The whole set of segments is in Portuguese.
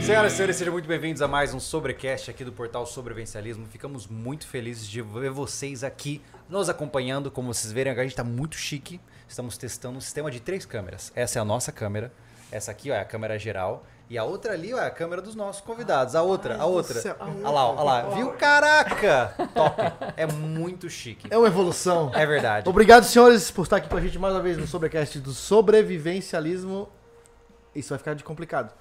Senhoras e senhores, sejam muito bem-vindos a mais um Sobrecast aqui do portal Sobrevencialismo. Ficamos muito felizes de ver vocês aqui nos acompanhando. Como vocês verem, agora a gente está muito chique. Estamos testando um sistema de três câmeras. Essa é a nossa câmera. Essa aqui ó, é a câmera geral. E a outra ali ó, é a câmera dos nossos convidados. A outra, a outra. céu, a Olha lá, olha lá. Viu? Caraca! Top. É muito chique. É uma evolução. É verdade. Obrigado, senhores, por estar aqui com a gente mais uma vez no Sobrecast do Sobrevivencialismo. Isso vai ficar de complicado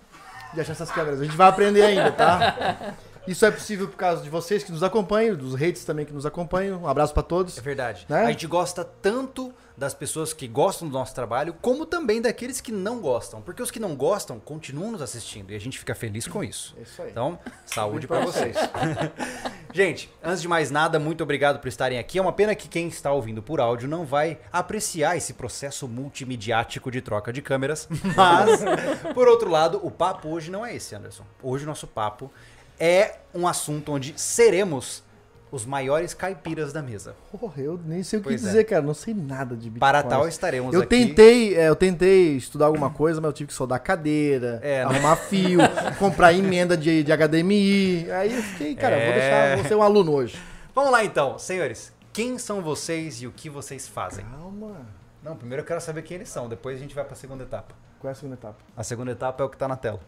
de achar essas câmeras. A gente vai aprender ainda, tá? Isso é possível por causa de vocês que nos acompanham, dos hates também que nos acompanham. Um abraço pra todos. É verdade. Né? A gente gosta tanto das pessoas que gostam do nosso trabalho, como também daqueles que não gostam. Porque os que não gostam continuam nos assistindo e a gente fica feliz com isso. É isso aí. Então, saúde Muito pra bom. vocês. gente, antes de mais nada, muito obrigado por estarem aqui. É uma pena que quem está ouvindo por áudio não vai apreciar esse processo multimediático de troca de câmeras. Mas, por outro lado, o papo hoje não é esse, Anderson. Hoje o nosso papo é um assunto onde seremos os maiores caipiras da mesa. Porra, eu nem sei o que Pois é. dizer, cara. Não sei nada de Bitcoin. Para tal estaremos Eu aqui. tentei, é, eu tentei estudar alguma coisa, mas eu tive que soldar cadeira, É, né? arrumar fio, comprar emenda de, de HDMI. Aí eu fiquei, cara, vou É. deixar, vou ser um aluno hoje. Vamos lá então, senhores. Quem são vocês e o que vocês fazem? Calma. Não, primeiro eu quero saber quem eles são, depois a gente vai pra segunda etapa. Qual é a segunda etapa? A segunda etapa é o que tá na tela.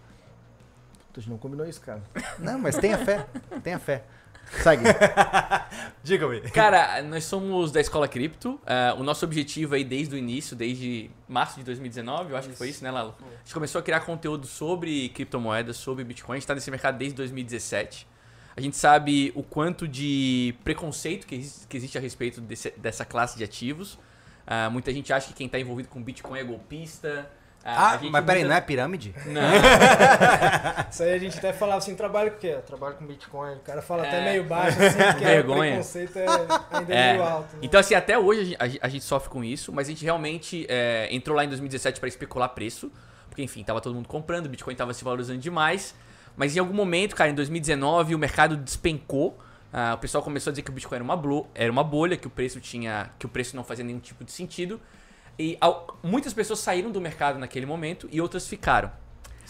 Puta, a gente não combinou isso, cara. Não, mas tenha fé, tenha fé. Segue. Diga-me. Cara, nós somos da Escola Cripto. Ah, o nosso objetivo aí desde o início, desde março de 2019, eu acho que foi isso, né, Lalo? A gente começou a criar conteúdo sobre criptomoedas, sobre Bitcoin. A gente está nesse mercado desde 2017. A gente sabe o quanto de preconceito que existe, que existe a respeito desse- dessa classe de ativos. Ah, muita gente acha que quem está envolvido com Bitcoin é golpista. Ah, a gente mas peraí, muda- não é pirâmide? Isso aí a gente até falava assim, trabalho com o quê? Trabalho com Bitcoin. O cara fala até É. meio baixo, assim, porque Vergonha. o preconceito é ainda É. meio alto. né? Então, assim, até hoje a gen- a gen- a gente sofre com isso, mas a gente realmente é, entrou lá em 2017 para especular preço, porque, enfim, tava todo mundo comprando, o Bitcoin tava se valorizando demais. Mas em algum momento, cara, em 2019, o mercado despencou. ah, o pessoal começou a dizer que o Bitcoin era uma, blo- era uma bolha, que o preço tinha. que o preço não fazia nenhum tipo de sentido. E ao- muitas pessoas saíram do mercado naquele momento e outras ficaram.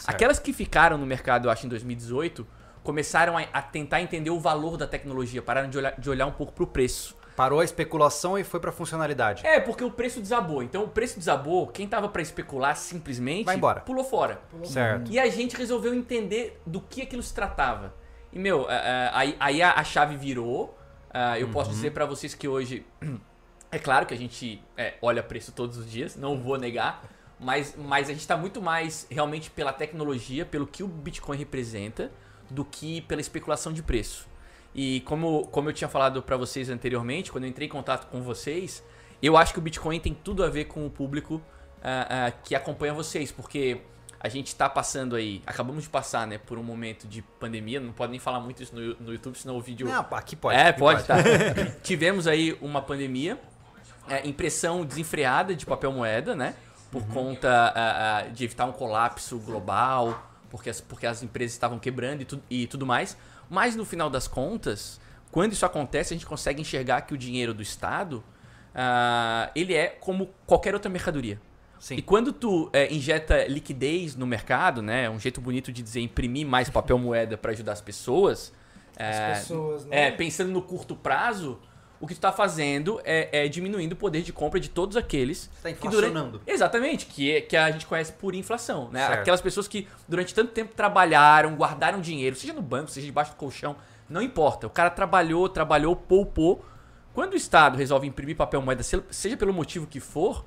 Aquelas que ficaram no mercado, eu acho, em 2018, começaram a, a tentar entender o valor da tecnologia, pararam de olhar, de olhar um pouco pro preço. Parou a especulação e foi pra funcionalidade. É, porque o preço desabou. Então o preço desabou, quem tava pra especular simplesmente Vai embora. pulou fora. Certo. E a gente resolveu entender do que aquilo se tratava. E meu, é, é, aí, aí a, a chave virou. Ah, eu Uhum. posso dizer pra vocês que hoje é claro que a gente é, olha preço todos os dias, não vou negar, mas, mas a gente está muito mais realmente pela tecnologia, pelo que o Bitcoin representa, do que pela especulação de preço. E como, como eu tinha falado para vocês anteriormente, quando eu entrei em contato com vocês, eu acho que o Bitcoin tem tudo a ver com o público ah, ah, que acompanha vocês, porque a gente está passando aí, acabamos de passar né, por um momento de pandemia, não pode nem falar muito isso no, no YouTube, senão o vídeo Não, aqui pode. é, aqui pode, tá. Tivemos aí uma pandemia, é, impressão desenfreada de papel moeda, né? Por Uhum. conta ah, ah, de evitar um colapso global, porque as, porque as empresas estavam quebrando e, tu- e tudo mais. Mas no final das contas, quando isso acontece, a gente consegue enxergar que o dinheiro do Estado, ah, ele é como qualquer outra mercadoria. Sim. E quando tu é, injeta liquidez no mercado, né? Um jeito bonito de dizer imprimir mais papel moeda para ajudar as pessoas. é, As pessoas, né? é, pensando no curto prazo, o que tu tá fazendo é, é diminuindo o poder de compra de todos aqueles Tá que durante- inflacionando. Exatamente, que, é- que a gente conhece por inflação, né? Certo. Aquelas pessoas que durante tanto tempo trabalharam, guardaram dinheiro, seja no banco, seja debaixo do colchão, não importa. O cara trabalhou, trabalhou, poupou. Quando o Estado resolve imprimir papel moeda, se- seja pelo motivo que for,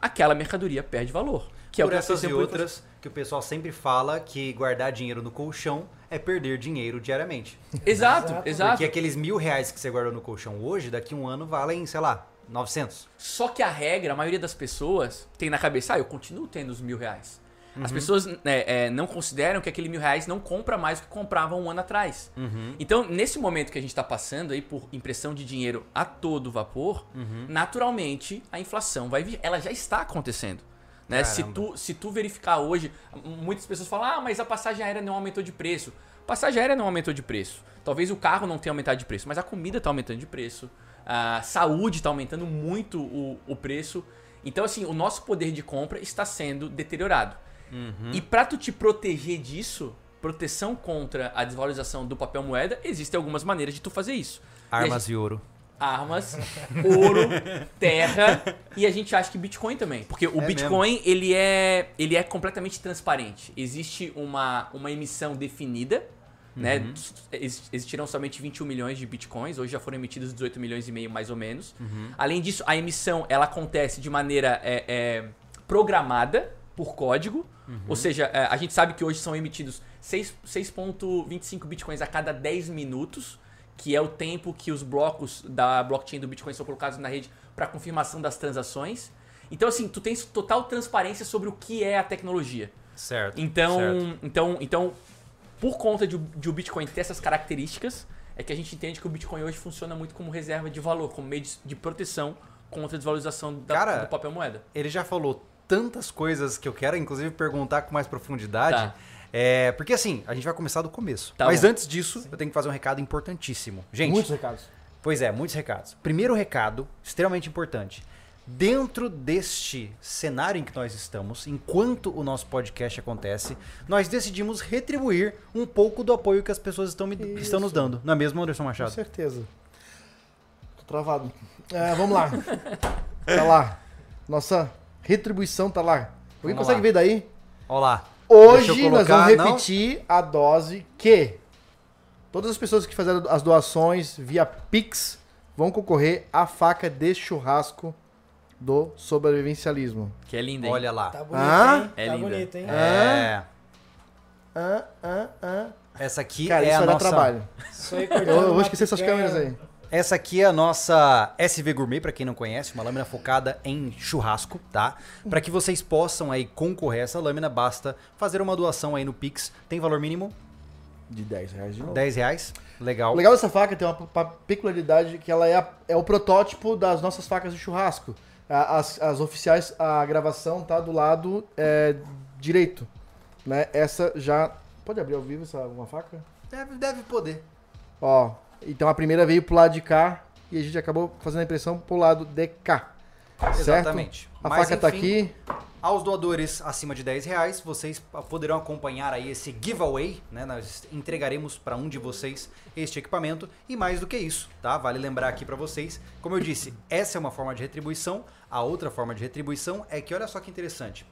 aquela mercadoria perde valor. Que é o Por que essas e aconteceu por inflação. outras que o pessoal sempre fala que guardar dinheiro no colchão é perder dinheiro diariamente. Exato, exato. Porque aqueles mil reais que você guardou no colchão hoje, daqui um ano valem, sei lá, 900. Só que a regra, a maioria das pessoas tem na cabeça, ah, eu continuo tendo os mil reais. As pessoas né, é, não consideram que aquele mil reais não compra mais do que compravam um ano atrás. Então, nesse momento que a gente está passando aí por impressão de dinheiro a todo vapor, naturalmente a inflação vai vir. Ela já está acontecendo. Né? Se, Caramba. tu, se tu verificar hoje, m- muitas pessoas falam, ah, mas a passagem aérea não aumentou de preço. Passagem aérea não aumentou de preço. Talvez o carro não tenha aumentado de preço, mas a comida está aumentando de preço. A saúde está aumentando muito o, o preço. Então, assim, o Uhum. nosso poder de compra está sendo deteriorado. E pra tu te proteger disso, proteção contra a desvalorização do papel moeda, existem algumas maneiras de tu fazer isso. E a Armas e ouro. armas, ouro, terra e a gente acha que Bitcoin também, porque o É Bitcoin ele é ele é completamente transparente. Existe uma, uma emissão definida, né? Ex- Existirão somente 21 milhões de Bitcoins, hoje já foram emitidos 18 milhões e meio mais ou menos. Além disso, a emissão ela acontece de maneira é, é, programada por código, ou seja, é, a gente sabe que hoje são emitidos 6 6.25 Bitcoins a cada 10 minutos que é o tempo que os blocos da blockchain do Bitcoin são colocados na rede para confirmação das transações. Então, assim, tu tens total transparência sobre o que é a tecnologia. Certo. Então, certo. então, então por conta de, o- de o Bitcoin ter essas características, é que a gente entende que o Bitcoin hoje funciona muito como reserva de valor, como meio de, de proteção contra a desvalorização da- Cara, do papel moeda. ele já falou tantas coisas que eu quero, inclusive, perguntar com mais profundidade. Tá. É, porque assim, a gente vai começar do começo. Tá Mas bom. antes disso, eu tenho que fazer um recado importantíssimo. Gente, Muitos recados. Pois é, muitos recados. Primeiro recado, extremamente importante. Dentro deste cenário em que nós estamos, enquanto o nosso podcast acontece, nós decidimos retribuir um pouco do apoio que as pessoas estão, me- estão nos dando. Não é mesmo, Anderson Com Machado? certeza. Tô travado. É, vamos lá. tá lá. Nossa retribuição tá lá. Alguém Vamos consegue lá. ver daí? Olha lá. Deixa eu Hoje nós colocar, vamos não? repetir a dose que todas as pessoas que fizeram as doações via Pix vão concorrer à faca de churrasco do sobrevivencialismo. Que é lindo, hein? Olha lá. Tá bonito, Ah? hein? É tá linda. bonito, hein? É. Ah, ah, ah. Essa aqui Cara, é isso a vai nossa. dar trabalho. Isso aí Eu, cortando eu vou uma esquecer essas picanha. câmeras aí. Essa aqui é a nossa SV Gourmet, pra quem não conhece, uma lâmina focada em churrasco, tá? Pra que vocês possam aí concorrer a essa lâmina, basta fazer uma doação aí no Pix. Tem valor mínimo? De 10 reais de novo. 10 reais. O Legal. legal dessa faca tem uma pa- peculiaridade que ela é, a- é o protótipo das nossas facas de churrasco. A- As, as oficiais, a gravação tá do lado é, direito. Né? Essa já. Pode abrir ao vivo essa uma faca? Deve, deve poder. Ó. Então a primeira veio pro lado de cá e a gente acabou fazendo a impressão pro lado de cá. Certo? Exatamente. A Mas, faca tá enfim, aqui. Aos doadores acima de 10 reais, vocês poderão acompanhar aí esse giveaway, né? Nós entregaremos para um de vocês este equipamento e mais do que isso, tá? Vale lembrar aqui para vocês, como eu disse, essa é uma forma de retribuição. A outra forma de retribuição é que olha só que interessante.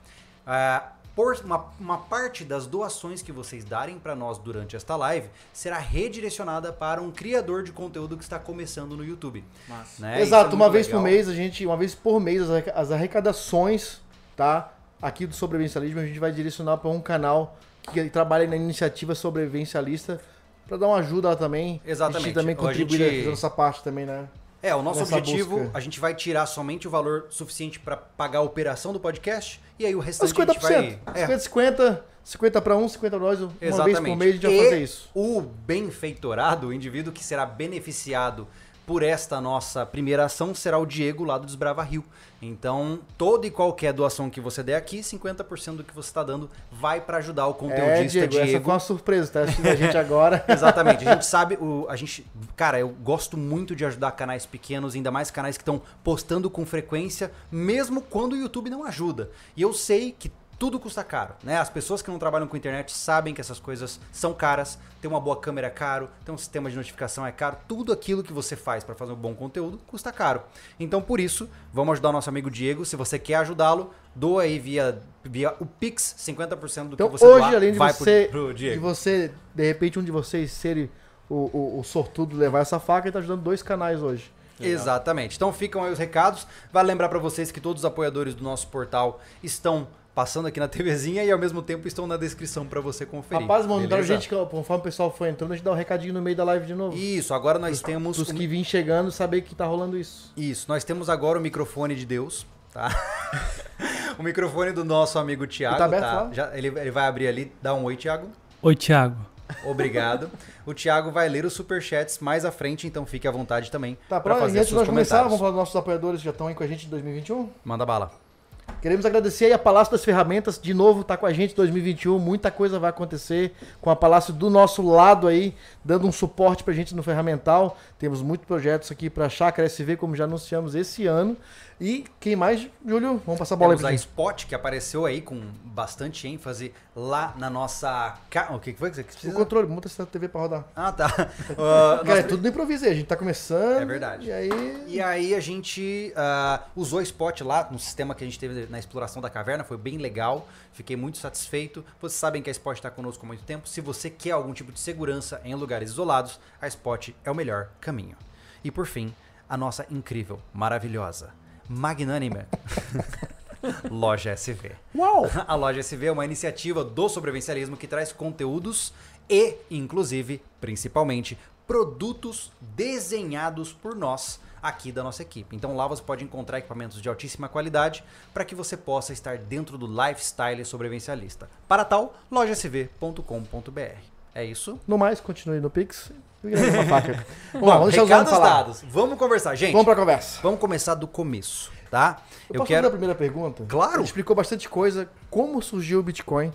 Ah, por uma, uma parte das doações que vocês darem para nós durante esta live será redirecionada para um criador de conteúdo que está começando no YouTube. Massa. né? Isso é Exato, uma muito vez legal. por mês, a gente, uma vez por mês, as arreca- as arrecadações, tá? Aqui do sobrevivencialismo, a gente vai direcionar para um canal que trabalha na iniciativa sobrevivencialista para dar uma ajuda lá também. A Exatamente. gente também A contribuir gente- fazer nossa parte também, né? É, o nosso nessa objetivo, busca. a gente vai tirar somente o valor suficiente pra pagar a operação do podcast e aí o Os restante a 50%. gente vai... É, 50, 50, 50 para um, 50 para dois, uma vez por Exatamente. mês a gente vai E- fazer isso. o benfeitorado, o indivíduo que será beneficiado por esta nossa primeira ação será o Diego lá do Desbrava Rio. Então, toda e qualquer doação que você der aqui, 50% do que você está dando vai pra ajudar o É, conteúdista Diego, essa foi uma surpresa, tá? Assistindo a gente agora. Exatamente. A gente sabe, o, a gente. Cara, eu gosto muito de ajudar canais pequenos, ainda mais canais que estão postando com frequência, mesmo quando o YouTube não ajuda. E eu sei que tudo custa caro, né? As pessoas que não trabalham com internet sabem que essas coisas são caras. Ter uma boa câmera é caro, ter um sistema de notificação é caro. Tudo aquilo que você faz para fazer um bom conteúdo custa caro. Então, por isso, vamos ajudar o nosso amigo Diego. Se você quer ajudá-lo, doa aí via, via o Pix, 50% do Então que você hoje, doar além de vai você, pro, pro de Diego. você, de repente um de vocês ser o, o, o sortudo levar essa faca, ele tá ajudando dois canais hoje. Exatamente. Então ficam aí os recados. Vale lembrar pra vocês que todos os apoiadores do nosso portal estão passando aqui na TVzinha e ao mesmo tempo estão na descrição pra você conferir. Rapaz, mandaram beleza? gente, que, conforme o pessoal foi entrando, a gente dá um recadinho no meio da live de novo. Isso, um agora nós temos Os o- que vêm chegando, saber que tá rolando isso. Isso, nós temos agora o microfone de Deus, tá? o microfone do nosso amigo Thiago, Tá aberto lá? Já, ele, ele vai abrir ali, dá um oi, Thiago. Oi, Thiago. Obrigado. o Thiago vai ler os superchats mais à frente, então fique à vontade também Tá, pra pra fazer antes de seus nós começar, comentários. um? vamos falar dos nossos apoiadores que já estão aí com a gente em 2021? Manda bala. Quer Queremos agradecer aí a Palácio das Ferramentas, de novo tá com a gente em 2021, muita coisa vai acontecer com a Palácio do nosso lado aí, dando um suporte pra gente no ferramental. Temos muitos projetos aqui pra Chácara SV, como já anunciamos esse ano. E quem mais, Júlio? Vamos passar a bola Temos a aí pra gente. Spot, que apareceu aí com bastante ênfase lá na nossa... ca- O que que foi que você O precisa? controle, muda essa TV pra rodar. Ah, tá. Ah, Cara, é nós- tudo no improviso aí, a gente tá começando. É verdade. E aí... E aí a gente ah, usou Spot lá no sistema que a gente teve na exploração da caverna, foi bem legal, fiquei muito satisfeito. Vocês sabem que a Spot está conosco há muito tempo. Se você quer algum tipo de segurança em lugares isolados, a Spot é o melhor caminho. E por fim, a nossa incrível, maravilhosa, magnânima Loja SV. Uau! A Loja SV é uma iniciativa do sobrevivencialismo que traz conteúdos e, inclusive, principalmente, produtos desenhados por nós aqui da nossa equipe. Então lá você pode encontrar equipamentos de altíssima qualidade para que você possa estar dentro do lifestyle sobrevivencialista. Para tal, lojasv.com.br. É isso? No mais, continue no Pix. E grava uma faca. Vamos lá, Bom, vamos deixar os homens recados falar. dados. Vamos conversar, gente. Vamos Vamos, pra conversa. começar do começo, tá? Eu, posso fazer a primeira pergunta? Claro. Uhum. A gente explicou bastante coisa, como surgiu o Bitcoin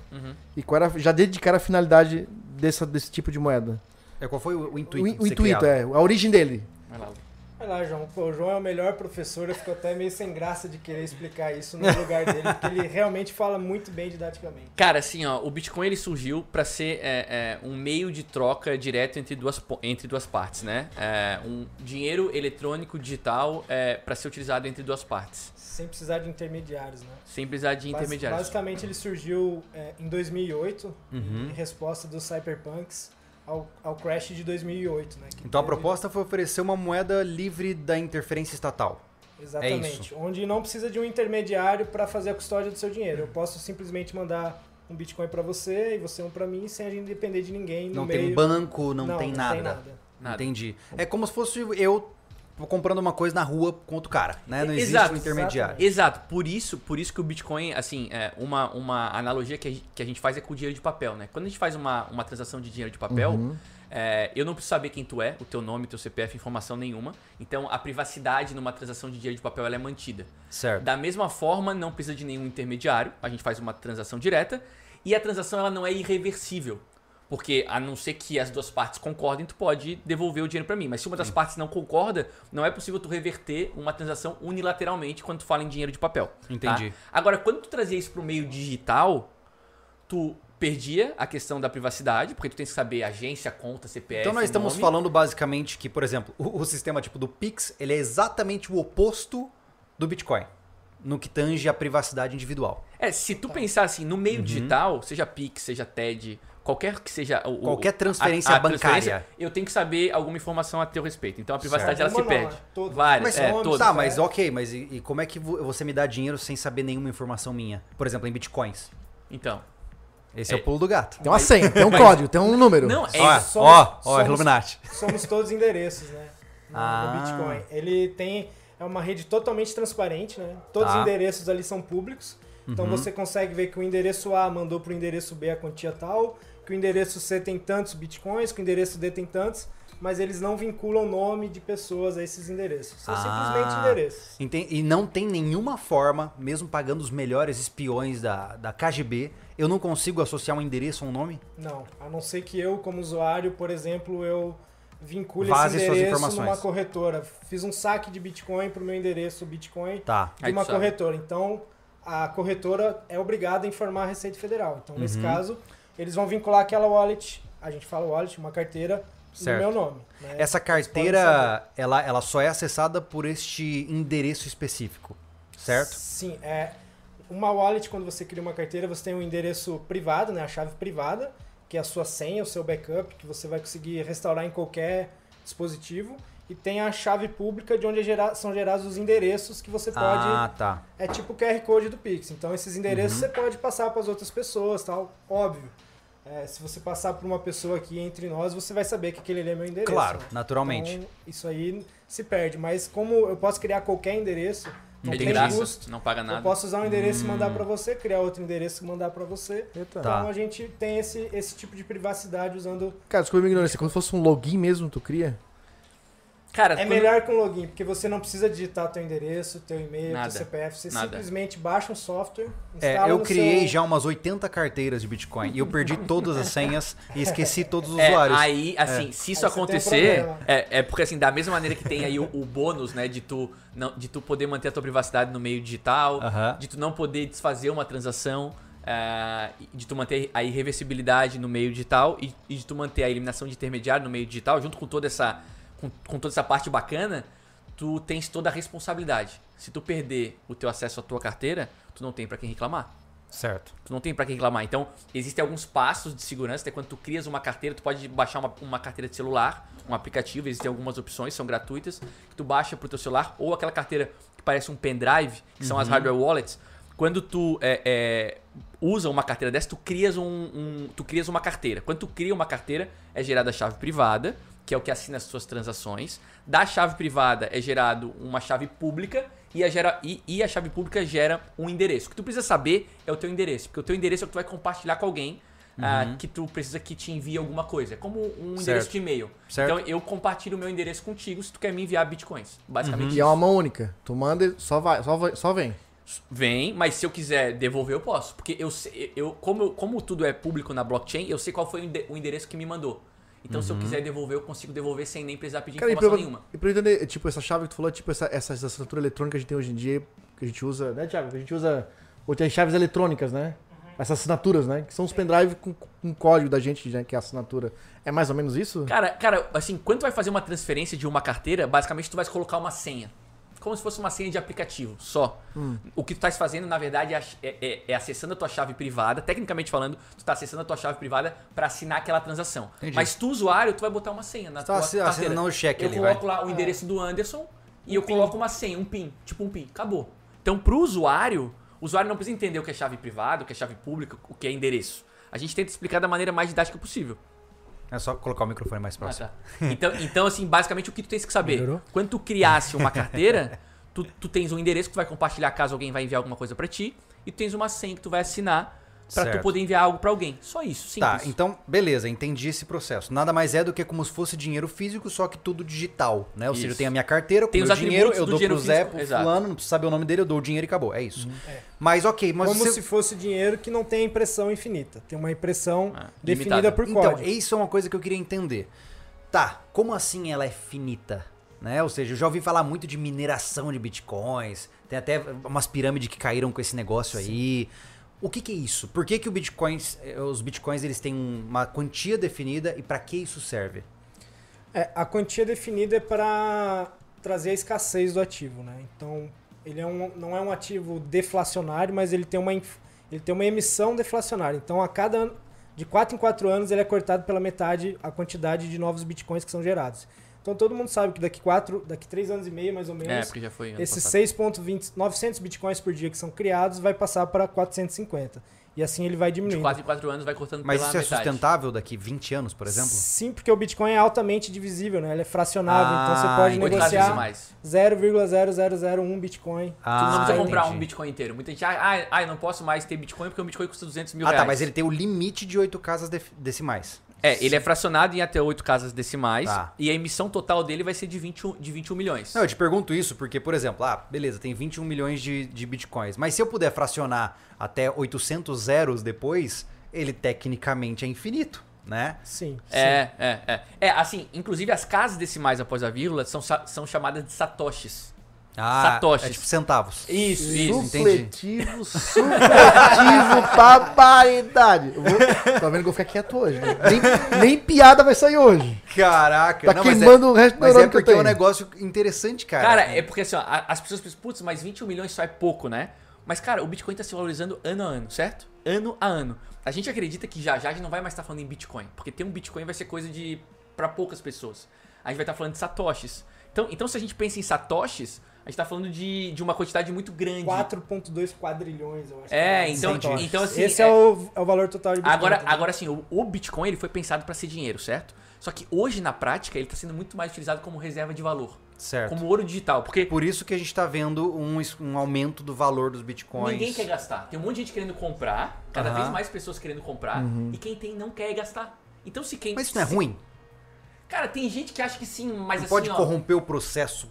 e qual era, já desde de cara a finalidade dessa, desse tipo de moeda. É, Qual foi o, o O, intuito? in- de o ser intuito, criado? é, a origem dele. Vai lá. Vai lá, João. Pô, o João é o melhor professor. Eu fico até meio sem graça de querer explicar isso no lugar dele, porque ele realmente fala muito bem didaticamente. Cara, assim, ó, o Bitcoin ele surgiu para ser é, é, um meio de troca direto entre duas, po- entre duas partes, né? É, um dinheiro eletrônico digital é, para ser utilizado entre duas partes, Sem precisar de intermediários, né? sem precisar de Bas- intermediários. Basicamente, ele surgiu é, em 2008, Uhum. em resposta dos cyberpunks ao, ao crash de 2008, né? que Então a teve- proposta foi oferecer uma moeda livre da interferência estatal. Exatamente. É Onde não precisa de um intermediário para fazer a custódia do seu dinheiro. Eu posso simplesmente mandar um Bitcoin para você e você um para mim, sem a gente depender de ninguém no Não meio. tem um banco, não, tem, nada. Nada. Entendi. É como se fosse eu comprando uma coisa na rua com outro cara, né? Não existe Exato. um intermediário. Exato, por isso, por isso que o Bitcoin, assim, é, uma, uma analogia que a, gente, que a gente faz é com o dinheiro de papel, né? Quando a gente faz uma, uma transação de dinheiro de papel, é, eu não preciso saber quem tu é, o teu nome, teu CPF, informação nenhuma. Então a privacidade numa transação de dinheiro de papel ela é mantida. Certo. Da mesma forma, não precisa de nenhum intermediário, a gente faz uma transação direta e a transação ela não é irreversível. Porque a não ser que as duas partes concordem, tu pode devolver o dinheiro para mim. Mas se uma das partes não concorda, não é possível tu reverter uma transação unilateralmente quando tu fala em dinheiro de papel. tá? Entendi. Agora, quando tu trazia isso pro meio digital, tu perdia a questão da privacidade, porque tu tem que saber agência, conta, CPF, Então nós estamos nome. falando basicamente que, por exemplo, o, o sistema tipo do Pix, ele é exatamente o oposto do Bitcoin, no que tange a privacidade individual. É, se Tá. tu pensar assim, no Uhum. meio digital, seja Pix, seja TED, qualquer que seja o, o- Qualquer transferência bancária. eu tenho que saber alguma informação a teu respeito. Então a privacidade Certo. ela se Uma não, perde. né? Todas. Várias, Mas, é, tá, todas. tá, mas ok, mas e, e como é que vo- você me dá dinheiro sem saber nenhuma informação minha? Por exemplo, em bitcoins. Então. Esse é, É. o pulo do gato. Tem uma senha, tem um código, tem um número. Não, é Ó, somos- ó, ó, somos- Illuminati. Somos todos endereços, né? No, no Ah. Bitcoin. Ele tem é uma rede totalmente transparente, né? Todos Tá. Uhum. os endereços ali são públicos. Então você consegue ver que o endereço A mandou pro endereço B a quantia tal, que o endereço C tem tantos bitcoins, que o endereço D tem tantos, mas eles não vinculam nome de pessoas a esses endereços. São simplesmente Ah. endereços. Enten- E não tem nenhuma forma, mesmo pagando os melhores espiões da, da KGB, eu não consigo associar um endereço a um nome? Não, a não ser que eu, como usuário, por exemplo, eu vincule Vaze esse suas endereço informações. numa corretora. Fiz um saque de Bitcoin pro meu endereço Bitcoin Tá. de Aí tu uma sabe. corretora. Então, a corretora é obrigada a informar a Receita Federal. Então, nesse caso, eles vão vincular aquela wallet, a gente fala wallet, uma carteira, Certo. É no meu nome. né? Essa carteira, ela, ela só é acessada por este endereço específico, certo? Sim, é uma wallet quando você cria uma carteira, você tem um endereço privado, né, a chave privada, que é a sua senha, o seu backup, que você vai conseguir restaurar em qualquer dispositivo, e tem a chave pública de onde é gera- são gerados os endereços que você pode Ah, tá. É tipo o QR Code do Pix. Então, esses endereços você pode passar para as outras pessoas, tal. Óbvio. É, se você passar por uma pessoa aqui entre nós, você vai saber que aquele ali é meu endereço. Claro, né? naturalmente. Então, isso aí se perde. Mas como eu posso criar qualquer endereço, não É de Entendi. tem graça, custo. não paga nada. Eu posso usar um endereço e mandar para você, criar outro endereço e mandar para você. Tá. Eita. Então a gente tem esse, esse tipo de privacidade usando é Cara, desculpa a minha ignorância. Quando fosse um login mesmo, tu cria? Cara, É quando- melhor que um login, porque você não precisa digitar teu endereço, teu e-mail, Nada. teu CPF. Você Nada. simplesmente baixa um software, instala É, eu no criei seu- já umas 80 carteiras de Bitcoin e eu perdi todas as senhas e esqueci todos os É, usuários. aí, assim, se isso Aí você tem um acontecer, problema. é, é porque assim, da mesma maneira que tem aí o, o bônus, né, de tu, não, de tu poder manter a tua privacidade no meio digital, Aham. de tu não poder desfazer uma transação, ah, e de tu manter a irreversibilidade no meio digital e, e de tu manter a eliminação de intermediário no meio digital, junto com toda essa, com, com toda essa parte bacana, tu tens toda a responsabilidade. Se tu perder o teu acesso à tua carteira, tu não tem pra quem reclamar. Certo. Tu não tem pra quem reclamar. Então, existem alguns passos de segurança. Até quando tu crias uma carteira, tu pode baixar uma, uma carteira de celular, um aplicativo. Existem algumas opções, são gratuitas, que tu baixa pro teu celular. Ou aquela carteira que parece um pendrive, que são as hardware wallets. Quando tu é, é, usa uma carteira dessa, tu crias, um, um- tu crias uma carteira. Quando tu cria uma carteira, é gerada a chave privada, que é o que assina as suas transações. Da chave privada é gerado uma chave pública e a, gera- e- e a chave pública gera um endereço. O que tu precisa saber é o teu endereço, porque o teu endereço é o que tu vai compartilhar com alguém ah, Uhum. que tu precisa que te envie alguma coisa. É como um endereço Certo. de e-mail. Certo. Então eu compartilho o meu endereço contigo se tu quer me enviar bitcoins. Basicamente E é uma mão única. Tu manda e só vai, só, vai, só vem. Vem, mas se eu quiser devolver, eu posso. Porque eu, sei- eu como, eu- como tudo é público na blockchain, eu sei qual foi o ende- o endereço que me mandou. Então, se eu quiser devolver, eu consigo devolver sem nem precisar pedir Uhum. Cara, e pra, informação nenhuma. e pra eu entender, tipo, essa chave que tu falou, tipo, essa, essa assinatura eletrônica que a gente tem hoje em dia, que a gente usa, né, Thiago? Que a gente usa, ou tem as chaves eletrônicas, né? Essas assinaturas, né? Que são os pendrive com, com código da gente, né? Que é a assinatura. É mais ou menos isso? Cara, cara, assim, quando tu vai fazer uma transferência de uma carteira, basicamente tu vai colocar uma senha. Como se fosse uma senha de aplicativo, só. Hum. O que tu estás fazendo, na verdade, é, ach- é- é- é acessando a tua chave privada. Tecnicamente falando, tu tá acessando a tua chave privada para assinar aquela transação. Entendi. Mas tu, usuário, tu vai botar uma senha na Tá tua assi- carteira. assinando o cheque Eu ali, É. coloco lá o endereço do Anderson e eu coloco uma senha, um PIN, tipo um PIN. Acabou. Então, pro usuário, o usuário não precisa entender o que é chave privada, o que é chave pública, o que é endereço. A gente tenta explicar da maneira mais didática possível. É só colocar o microfone mais próximo. Ah, tá. então, então, assim, basicamente o que tu tens que saber? Melhorou? Quando tu criasse uma carteira, tu, tu tens um endereço que tu vai compartilhar caso alguém vai enviar alguma coisa pra ti, e tu tens uma senha que tu vai assinar pra tu Certo. poder enviar algo pra alguém. Só isso, Tá, simples. então, beleza, entendi esse processo. Nada mais é do que como se fosse dinheiro físico, só que tudo digital, né? Ou seja, eu Isso. tenho a minha carteira, com Tem o os meu dinheiro, atributos eu do dou pro dinheiro Zé, físico, pro exato. fulano, não precisa saber o nome dele, eu dou o dinheiro e acabou. É isso. Mas ok, mas Uhum. Como você... se fosse dinheiro que não tem impressão infinita. Tem uma impressão Ah, definida limitada. por Então, código. isso é uma coisa que eu queria entender. Tá, como assim ela é finita? Né? Ou seja, eu já ouvi falar muito de mineração de bitcoins, tem até umas pirâmides que caíram com esse negócio aí. O que, que é isso? Por que, que o bitcoins, eh, os bitcoins eles têm uma quantia definida e pra que isso serve? É, a quantia definida é para trazer a escassez do ativo, né? Então, ele é um, não é um ativo deflacionário, mas ele tem uma inf- ele tem uma emissão deflacionária. Então, a cada ano, de 4 em 4 anos ele é cortado pela metade a quantidade de novos bitcoins que são gerados. Então, todo mundo sabe que daqui 4, daqui 3 anos e meio mais ou então, menos, é, porque já foi. ano esses passado. 6.20 900 bitcoins por dia que são criados vai passar para 450. E assim ele vai De diminuindo. 4 em 4 anos vai cortando Mas pela isso é metade. sustentável daqui 20 anos, por exemplo? Sim, porque o Bitcoin é altamente divisível, né? Ele é fracionável, então Ah, você pode entendi. Oito vezes negociar mais. 0,0001 Bitcoin. tu não Ah, precisa entendi. comprar um Bitcoin inteiro. Muita gente, ah, ah, ah, eu não posso mais ter Bitcoin porque o Bitcoin custa 200 mil Ah, reais. tá, mas ele tem o limite de 8 casas def- decimais. É, ele é fracionado em até 8 casas decimais Tá. e a emissão total dele vai ser de 21, de 21 milhões. Não, eu te pergunto isso porque, por exemplo, ah, beleza, tem 21 milhões de, de bitcoins, mas se eu puder fracionar até 800 zeros depois, ele tecnicamente é infinito, né? Sim. É, é, é. É, assim, inclusive as casas decimais após a vírgula são, sa- são chamadas de satoshis. Ah, Satoshis. É tipo centavos. Isso, supletivo, supletivo pra paridade. Eu vou, tá vendo que eu vou ficar quieto hoje, né? Nem, nem piada vai sair hoje. Caraca, Tá não, mas é, queimando o resto do mas é neurônio que eu porque é um tenho. negócio interessante, cara. Cara, é porque assim, ó, a- as pessoas pensam, putz, mas 21 milhões só é pouco, né? Mas, cara, o Bitcoin tá se valorizando ano a ano, certo? Ano a ano. A gente acredita que já já a gente não vai mais estar falando em Bitcoin, porque ter um Bitcoin vai ser coisa de para poucas pessoas. A gente vai estar falando de satoshis. Então, então, se a gente pensa em satoshis, a gente tá falando de, de uma quantidade muito grande. 4,2 quadrilhões, eu acho. É, então, Entendi. então assim, Esse é, o, é o valor total de Bitcoin. Agora, também. agora sim, o, o Bitcoin ele foi pensado para ser dinheiro, certo? Só que hoje, na prática, ele está sendo muito mais utilizado como reserva de valor. certo. Como ouro digital. Porque Por isso que a gente tá vendo um, es- um aumento do valor dos bitcoins. ninguém quer gastar. Tem um monte de gente querendo comprar, cada Aham. Uhum. vez mais pessoas querendo comprar, e quem tem não quer gastar. Então se quem. Mas isso não é se- ruim? Cara, tem gente que acha que sim, mas Não assim, pode ó, corromper o processo.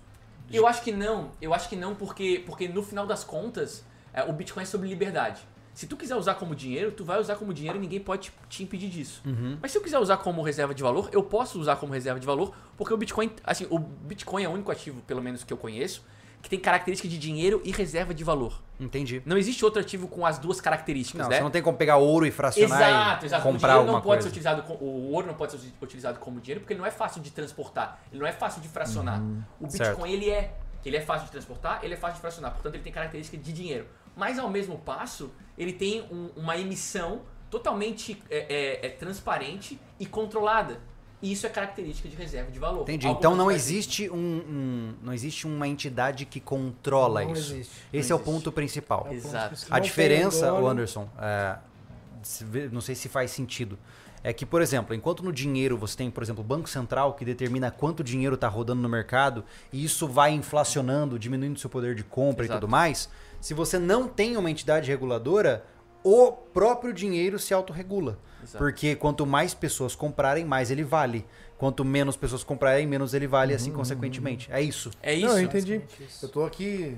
Eu acho que não, eu acho que não, porque, porque no final das contas, é, o Bitcoin é sobre liberdade. Se tu quiser usar como dinheiro, tu vai usar como dinheiro e ninguém pode te, te impedir disso. Mas se eu quiser usar como reserva de valor, eu posso usar como reserva de valor, porque o Bitcoin, assim, o Bitcoin é o único ativo, pelo menos que eu conheço, que tem característica de dinheiro e reserva de valor. Entendi. Não existe outro ativo com as duas características, Não, né? você não tem como pegar ouro e fracionar Exato, e exato. o comprar dinheiro não alguma pode ser coisa. utilizado com- o ouro não pode ser utilizado como dinheiro porque ele não é fácil de transportar, ele não é fácil de fracionar. o Bitcoin Uhum. certo. ele é, ele é fácil de transportar, ele é fácil de fracionar, portanto ele tem característica de dinheiro. Mas ao mesmo passo, ele tem um- uma emissão totalmente é, é, é, transparente e controlada. E isso é característica de reserva de valor. Entendi. Algo Então que não vai- existe um, um- não existe uma entidade que controla Não isso. existe. Esse Não é o existe. ponto principal. É o ponto Exato. principal. A Não tem diferença, dono. o Anderson, é, se vê- não sei se faz sentido. É que, por exemplo, enquanto no dinheiro você tem, por exemplo, o Banco Central que determina quanto dinheiro está rodando no mercado e isso vai inflacionando, diminuindo seu poder de compra e Exato. tudo mais, se você não tem uma entidade reguladora, o próprio dinheiro se autorregula. Exato. Porque quanto mais pessoas comprarem, mais ele vale. Quanto menos pessoas comprarem, menos ele vale, Uhum. assim consequentemente. É isso. É isso. Não, eu entendi. Eu tô aqui.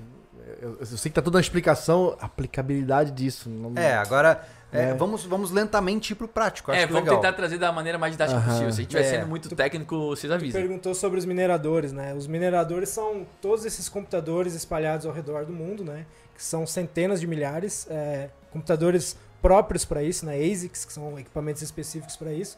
Eu, eu sei que tá toda a explicação, a aplicabilidade disso. Uhum. Não, É, agora é, É. Vamos, vamos lentamente ir pro prático. Acho É, que vamos legal. tentar trazer da maneira mais didática Aham. possível. Se a gente estiver É. sendo muito técnico, vocês avisam. Perguntou sobre os mineradores, né? Os mineradores são todos esses computadores espalhados ao redor do mundo, né? Que são centenas de milhares, é, computadores próprios para isso, né? ASICs, que são equipamentos específicos para isso,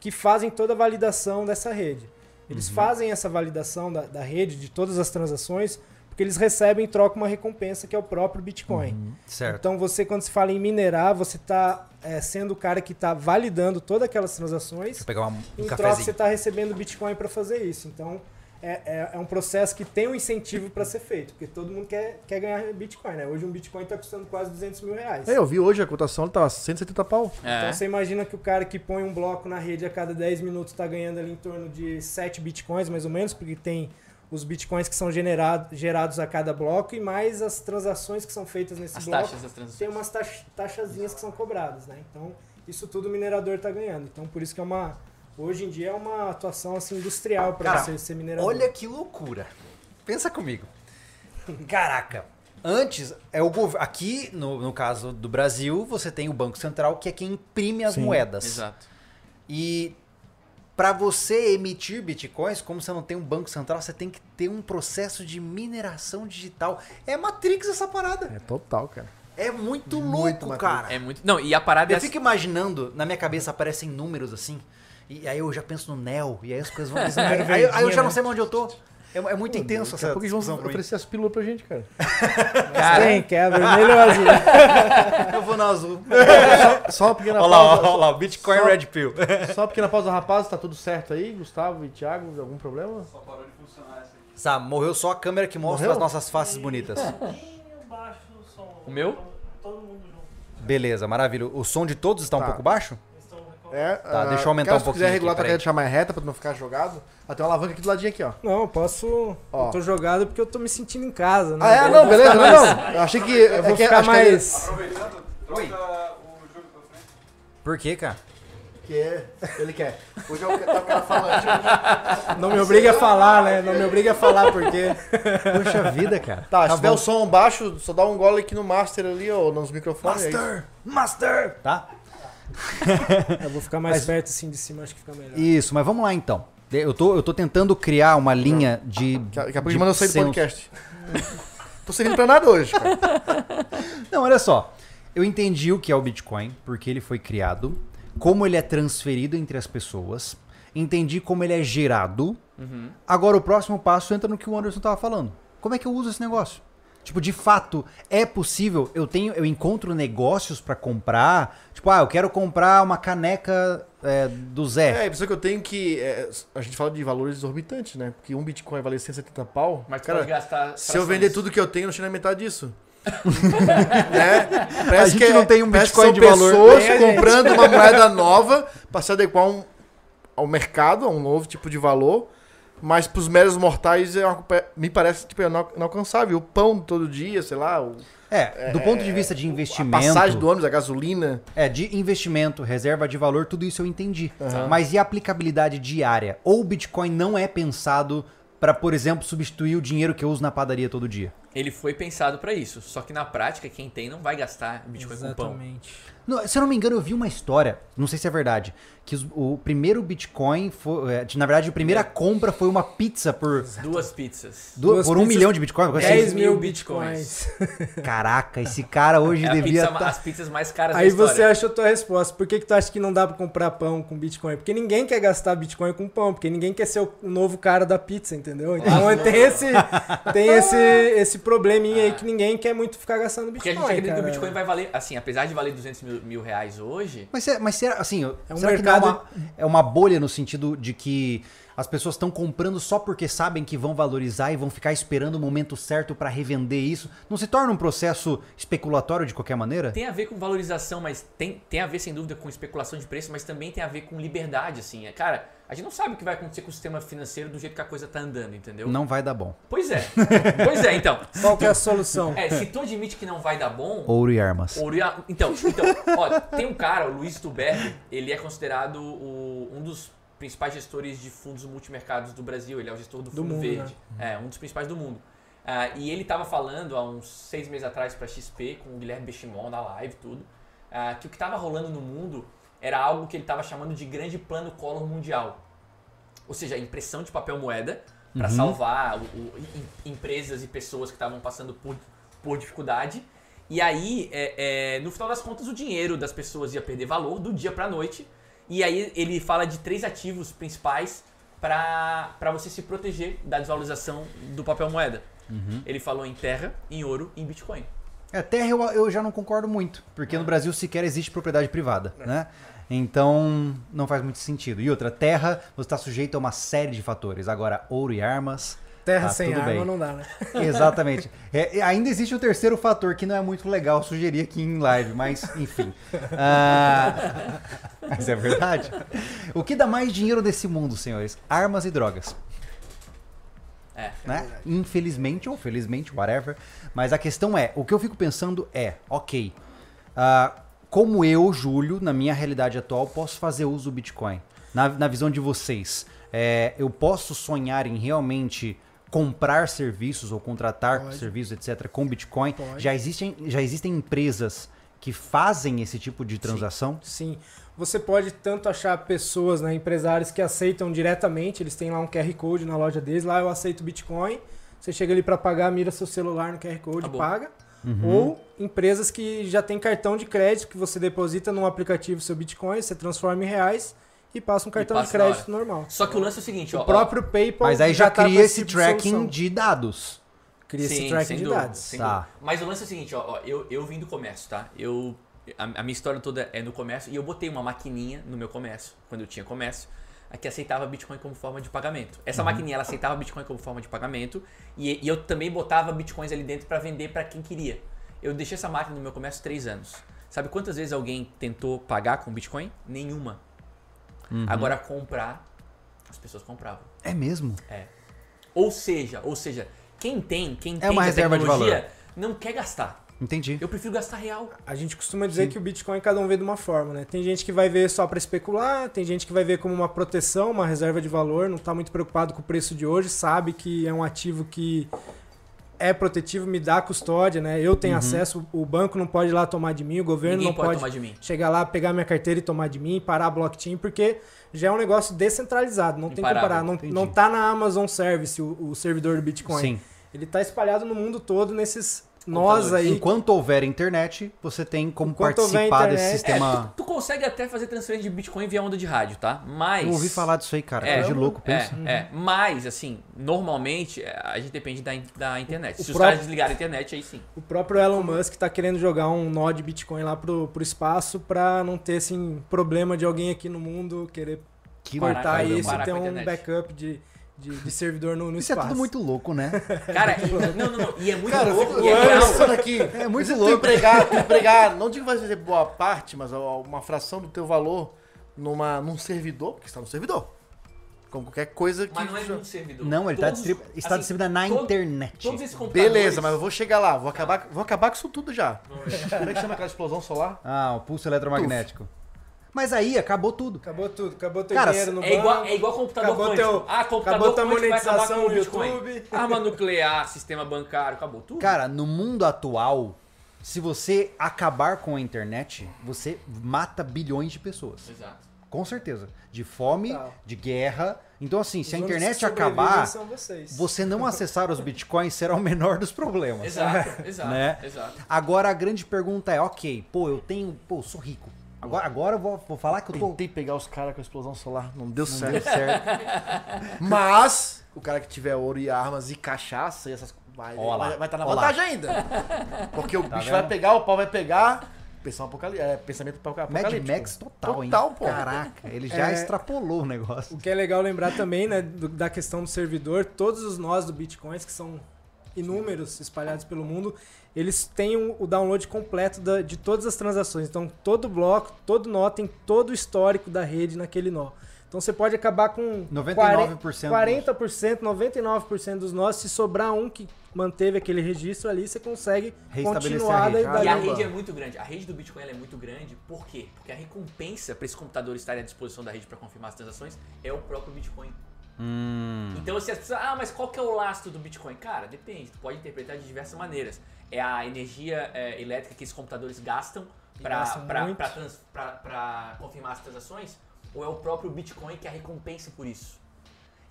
que fazem toda a validação dessa rede. Eles fazem essa validação da, da rede, de todas as transações, porque eles recebem em troca uma recompensa que é o próprio Bitcoin. Uhum. Certo. Então você, quando se fala em minerar, você está sendo o cara que está validando todas aquelas transações Deixa eu pegar uma- um em troca você tá cafezinho. está recebendo Bitcoin para fazer isso. Então é, é, é um processo que tem um incentivo para ser feito, porque todo mundo quer, quer ganhar Bitcoin. Né? Hoje um Bitcoin está custando quase 200 mil reais. É, eu vi hoje a cotação, ele tava 170 pau. É. Então você imagina que o cara que põe um bloco na rede a cada 10 minutos está ganhando ali em torno de 7 bitcoins, mais ou menos, porque tem os bitcoins que são generado, gerados a cada bloco e mais as transações que são feitas nesse As bloco taxas das transações. tem umas tax- taxazinhas que são cobradas, né? Então, isso tudo o minerador tá ganhando. Então, por isso que é uma hoje em dia é uma atuação assim industrial para Cara, você ser minerador. Olha que loucura. Pensa comigo. Caraca. Antes, é o gov... aqui, no, no caso do Brasil, você tem o Banco Central, que é quem imprime as Sim. moedas. Exato. E para você emitir bitcoins, como você não tem um Banco Central, você tem que ter um processo de mineração digital. É Matrix essa parada. É total, cara. É muito, Muito louco, Matrix. cara. É muito. Não, e a parada é Eu fico imaginando, na minha cabeça aparecem números assim, e aí eu já penso no Neo, e aí as coisas vão. aí, aí eu- aí eu já não sei mais onde eu tô. É, é muito intenso né? Daqui a essa pouco eles discussão vão pra mim. oferecer as pílulas pra gente, cara. assim, Cara, Tem, que é vermelho ou azul. Eu vou na azul. Só uma pequena Olha lá, pausa. olha lá, Bitcoin só- Red Pill. Só uma pequena pausa, rapaz. Tá tudo certo aí, Gustavo e Thiago? Algum problema? Sabe, morreu só a câmera que mostra Morreu? É. as nossas faces bonitas. baixo o som. O meu? Todo mundo junto. Beleza, maravilha. O som de todos está um Tá. pouco baixo? Eles estão reclamando. É, Tá, ah, deixa eu aumentar caso um tu pouquinho quiser regular aqui, tua peraí. rede de mais reta pra tu não ficar jogado, ah, tem uma alavanca aqui do ladinho aqui, ó. Não, eu posso. Ó. Eu tô jogado porque eu tô me sentindo em casa, né? Ah, é? Não, beleza, não, não. Eu achei que. Eu é vou que- ficar acho que é- mais. Aproveitando, Oi. troca o jogo pra frente. Por quê, cara? Que é- ele quer. Hoje é o que tá o cara falando. Não me obriga a falar, né? Não me obriga a falar porque Poxa vida, cara. Tá, se tiver o som baixo, só dá um gole aqui no master ali, ou nos microfones. é isso. Master! Master! Tá? eu vou ficar mais perto assim de cima, acho que fica melhor. Isso, mas vamos lá então. Eu tô, eu tô tentando criar uma linha de. Daqui Ah, a- Daqui a pouco de ele manda eu sair do senso. podcast. Tô servindo pra nada hoje, cara. Não, olha só. Eu entendi o que é o Bitcoin, porque ele foi criado, como ele é transferido entre as pessoas, entendi como ele é gerado. Uhum. Agora o próximo passo entra no que o Anderson tava falando. Como é que eu uso esse negócio? Tipo, de fato, é possível? Eu tenho, eu encontro negócios pra comprar. Tipo, ah, eu quero comprar uma caneca é, do É, Zé. a impressão que eu tenho que. é, a gente fala de valores exorbitantes, né? Porque um Bitcoin vale 170 pau. Mas tu cara, pode gastar. se eu frações. vender tudo que eu tenho, eu não chego na metade disso. né? Parece A gente não tem um parece que Bitcoin são de valor. pessoas Nem a gente. comprando uma moeda nova pra se adequar a um- ao mercado, a um novo tipo de valor. Mas pros meros mortais, é uma pe- me parece tipo, inal- inalcançável. O pão todo dia, sei lá, o- É, do ponto de vista de a investimento. passagem do ônibus, a gasolina. É, de investimento, reserva de valor, tudo isso eu entendi. Aham. Mas e a aplicabilidade diária? Ou o Bitcoin não é pensado pra, por exemplo, substituir o dinheiro que eu uso na padaria todo dia? Ele foi pensado pra isso, só que na prática quem tem não vai gastar Bitcoin com pão. Exatamente. No- se eu não me engano, eu vi uma história, não sei se é verdade, que os- o primeiro Bitcoin foi. é, de- na verdade, a primeira compra foi uma pizza por, Duas pizzas. É du- Duas por um pizzas, milhão de Bitcoin. uma coisa assim. 10 mil bitcoins. bitcoins. Caraca, esse cara hoje É a devia. pizza ma- tá- As pizzas mais caras Aí da história. você achou tua resposta. Por que, que tu acha que não dá pra comprar pão com Bitcoin? Porque ninguém quer gastar Bitcoin com pão, porque ninguém quer ser o o novo cara da pizza, entendeu? Então tem, esse, tem esse, esse probleminha aí que ninguém quer muito ficar gastando Porque Bitcoin. a gente acredita que o cara. Bitcoin vai valer, assim, apesar de valer 200 mil, mil reais hoje, Mas, se- mas será, assim, É um será que não mercado- é uma, é uma bolha no sentido de que as pessoas estão comprando só porque sabem que vão valorizar e vão ficar esperando o momento certo pra revender isso? Não se torna um processo especulatório de qualquer maneira? tem a ver com valorização, mas tem, tem a ver, sem dúvida, com especulação de preço, mas também tem a ver com liberdade, assim. É, Cara, a gente não sabe o que vai acontecer com o sistema financeiro do jeito que a coisa tá andando, entendeu? Não vai dar bom. Pois é. pois é, então. Qual que é a solução? É, se tu admite que não vai dar bom, Ouro e armas. Ouro e a- Então, então ó, tem um cara, o Luiz Tuberg, ele é considerado o- um dos principais gestores de fundos multimercados do Brasil. Ele é o gestor do Do Fundo mundo, né? Verde. É, um dos principais do mundo. Ah, e ele estava falando há uns seis meses atrás para XP, com o Guilherme Bechimon na live tudo, ah, que o que estava rolando no mundo era algo que ele estava chamando de grande plano Collor mundial. Ou seja, a impressão de papel moeda para Uhum. salvar o- o- em- empresas e pessoas que estavam passando por, por dificuldade. E aí, é, é, no final das contas, o dinheiro das pessoas ia perder valor do dia pra noite. E aí ele fala de três ativos principais pra pra você se proteger da desvalorização do papel moeda. Uhum. Ele falou em terra, em ouro e em Bitcoin. É, terra eu, eu já não concordo muito, porque no Brasil sequer existe propriedade privada, né? Então não faz muito sentido. E outra, terra você está sujeito a uma série de fatores. Agora, ouro e armas. Terra tá sem tudo arma bem. não dá, né? Exatamente. É, e ainda existe o terceiro fator que não é muito legal sugerir aqui em live, mas enfim. Ah, mas é verdade. O que dá mais dinheiro nesse mundo, senhores? Armas e drogas. É. Né? Infelizmente ou felizmente, whatever. Mas a questão é, o que eu fico pensando é, ok, ah, como eu, Júlio, na minha realidade atual, posso fazer uso do Bitcoin? Na, na visão de vocês, é, eu posso sonhar em realmente comprar serviços ou contratar serviços, etc., com Bitcoin? Já existem, já existem empresas que fazem esse tipo de transação? Sim. Você pode tanto achar pessoas, né, empresários que aceitam diretamente, eles têm lá um QR Code na loja deles, lá eu aceito Bitcoin. Você chega ali para pagar, mira seu celular no QR Code, Acabou. paga. Uhum. Ou empresas que já têm cartão de crédito que você deposita num aplicativo seu Bitcoin, você transforma em reais e passa um cartão de passa na crédito normal. Só que o lance é o seguinte, ó. O próprio PayPal Mas aí já, tá com cria esse esse tipo de tracking solução. de dados. cria Sim, esse tracking sem de dúvida, dados. sem Tá. dúvida. Mas o lance é o seguinte, ó, ó, eu, eu vim do comércio, tá? Eu a, a minha história toda é no comércio e eu botei uma maquininha no meu comércio, quando eu tinha comércio, a que aceitava Bitcoin como forma de pagamento. Essa Uhum. maquininha ela aceitava Bitcoin como forma de pagamento e, e eu também botava Bitcoins ali dentro pra vender pra quem queria. Eu deixei essa máquina no meu comércio três anos. Sabe quantas vezes alguém tentou pagar com Bitcoin? Nenhuma. Uhum. Agora comprar, as pessoas compravam. É mesmo? Ou seja, ou seja, quem tem, quem tem É uma da reserva de tecnologia, não quer gastar. Entendi. Eu prefiro gastar real. A gente costuma dizer que o Bitcoin cada um vê de uma forma, né? Tem gente que vai ver só para especular, tem gente que vai ver como uma proteção, uma reserva de valor, não tá muito preocupado com o preço de hoje, sabe que é um ativo que é protetivo, me dá custódia, né? Eu tenho acesso, o banco não pode ir lá tomar de mim, o governo Uhum. Ninguém não pode pode, tomar de mim. chegar lá, pegar minha carteira e tomar de mim, parar a blockchain, porque já é um negócio descentralizado, não tem como Imparável, parar, não, entendi. não tá na Amazon Service o, o servidor do Bitcoin. Sim. Ele tá espalhado no mundo todo nesses nós Computadores. aí Enquanto houver internet, você tem como Enquanto houver participar internet- desse É, Tu, sistema. tu consegue até fazer transferência de Bitcoin via onda de rádio, tá? Mas. Eu ouvi falar disso aí, cara. É, É, de louco, pensa. É, é, mas, assim, normalmente é, a gente depende da, in- da internet. Se os próprio- caras desligarem a internet, aí sim. O próprio Elon Musk tá querendo jogar um nó de Bitcoin lá pro, pro espaço pra não ter assim, problema de alguém aqui no mundo querer Que Parar cortar com- isso parar e ter com a um internet. backup de, de, de servidor no, no Isso é espaço. tudo muito louco, né? Cara, e- não, não, não. E é muito Cara, eu louco fico e é real. pensando aqui. É muito Tu louco. empregar, tu empregar, não digo que vai ser boa parte, mas uma fração do teu valor numa, num servidor, porque está no servidor. Como qualquer coisa que. Mas não é num servidor. Não, ele tá Todos- distribu- está assim, distribuído na todo- internet. Todos esses computadores... Beleza, mas eu vou chegar lá, vou acabar, vou acabar com isso tudo já. Como é que chama aquela explosão solar? Ah, o pulso eletromagnético. Mas aí acabou tudo. Acabou tudo, acabou teu Cara, dinheiro no É igual, banco. é igual computador Acabou quântico. teu- ah, computador acabou tua quântico vai acabar com monetização o do Bitcoin. YouTube. Arma nuclear, sistema bancário, acabou tudo. Cara, no mundo atual, se você acabar com a internet, você mata bilhões de pessoas. Exato. Com certeza. De fome, Total. de guerra. Então, assim, se a Os únicos internet que sobrevivem acabar, são vocês. você não acessar os bitcoins será o menor dos problemas. Exato, exato, Né? exato. Agora a grande pergunta é, ok, pô, eu tenho. Pô, eu sou rico. Agora, agora eu vou, vou falar que eu tô. Tentei pegar os caras com a explosão solar, não deu Não deu certo. certo. Mas, o cara que tiver ouro e armas e cachaça e essas coisas, vai Ó lá, estar vai tá na ó lá. vantagem ainda. Porque o Tá bicho vendo? vai pegar, o pau vai pegar. Pensão apocalipse, é, pensamento apoca- Mad apocalíptico. Max total, hein? Total, pô. Caraca, ele já É. extrapolou o negócio. O que é legal lembrar também, né, do- da questão do servidor, todos os nós do Bitcoins, que são inúmeros espalhados pelo mundo, eles têm um- o download completo da- de todas as transações. Então, todo bloco, todo nó tem todo o histórico da rede naquele nó. Então, você pode acabar com 99% dos- 40%, 99% dos nós. Se sobrar um que manteve aquele registro ali, você consegue Reestabelecer a continuar rede. daí. um Tá E a bom. rede é muito grande. A rede do Bitcoin ela é muito grande. Por quê? Porque a recompensa para esse computador estar à disposição da rede para confirmar as transações é o próprio Bitcoin. Hum. Então, se as pessoas. Ah, mas qual que é o lastro do Bitcoin? Cara, depende. Tu pode interpretar de diversas maneiras. É a energia é, elétrica que esses computadores gastam gastam muito. para confirmar as transações? Ou é o próprio Bitcoin que é a recompensa por isso?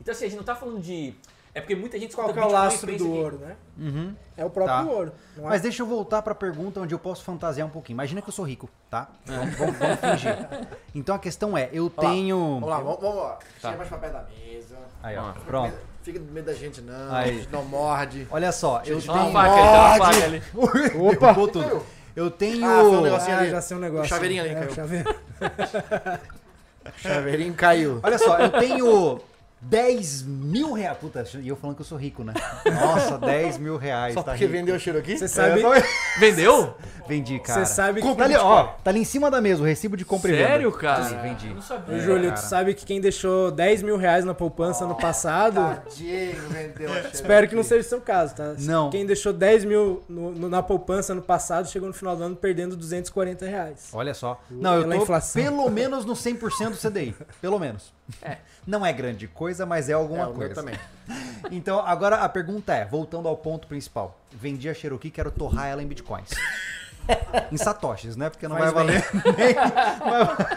Então, assim, a gente não tá falando de. É porque muita gente Qual escuta que é o Bitcoin e lastro pensa do que- ouro, né? Uhum. É o próprio Tá. ouro. Não é Mas deixa eu voltar pra pergunta onde eu posso fantasiar um pouquinho. Imagina que eu sou rico, tá? Vamos, vamos- vamos fingir. Então a questão é, eu É. lá, tenho. Vamos lá, vamos, vamos lá. Tá. Chega mais pra perto da mesa. Aí, ó. Pronto. Fica do medo da gente, não. Aí. A gente não morde. Olha só, eu Tá uma tenho. faca, ali, tá uma Pode. faca ali. Opa! Eu tenho. Ah, foi um negócio- Ah, é, ali. já sei um negócio. O chaveirinho ali É, o caiu. chaveiro. O chaveirinho caiu. Olha só, eu tenho 10 mil reais. Puta, e eu falando que eu sou rico, né? Nossa, 10 mil reais. Só tá porque rico. vendeu o cheiro aqui? Você sabe, Vendeu? Vendi, cara. você sabe que Tá ali, ó. Tá ali em cima da mesa o recibo de compra e venda. Sério, cara? Sim, vendi. É, Eu não sabia. Ô, Júlio, cara. tu sabe que quem deixou 10 mil reais na poupança ano passado, Diego vendeu o cheiro. espero que não seja o seu caso, tá? Não. Quem deixou 10 mil no- no- na poupança ano passado chegou no final do ano perdendo 240 reais. Olha só. Não, eu Pela tô inflação. pelo menos no 100% do CDI. Pelo menos. Não é grande coisa, mas é alguma É, o meu coisa. também. Então, agora a pergunta é, voltando ao ponto principal. Vendi a Cherokee, quero torrar ela em bitcoins. em satoshis, né? Porque não Faz vai valer nem...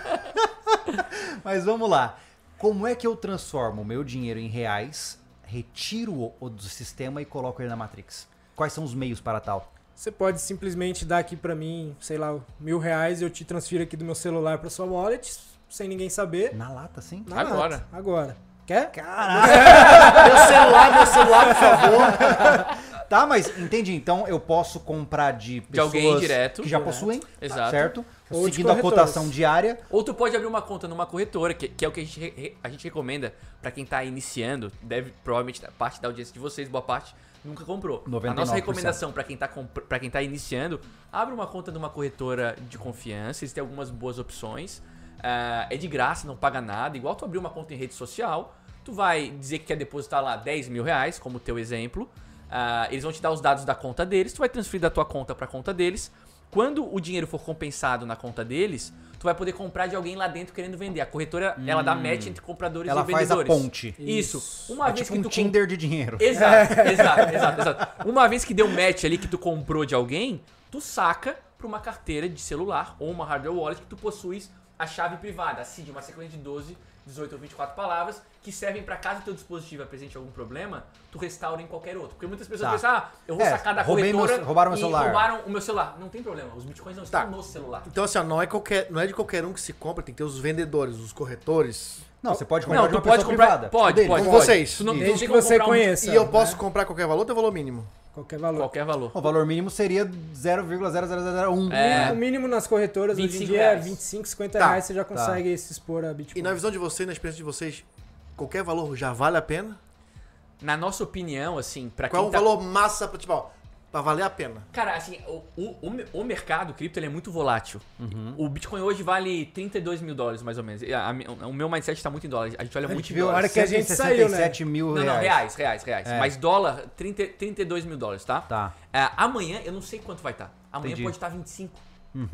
Mas... Mas vamos lá. Como é que eu transformo o meu dinheiro em reais, retiro-o do sistema e coloco ele na Matrix? Quais são os meios para tal? Você pode simplesmente dar aqui pra mim, sei lá, mil reais e eu te transfiro aqui do meu celular pra sua wallet, sem ninguém saber. Na lata, sim? na lata. Agora. Agora. Quer? Meu celular, meu celular, por favor. Tá, mas entendi. Então eu posso comprar de pessoas alguém direto. né? que já Direto. possuem, Exato. certo? Ou de Seguindo a corretores. cotação diária. Ou tu pode abrir uma conta numa corretora, que, que é o que a gente, re- re- a gente recomenda pra quem tá iniciando. Deve, provavelmente, a parte da audiência de vocês, boa parte, nunca comprou. A 99%. nossa recomendação pra quem, tá compr- pra quem tá iniciando, abre uma conta numa corretora de confiança, eles têm algumas boas opções. Ah, é de graça, não paga nada. Igual tu abrir uma conta em rede social, tu vai dizer que quer depositar lá 10 mil reais, como o teu exemplo. Ah, eles vão te dar os dados da conta deles, tu vai transferir da tua conta pra conta deles. Quando o dinheiro for compensado na conta deles, tu vai poder comprar de alguém lá dentro querendo vender. A corretora, ela dá match entre compradores Hum. Ela e faz vendedores. a ponte. Isso. Uma é vez tipo que um tu com- Tinder de dinheiro. Exato, É. exato, exato, exato. Uma vez que deu match ali que tu comprou de alguém, tu saca pra uma carteira de celular ou uma hardware wallet que tu possuis a chave privada, assim, de uma sequência de 12, 18 ou 24 palavras que servem pra caso teu dispositivo apresente algum problema, tu restaura em qualquer outro. Porque muitas pessoas Tá. pensam, ah, eu vou É, sacar da roubei meu- corretora roubaram meu e celular. roubaram o meu celular. Não tem problema, os bitcoins não estão Tá. no celular. Então, assim, ó, não é, qualquer, não é de qualquer um que se compra, tem que ter os vendedores, os corretores. Não, você pode comprar Não, de uma tu pode pessoa comprar. privada. Pode, Deles. pode. Com pode. vocês. Tu não, tu não Desde tem que como você comprar um- conheça. E Então, eu né? posso comprar qualquer valor ou é valor mínimo? Qualquer valor. Qualquer valor. O valor mínimo seria 0,0001. O É. né? mínimo nas corretoras hoje em 25 dia é reais. 25, 50 Tá, reais, você já tá. consegue se expor a E Bitcoin. Hum. na visão de vocês, na experiência de vocês, qualquer valor já vale a pena? Na nossa opinião, assim, pra Qual é quem um tá... valor massa pra, tipo, ó, Pra valer a pena. Cara, assim, o, o, o mer- o mercado cripto ele é muito volátil. O Bitcoin hoje vale 32 mil dólares, mais ou menos. E a- a mi- o meu mindset tá muito em dólares. A gente olha muito em viu a dólares. hora que a gente saiu, né? 167 mil Não, é reais. não, reais, reais, reais. É. Mas dólar, 30, 32 mil dólares, tá? Tá. É, amanhã, eu não sei quanto vai estar. Amanhã Entendi. Uhum. pode tá estar 25,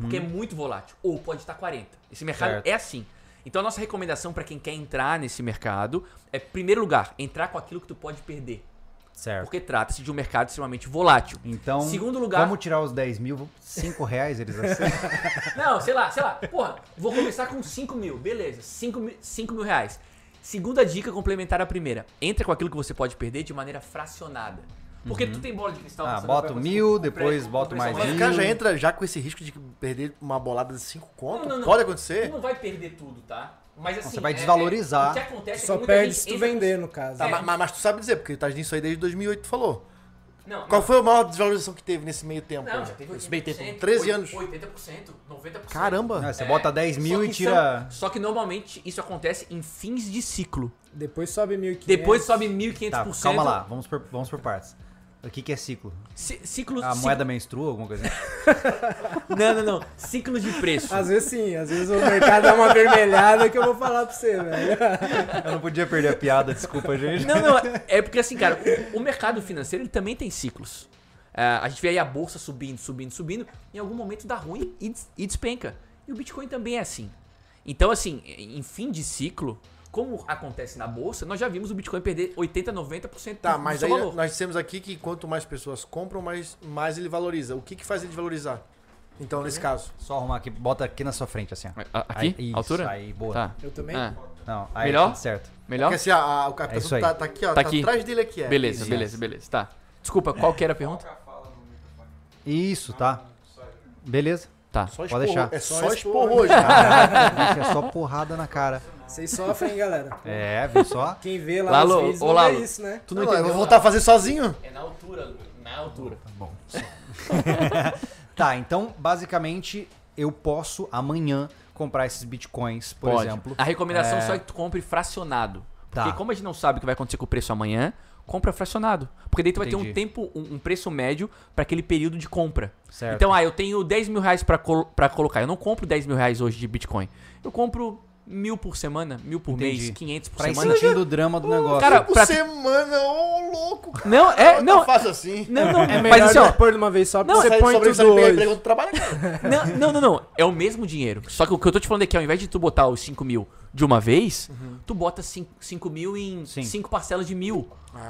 porque é muito volátil. Ou pode estar 40. Esse mercado Certo. é assim. Então, a nossa recomendação para quem quer entrar nesse mercado é, em primeiro lugar, entrar com aquilo que tu pode perder. Certo. Porque trata-se de um mercado extremamente volátil. Então, Segundo lugar- vamos tirar os 10 mil, 5 reais eles aceitam. Não, sei lá, sei lá. Porra, vou começar com 5 mil, beleza. 5 mil, 5 mil reais. Segunda dica complementar à primeira. Entra com aquilo que você pode perder de maneira fracionada. Porque tu tem bola de cristal. Ah, você não vai bota conseguir mil, compre- depois bota compressão mais Mas o mil. cara já entra já com esse risco de perder uma bolada de 5 conto? Não, não, não. Pode acontecer? Tu não vai perder tudo, tá? Mas assim. Você vai é- é- desvalorizar. o que acontece é que Só muita perde gente se tu entra com- vender, no caso. Tá, É. ma- ma- mas, tu sabe dizer, porque tu tá nisso aí desde 2008, tu falou. Não, Qual não, foi a maior desvalorização que teve nesse meio tempo? Não, aí? já teve Nesse meio tempo, 80%, 13 anos. 80%, 90%. Caramba! Ah, Você bota 10 mil Só e que tira. são- só que normalmente isso acontece em fins de ciclo. Depois sobe 1.500. Depois sobe 1.500%. Tá, calma lá, vamos por, vamos por partes. O que, que é ciclo? Ci- Ciclo, A ciclo- Ah, moeda menstrua, alguma coisa assim? Não, não, não. Ciclo de preço. Às vezes sim, às vezes o mercado dá uma vermelhada que eu vou falar pra você, velho. Eu não podia perder a piada, desculpa, gente. Não, não. É porque assim, cara, o, o mercado financeiro ele também tem ciclos. Ah, a gente vê aí a bolsa subindo, subindo, subindo. Em algum momento dá ruim e, des- e despenca. E o Bitcoin também é assim. Então, assim, em fim de ciclo, como acontece na bolsa, nós já vimos o Bitcoin perder 80%, 90% Tá, do mas seu aí valor. nós dissemos aqui que quanto mais pessoas compram, mais, mais ele valoriza. O que que faz ele desvalorizar? Então, nesse Hum? caso. Só arrumar aqui, bota aqui na sua frente, assim, ó. A- Aqui? Aí, isso, Altura? Aí, boa. Tá. Eu também? Ah, Não, aí Melhor? tudo certo. melhor? Porque assim, a, a, a pessoa aí. tá, tá aqui, ó. Tá Tá, aqui. atrás dele aqui, é. Beleza, Isso. beleza, beleza. Tá. Desculpa, qual que era a pergunta? Isso, tá. Beleza. Tá. Só Pode esporro- deixar. É só, expor hoje, né? cara. Gente, é só porrada na cara. Vocês sofrem, hein, galera. É, viu só? Quem vê lá Lalo, nos vídeos ô, não Lalo. é isso, né? Tu Não, eu vou voltar a fazer sozinho. É na altura, na altura. Bom. tá, então, basicamente, eu posso amanhã comprar esses bitcoins, por Pode. exemplo. A recomendação só é que tu compre fracionado. Tá. Porque como a gente não sabe o que vai acontecer com o preço amanhã, compra fracionado. Porque daí tu vai ter um Entendi. tempo, um, um preço médio para aquele período de compra. Certo. Então, ah, eu tenho 10 mil reais pra, col pra colocar. Eu não compro 10 mil reais hoje de Bitcoin. Eu compro mil por semana, mil por mês, Entendi. 500 por Pra ir semana. sentindo o drama do negócio. cara, Por pra- semana, ô louco, cara. Não, é, Tá Eu não, faço assim. não, não, É melhor mas assim, ó, pôr de uma vez só pra Não, você Sai- põe sobrevive, sai tudo do emprego, hoje. outro trabalho, cara. Não, não, não, não. É o mesmo dinheiro. Só que o que eu tô te falando aqui, ao invés de tu botar os 5 mil de uma vez, tu bota 5 mil em Uhum. Sim. Ah, tá. 5 parcelas de mil.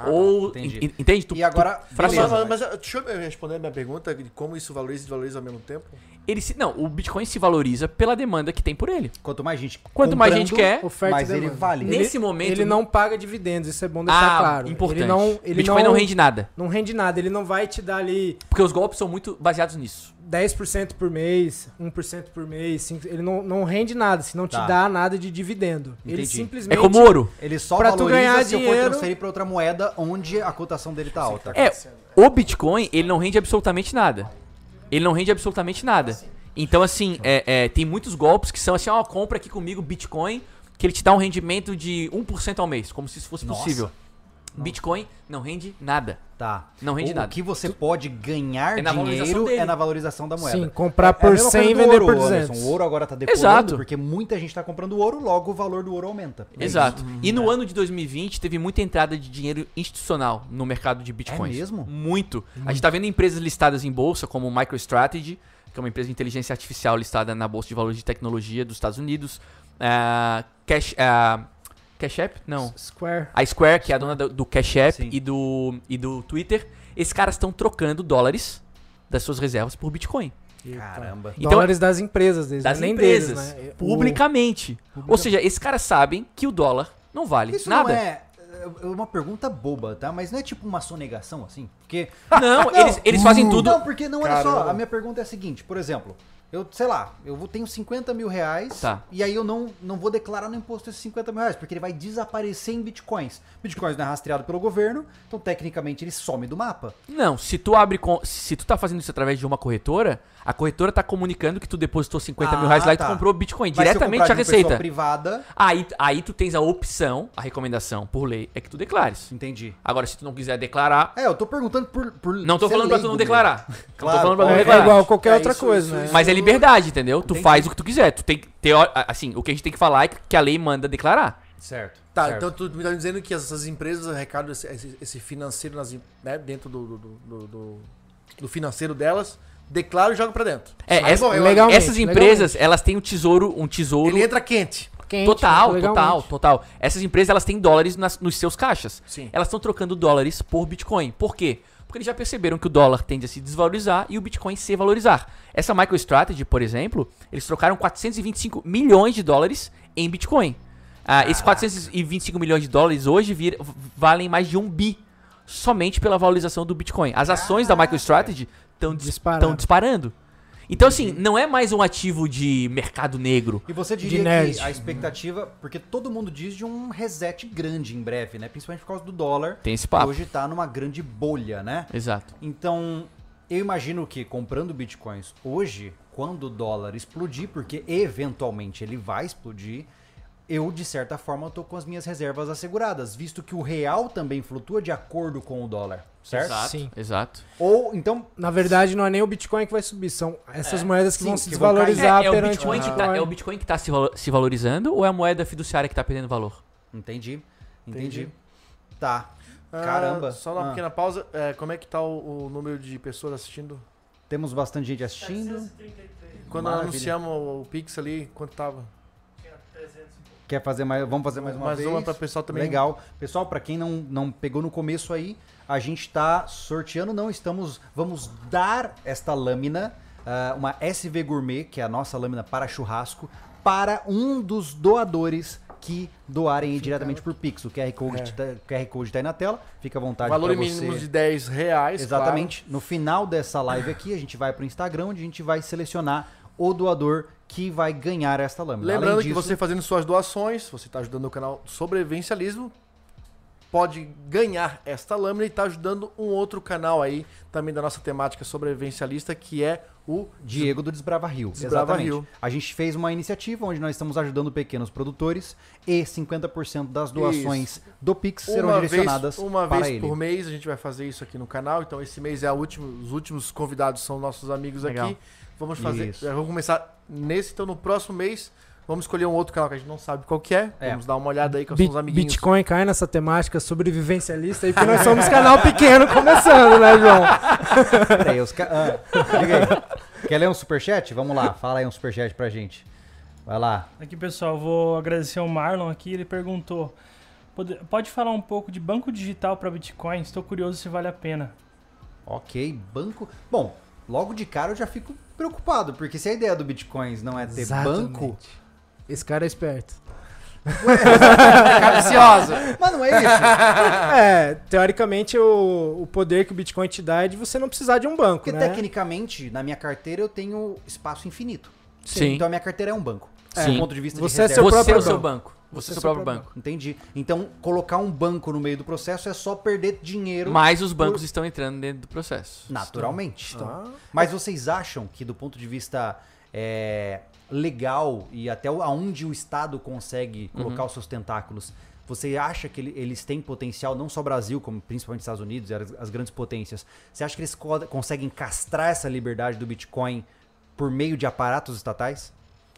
Ou. entendi. en- Entende? Tu, E agora, tu- Mas, Beleza, fraciona. mas, mas, deixa eu responder a minha pergunta de como isso valoriza e desvaloriza ao mesmo tempo. Ele se, não, o Bitcoin se valoriza pela demanda que tem por ele. Quanto mais gente Quanto mais gente comprando, quer, Oferta mas e ele demanda. vale. Ne- É, Nesse momento- Ele não paga dividendos, isso é bom deixar claro. Ah, importante. Ele não, ele Bitcoin não... rende nada. não rende nada, ele não vai te dar ali Porque os golpes são muito baseados nisso. 10% por mês, 1% por mês, 5%, ele não, não rende nada, se não te Tá. dá nada de dividendo. Ele Entendi. simplesmente. É como ouro. Ele só Pra tu valoriza ganhar se eu for dinheiro- transferir pra outra moeda onde a cotação dele tá alta. É, o Bitcoin, ele não rende absolutamente nada. Ele não rende absolutamente nada. Então, assim, é, é, tem muitos golpes que são assim, ó, compra aqui comigo Bitcoin, que ele te dá um rendimento de 1% ao mês, como se isso fosse Nossa. possível. Bitcoin não rende nada. Tá. Não rende o, nada. O que você pode ganhar É na valorização dinheiro dele. é na valorização da moeda. Sim, comprar É a por mesma 100 e coisa do vender ouro, por Anderson. 200. O ouro agora tá decolando Exato. porque muita gente tá comprando ouro, logo o valor do ouro aumenta. É Exato. E no ano de 2020 teve muita entrada de dinheiro institucional no mercado de bitcoins. É mesmo? Muito. A gente tá vendo empresas listadas em bolsa como MicroStrategy, que é uma empresa de inteligência artificial listada na bolsa de valores de tecnologia dos Estados Unidos. Ah, Cash, ah, Cash App? Não. Square. A Square, que é a dona do, do Cash App Sim. e do, e do Twitter. Esses caras estão trocando dólares das suas reservas por Bitcoin. isso. Caramba. Então- Dólares das empresas, deles, Das né? nem empresas. deles, né? O- Publicamente. Ou seja, esses caras sabem que o dólar não vale Isso nada. não é é uma pergunta boba, tá? Mas não é tipo uma sonegação assim? Porque Não, eles, eles fazem tudo. Não, porque não, olha só, Caramba. a minha pergunta é a seguinte, por exemplo, eu, sei lá, eu vou- tenho 50 mil reais Tá. e aí eu não, não vou declarar no imposto esses 50 mil reais, porque ele vai desaparecer em bitcoins. Bitcoins não é rastreado pelo governo, então tecnicamente ele some do mapa. Não, se tu abre com, se tu tá fazendo isso através de uma corretora, A corretora tá comunicando que tu depositou 50 mil Ah, reais lá e tu tá. comprou Bitcoin. Mas se eu diretamente comprar de a uma pessoa receita. privada, Aí, aí tu tens a opção, a recomendação por lei é que tu declares. Entendi. Agora, se tu não quiser declarar, é, eu tô perguntando por, por não tô ser falando pra leigo tu não mesmo. declarar. é né? Claro. Não tô falando pra tu É, não né, é declarar. igual qualquer É, outra isso, coisa, isso, né? isso. Mas é liberdade, entendeu? Tu faz o que tu quiser. Tu tem que ter, assim, o que a gente tem que falar é que a lei manda declarar. Certo. Tá, certo. então tu me tá dizendo que essas empresas arrecadam esse, esse- esse financeiro nas, em- né, dentro do, do, do- do- do financeiro delas, declara e joga pra dentro. É, Aí, essa- bom, eu- legal. Legalmente, essas empresas, elas têm um tesouro, um tesouro Ele entra quente. Quente, total, né, legalmente. total, total. Essas empresas, elas têm dólares nas- nos seus caixas. Sim. Elas estão trocando dólares por Bitcoin. Por quê? Porque eles já perceberam que o dólar tende a se desvalorizar e o Bitcoin se valorizar. Essa MicroStrategy, por exemplo, eles trocaram 425 milhões de dólares em Bitcoin. Ah, esses 425 milhões de dólares hoje vir- valem mais de um bi somente pela valorização do Bitcoin. As ações da MicroStrategy estão Dispararam. disparando. Então, assim, não é mais um ativo de mercado negro. E você De diria nerd. que a expectativa, porque todo mundo diz de um reset grande em breve, né? Principalmente por causa do dólar. Tem esse que papo. Hoje tá numa grande bolha, né? Exato. Então, eu imagino que comprando bitcoins hoje, quando o dólar explodir, porque eventualmente ele vai explodir, eu de certa forma tô com as minhas reservas asseguradas, visto que o real também flutua de acordo com o dólar, certo? Exato. Sim. Exato. Ou então, Na verdade, não é nem o Bitcoin que vai subir, são essas moedas que Sim, vão se que vão cair. desvalorizar é, é o perante Bitcoin o que Bitcoin. tá, é o Bitcoin que tá se, valo- se valorizando ou é a moeda fiduciária que tá perdendo valor? entendi, entendi. Entendi. Tá. Ah, Caramba. só uma Ah. pequena pausa. é, como é que tá o, o número de pessoas assistindo? Temos bastante gente assistindo. 733. Quando Maravilha. anunciamos o, o Pix ali, tá- quanto tava? Tinha 300 e pouco. Quer fazer mais? Vamos fazer mais uma vez? pra pessoal também. Legal. Pessoal, para quem não, não pegou no começo aí, a gente tá sorteando, não estamos. Vamos dar esta lâmina, ah, uma SV Gourmet, que é a nossa lâmina para churrasco, para um dos doadores que doarem aí diretamente por Pix. O QR Code, tá, o QR Code tá aí na tela, fica à vontade para É. Valor você. mínimo de 10 reais. Exatamente. No final dessa live aqui, a gente vai pro Instagram, onde a gente vai selecionar o doador que vai ganhar esta lâmina. Além Lembrando que disso- você fazendo suas doações, você está ajudando o canal Sobrevivencialismo, pode ganhar esta lâmina e está ajudando um outro canal aí, também da nossa temática sobrevivencialista, que é o Diego do Desbrava Rio. Desbrava Exatamente. Rio. A gente fez uma iniciativa onde nós estamos ajudando pequenos produtores e 50% das doações do Pix serão uma direcionadas vez, uma para vez ele. por mês a gente vai fazer isso aqui no canal. Então esse mês é a última, os últimos convidados são nossos amigos Legal. aqui. Vamos fazer, Isso. eu vou começar nesse, então no próximo mês vamos escolher um outro canal que a gente não sabe qual que é. É. Vamos dar uma olhada aí com Bi- os amiguinhos. Bitcoin cai nessa temática sobrevivencialista aí, porque nós somos canal pequeno começando, né, João? Peraí, os ca... ah, diga aí. Quer ler um superchat? Vamos lá, fala aí um superchat pra gente. Vai lá. Aqui, pessoal, vou agradecer o Marlon aqui. Ele perguntou: "Pode- pode falar um pouco de banco digital para Bitcoin? Estou curioso se vale a pena. Ok, banco. Bom, logo de cara eu já fico preocupado, porque se a ideia do Bitcoins não é ter Exatamente. banco. Esse cara é esperto. Capciosa. Mas não é isso. É, teoricamente o, o poder que o Bitcoin te dá é de você não precisar de um banco, Porque né? tecnicamente, na minha carteira eu tenho espaço infinito. Sim. Então a minha carteira é um banco. Sim. Do ponto de vista Você de é reserva. seu Você é próprio o seu banco. Você é o seu próprio banco. Entendi. Então, colocar um banco no meio do processo é só perder dinheiro Mas Ah. os bancos estão entrando dentro do processo. naturalmente. Então, Mas vocês acham que, do ponto de vista é, legal e até o- aonde o Estado consegue Uhum. colocar os seus tentáculos, você acha que ele- eles têm potencial, não só Brasil, como principalmente Estados Unidos e as, as grandes potências, você acha que eles co- conseguem castrar essa liberdade do Bitcoin por meio de aparatos estatais?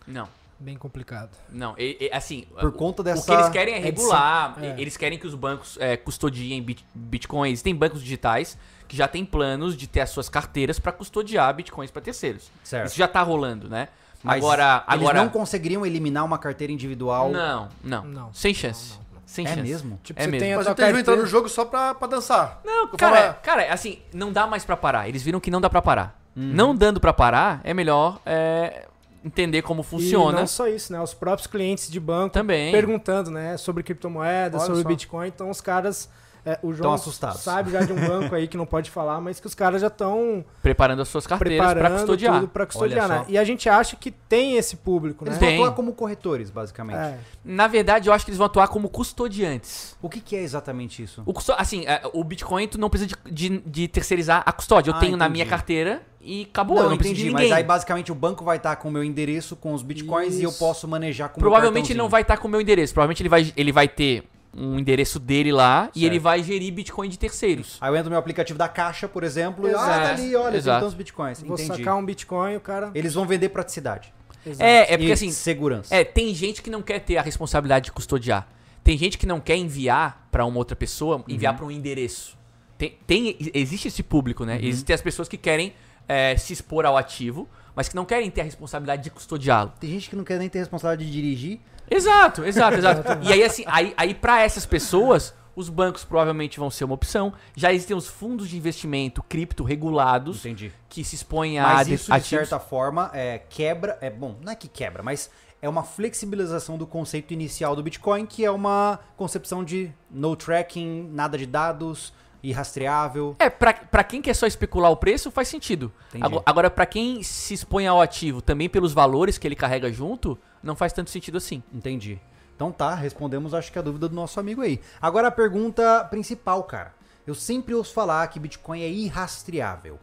Não. Bem complicado. Não, e- e, assim, Por o- conta o dessa- que eles querem é de regular, ser- é. e- eles querem que os bancos é, custodiem bit- bitcoins. Tem bancos digitais que já têm planos de ter as suas carteiras para custodiar bitcoins para terceiros. Certo. Isso já tá rolando, né? Mas agora, eles agora não conseguiriam eliminar uma carteira individual? não, não, Não. Sem chance. Sem É chance. mesmo? Tipo, É você mesmo. tem a Mas tua o Tejo entrou carteira- no jogo só pra, pra dançar. Não, Eu cara, falava- cara, assim, não dá mais pra parar. Eles viram que não dá pra parar. Uhum. Não dando pra parar, é melhor é, entender como E funciona não só isso, né? Os próprios clientes de banco também. perguntando, né, sobre criptomoedas, Olha sobre só. Bitcoin. Então os caras É, o Tão João assustados. sabe já de um banco aí que não pode falar, mas que os caras já estão Preparando as suas carteiras pra preparando custodiar. tudo para custodiar, Olha né? só. E a gente acha que tem esse público, né? Eles Tem. vão atuar como corretores, basicamente. É. Na verdade, eu acho que eles vão atuar como custodiantes. O que, que é exatamente isso? O custo... Assim, é, o Bitcoin, tu não precisa de, de- de terceirizar a custódia. Eu Ah, tenho na entendi. minha carteira e acabou. eu não preciso de ninguém. mas aí basicamente o banco vai estar com o meu endereço, com os bitcoins e eu Isso. posso manejar com o meu Provavelmente ele não cartãozinho. vai estar com o meu endereço. Provavelmente ele vai, ele vai ter um endereço dele lá e Certo. Ah, ele vai gerir Bitcoin de terceiros. Aí eu entro no meu aplicativo da Caixa, por exemplo, e ah, Exato. tá ali, olha, tem Exato. tantos bitcoins. Vou Entendi. sacar um Bitcoin, o cara. Eles vão vender praticidade. É, é porque e assim, segurança. é, tem gente que não quer ter a responsabilidade de custodiar. Tem gente que não quer enviar pra uma outra pessoa, Uhum. enviar pra um endereço. Tem, tem- existe esse público, Uhum. né? Existem as pessoas que querem é, se expor ao ativo, mas que não querem ter a responsabilidade de custodiá-lo. Tem gente que não quer nem ter responsabilidade de dirigir. Exato, exato, exato. e aí, assim, aí, aí para essas pessoas, os bancos provavelmente vão ser uma opção. Já existem os fundos de investimento cripto regulados Entendi. que se expõem a Mas de- isso, de ativos. certa forma, é, quebra. É bom, não é que quebra, mas é uma flexibilização do conceito inicial do Bitcoin, que é uma concepção de no tracking, nada de dados, irrastreável. É, pra, pra quem quer só especular o preço, faz sentido. Entendi. Ago- Agora, pra quem se expõe ao ativo também pelos valores que ele carrega junto, não faz tanto sentido assim. Entendi. Então tá, respondemos acho que a dúvida do nosso amigo aí. Agora a pergunta principal, cara. Eu sempre ouço falar que Bitcoin é irrastreável.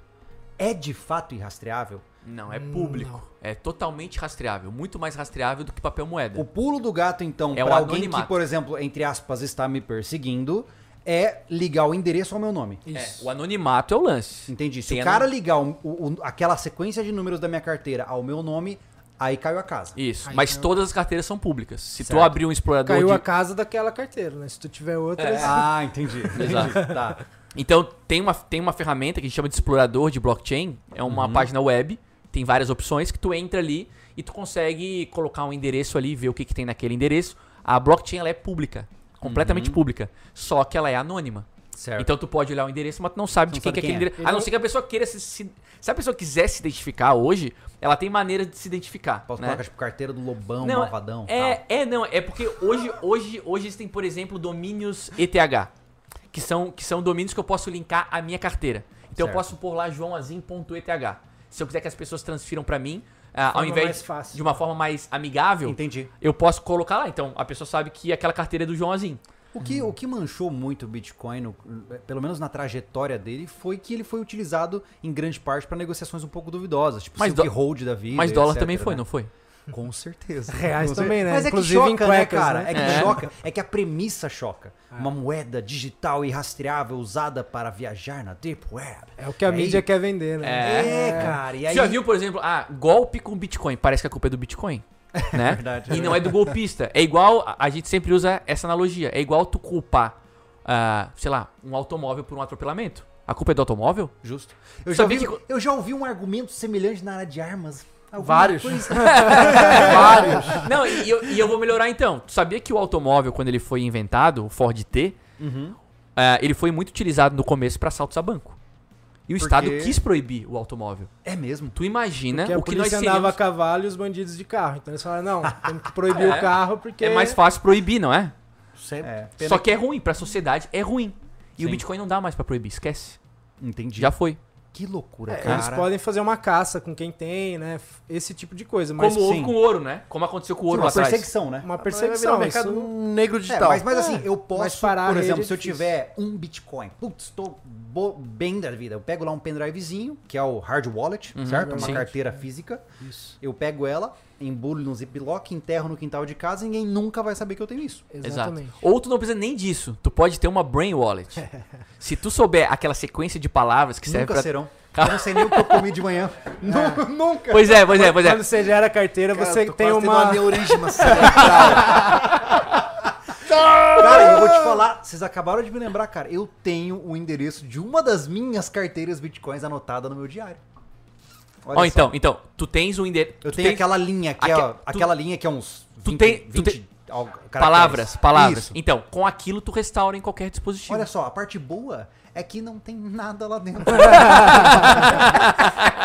É de fato irrastreável? Não, é público. É totalmente rastreável. Muito mais rastreável do que papel moeda. O pulo do gato, então, É pra o alguém anonimato. que, por exemplo, entre aspas, está me perseguindo, é ligar o endereço ao meu nome. É, o anonimato é o lance. Entendi. Se Tem o ano- cara ligar o- o- o- aquela sequência de números da minha carteira ao meu nome, aí caiu a casa. Isso, Aí mas não. todas as carteiras são públicas. Se tu Certo. abrir um explorador Caiu de... a casa daquela carteira, né? Se tu tiver outras. É. Ah, entendi. entendi. Exato. Tá. Então, tem uma, tem uma ferramenta que a gente chama de explorador de blockchain. É uma Uhum. página web, tem várias opções que tu entra ali e tu consegue colocar um endereço ali, ver o que, que tem naquele endereço. A blockchain ela é pública, completamente Uhum. pública, só que ela é anônima. Certo. Então tu pode olhar o endereço, mas tu não sabe Não de quem, sabe que é quem aquele é. endereço. A não ser que a pessoa queira se, se- se a pessoa quiser se identificar hoje, ela tem maneira de se identificar. Posso né? colocar, tipo, carteira do Lobão, Não, Malvadão. É, tal. é, não, é porque hoje, hoje, hoje existem, por exemplo, domínios ETH, que são, que são domínios que eu posso linkar à minha carteira. Então eu Certo. posso pôr lá joãoazin.eth. Se eu quiser que as pessoas transfiram pra mim, ah, ao forma invés mais fácil. de uma forma mais amigável, Entendi. eu posso colocar lá. Então a pessoa sabe que aquela carteira é do João Azin. O que, o que manchou muito o Bitcoin, no- pelo menos na trajetória dele, foi que ele foi utilizado em grande parte para negociações um pouco duvidosas, tipo Mas Silk dó- Road da vida. Mas dólar etc, também foi, né? não foi? Com certeza. Reais Com cer- também, né? Mas é Inclusive que em choca, cuecas, né, cara? né? É. É que É. choca. É que a premissa choca. Uma moeda digital e rastreável usada para viajar na Deep Web. É o que a Aí- mídia quer vender, né? É, cara. E Você aí... já viu, por exemplo, ah, golpe com Bitcoin. Parece que a culpa é do Bitcoin. Né? verdade. e não é do golpista. É igual. a- A gente sempre usa essa analogia. É igual tu culpar, ah, sei lá, um automóvel por um atropelamento. A culpa é do automóvel? Justo. Eu já, Sabia ouvi, que- eu já ouvi um argumento semelhante na área de armas. Alguma Vários. coisa- Vários. Não, e, e eu, e eu vou melhorar então. Tu sabia que o automóvel, quando ele foi inventado, o Ford T, ah, ele foi muito utilizado no começo para assaltos a banco. E o Porque- Estado quis proibir o automóvel. É mesmo. Tu imagina Porque a o que nós polícia seríamos... andava a cavalo e os bandidos de carro. Então eles falaram, não, temos que proibir o carro porque... É mais fácil proibir, não é? É. Só que é ruim, pra sociedade é ruim. E o Sim. Bitcoin não dá mais pra proibir, esquece. Entendi. Já foi. Que loucura, É, cara. eles podem fazer uma caça com quem tem, né? F- Esse tipo de coisa. Mas Como sim. houve com o ouro, né? Como aconteceu com o ouro uma lá atrás. perseguição, né? uma Vai virar um perseguição, mercado isso... negro É, Então, digital. mas, mas assim, eu mas posso, parar a por rede exemplo, é se eu difícil. tiver um Bitcoin, putz, estou bo- bem da vida. Eu pego lá um pendrivezinho, que é o hard wallet, certo? Uma sim. carteira física. Eu pego ela, embrulho no ziplock, enterro no quintal de casa e ninguém nunca vai saber que eu tenho isso. Exato. Exatamente. Ou tu não precisa nem disso. Tu pode ter uma brain wallet. Se tu souber aquela sequência de palavras que serve nunca pra... serão. Eu não sei nem o que eu comi de manhã. Nu- Nunca. Pois é, pois é, pois é. Quando você gera a carteira, Cara, eu você tô tem quase tendo uma... aneurisma cerebral. Cara, eu vou te falar, vocês acabaram de me lembrar, cara, eu tenho o endereço de uma das minhas carteiras Bitcoins anotada no meu diário. Olha Ó, só. então, então, tu tens um endereço... Eu tu tenho tens aquela linha que é, Aque- tu- aquela linha que é uns tu 20, tem- tu 20 tem- al- caracteres. Palavras, palavras. Isso. Então, com aquilo tu restaura em qualquer dispositivo. Olha só, a parte boa é que não tem nada lá dentro.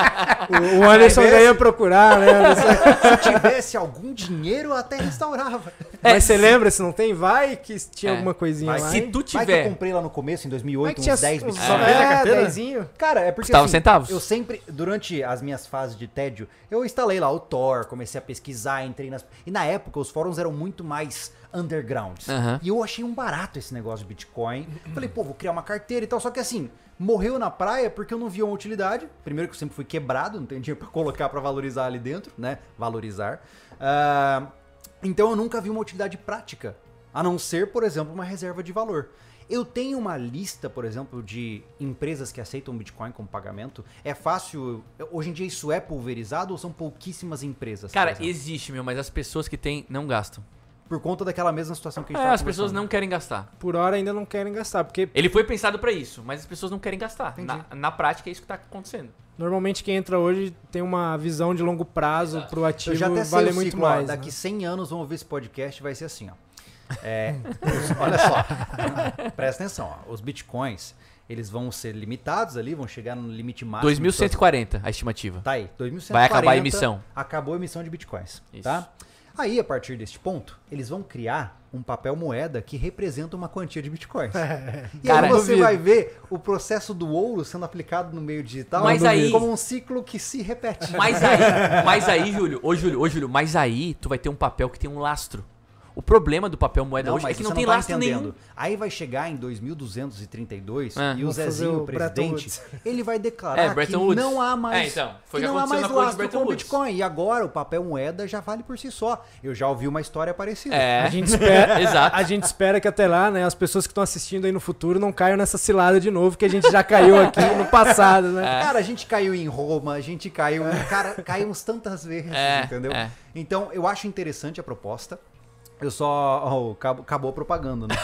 O, o Anderson já ia procurar, né? Anderson? Se tivesse algum dinheiro, eu até restaurava. Mas você lembra, se não tem, vai que tinha É. alguma coisinha Vai lá. Se hein? tu Vai que eu tiver. comprei lá no começo, em Vai 2008, que tinha uns 10 bitcoins. só- É, é, carteira? dezinho. Cara, é porque Custava assim, centavos. eu sempre, durante as minhas fases de tédio, eu instalei lá o Tor, comecei a pesquisar, entrei nas... E na época, os fóruns eram muito mais undergrounds. Aham. E eu achei um barato esse negócio de Bitcoin. Falei, pô, vou criar uma carteira e tal. Só que assim, morreu na praia porque eu não via uma utilidade. Primeiro que eu sempre fui quebrado, não tenho dinheiro pra colocar pra valorizar ali dentro, né? Valorizar. Ah, então eu nunca vi uma utilidade prática, a não ser, por exemplo, uma reserva de valor. Eu tenho uma lista, por exemplo, de empresas que aceitam Bitcoin como pagamento. É fácil. Hoje em dia isso é pulverizado ou são pouquíssimas empresas? Cara, por, exemplo? existe, meu, mas as pessoas que têm não gastam. Por conta daquela mesma situação que a gente É, tava as pessoas conversando. não querem gastar. Por hora ainda não querem gastar, porque Ele foi pensado pra isso, mas as pessoas não querem gastar. Na, na prática é isso que tá acontecendo. normalmente quem entra hoje tem uma visão de longo prazo pro ativo Eu já até sei vale o muito ciclo, ó, mais. daqui né? 100 anos vão ouvir esse podcast vai ser assim, ó. É, os- olha só. Presta atenção, ó. Os bitcoins, eles vão ser limitados ali, vão chegar no limite máximo. de suas- 2140 a estimativa. Tá aí, 2140. Vai acabar a emissão. Acabou a emissão de bitcoins, Isso. tá? Aí, a partir deste ponto, eles vão criar um papel moeda que representa uma quantia de bitcoins. e Cara, aí você duvido. vai ver o processo do ouro sendo aplicado no meio digital Mas aí- como um ciclo que se repete. Mas aí, mas aí, Júlio, ô Júlio, ô Júlio, mas aí tu vai ter um papel que tem um lastro. O problema do papel moeda hoje é mas que você não tem tá lastro nenhum. Aí vai chegar em 2232 e É. o Vamos fazer Zezinho, o o Bretton presidente, Woods. ele vai declarar É, que Bretton Woods. não há mais, É, então, foi o que que não há mais aconteceu na corte de lastro Bretton com o Woods. Bitcoin. E agora o papel moeda já vale por si só. Eu já ouvi uma história parecida. É, A gente espera, exato. a gente espera que até lá, né, as pessoas que estão assistindo aí no futuro não caiam nessa cilada de novo que a gente já caiu aqui no passado, né? É, Cara, a gente caiu em Roma, a gente caiu, cara, caímos tantas vezes, É, entendeu? é. Então, eu acho interessante a proposta. Eu só. ó, acabou, acabou a propaganda, né?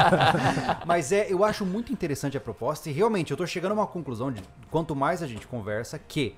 Mas é, eu acho muito interessante a proposta e realmente eu tô chegando a uma conclusão de quanto mais a gente conversa, que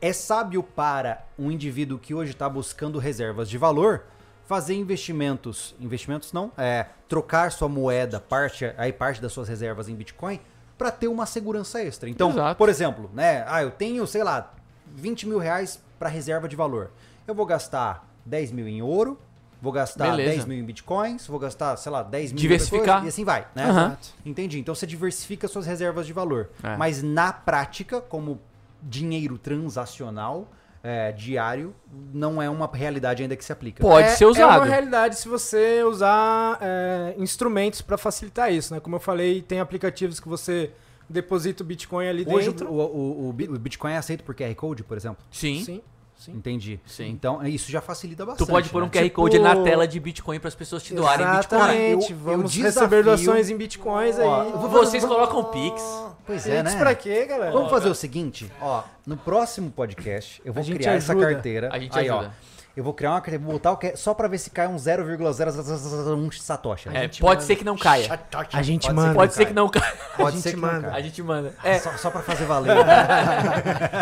é sábio para um indivíduo que hoje está buscando reservas de valor fazer investimentos, investimentos não, é trocar sua moeda, parte aí parte das suas reservas em Bitcoin para ter uma segurança extra. Então, Exato. por exemplo, né, ah, eu tenho, sei lá, 20 mil reais para reserva de valor. Eu vou gastar 10 mil em ouro, vou gastar Beleza. 10 mil em bitcoins, vou gastar, sei lá, 10 mil em outra Diversificar. coisa, e assim vai, né? Aham. Entendi. Então você diversifica suas reservas de valor. É. Mas na prática, como dinheiro transacional é, diário, não é uma realidade ainda que se aplica. Pode É- ser usado. É uma realidade se você usar é, instrumentos para facilitar isso, né? Como eu falei, tem aplicativos que você deposita o Bitcoin ali Hoje dentro. o, o- o Bi- o Bitcoin é aceito por QR Code, por exemplo. Sim. Sim. Entendi. Sim. Então isso já facilita Tu bastante. pode pôr um né? QR Tipo- Code na tela de Bitcoin para as pessoas te doarem Bitcoin. Cara, Exatamente. eu- eu Vamos desafio- receber doações em Bitcoins Ó, aí. eu vou- Vocês colocam o Pix. Pois é, né? Isso pra quê, galera? Vamos fazer o seguinte, ó, no próximo podcast eu vou A gente criar essa ajuda. carteira. A gente aí, ajuda. ó. Eu vou criar uma carteira, vou botar o que só pra ver se cai um 0,001 satoshi. É, pode ser que não caia. A gente Pode ser manda. Pode ser que não caia. Pode gente ser que manda. manda. A gente manda. É, Só, só pra fazer valer. né?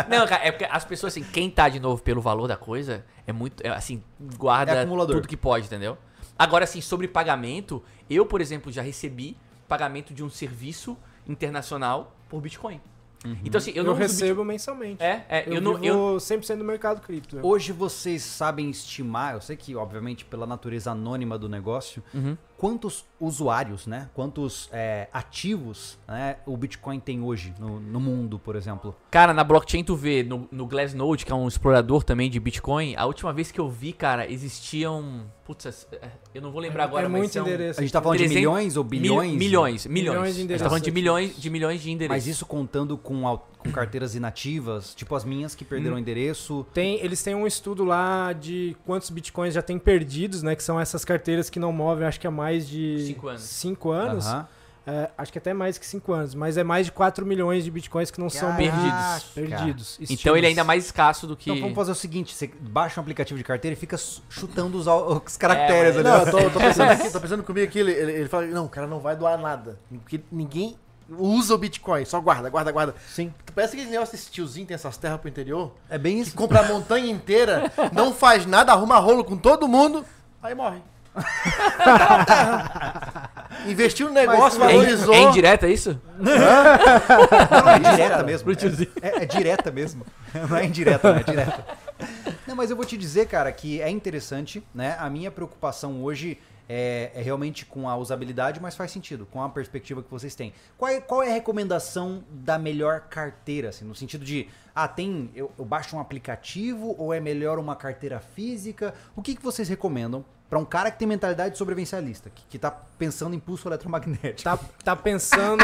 não, cara, é porque as pessoas, assim, quem tá de novo pelo valor da coisa, é muito, é, assim, É guarda acumulador. tudo que pode, entendeu? Agora, assim, sobre pagamento, eu, por exemplo, já recebi pagamento de um serviço internacional por Bitcoin. Então, assim, eu, Uhum. Eu, não uso recebo mensalmente. Bitcoin. É, é, eu, eu, não. vivo eu- 100% do mercado cripto. Hoje vocês sabem estimar, eu sei que, obviamente, pela natureza anônima do negócio, Uhum. quantos usuários, né? Quantos é, ativos né, o Bitcoin tem hoje no, no mundo, por exemplo? Cara, na blockchain tu vê, no, no Glassnode, que é um explorador também de Bitcoin, a última vez que eu vi, cara, existiam. Putz, é, eu não vou lembrar agora, um é mas muito são A endereço. gente tá falando de 300 milhões ou mil- bilhões? Milhões, milhões. Milhões de A gente tá endereços. falando de milhões, de milhões de endereços. Mas isso contando com, au- com carteiras inativas, tipo as minhas que perderam Uhum. o endereço. Tem, eles têm um estudo lá de quantos bitcoins já tem perdidos, né? Que são essas carteiras que não movem, acho que é mais de Cinco anos. cinco anos. Aham. É, acho que até mais que 5 anos, mas é mais de 4 milhões de bitcoins que não são Caraca. Perdidos. perdidos. Então ele é ainda mais escasso do que. Então vamos fazer o seguinte: você baixa um aplicativo de carteira e fica s- chutando os, au- os caracteres É, ali. Não, eu tô, eu tô pensando aqui, tô pensando comigo aqui, ele, ele, ele fala, não, o cara não vai doar nada. Porque ninguém usa o Bitcoin, só guarda, guarda, guarda. Sim. Parece que esse negócio desse tiozinho que tem essas terras pro interior, É bem que isso. compra a montanha inteira, não faz nada, arruma rolo com todo mundo, aí morre. Investiu no negócio, É, valorizou. in- é indireta é isso? Não, é direta mesmo. É, é- é direta mesmo. Não é indireta, não, é direta. Não, mas eu vou te dizer, cara, que é interessante, né? A minha preocupação hoje é, é realmente com a usabilidade, mas faz sentido, com a perspectiva que vocês têm. Qual é, qual é a recomendação da melhor carteira, assim, no sentido de, ah, tem, eu, eu baixo um aplicativo ou é melhor uma carteira física? O que, que vocês recomendam para um cara que tem mentalidade sobrevivencialista, que, que tá pensando em pulso eletromagnético? Tá, tá pensando.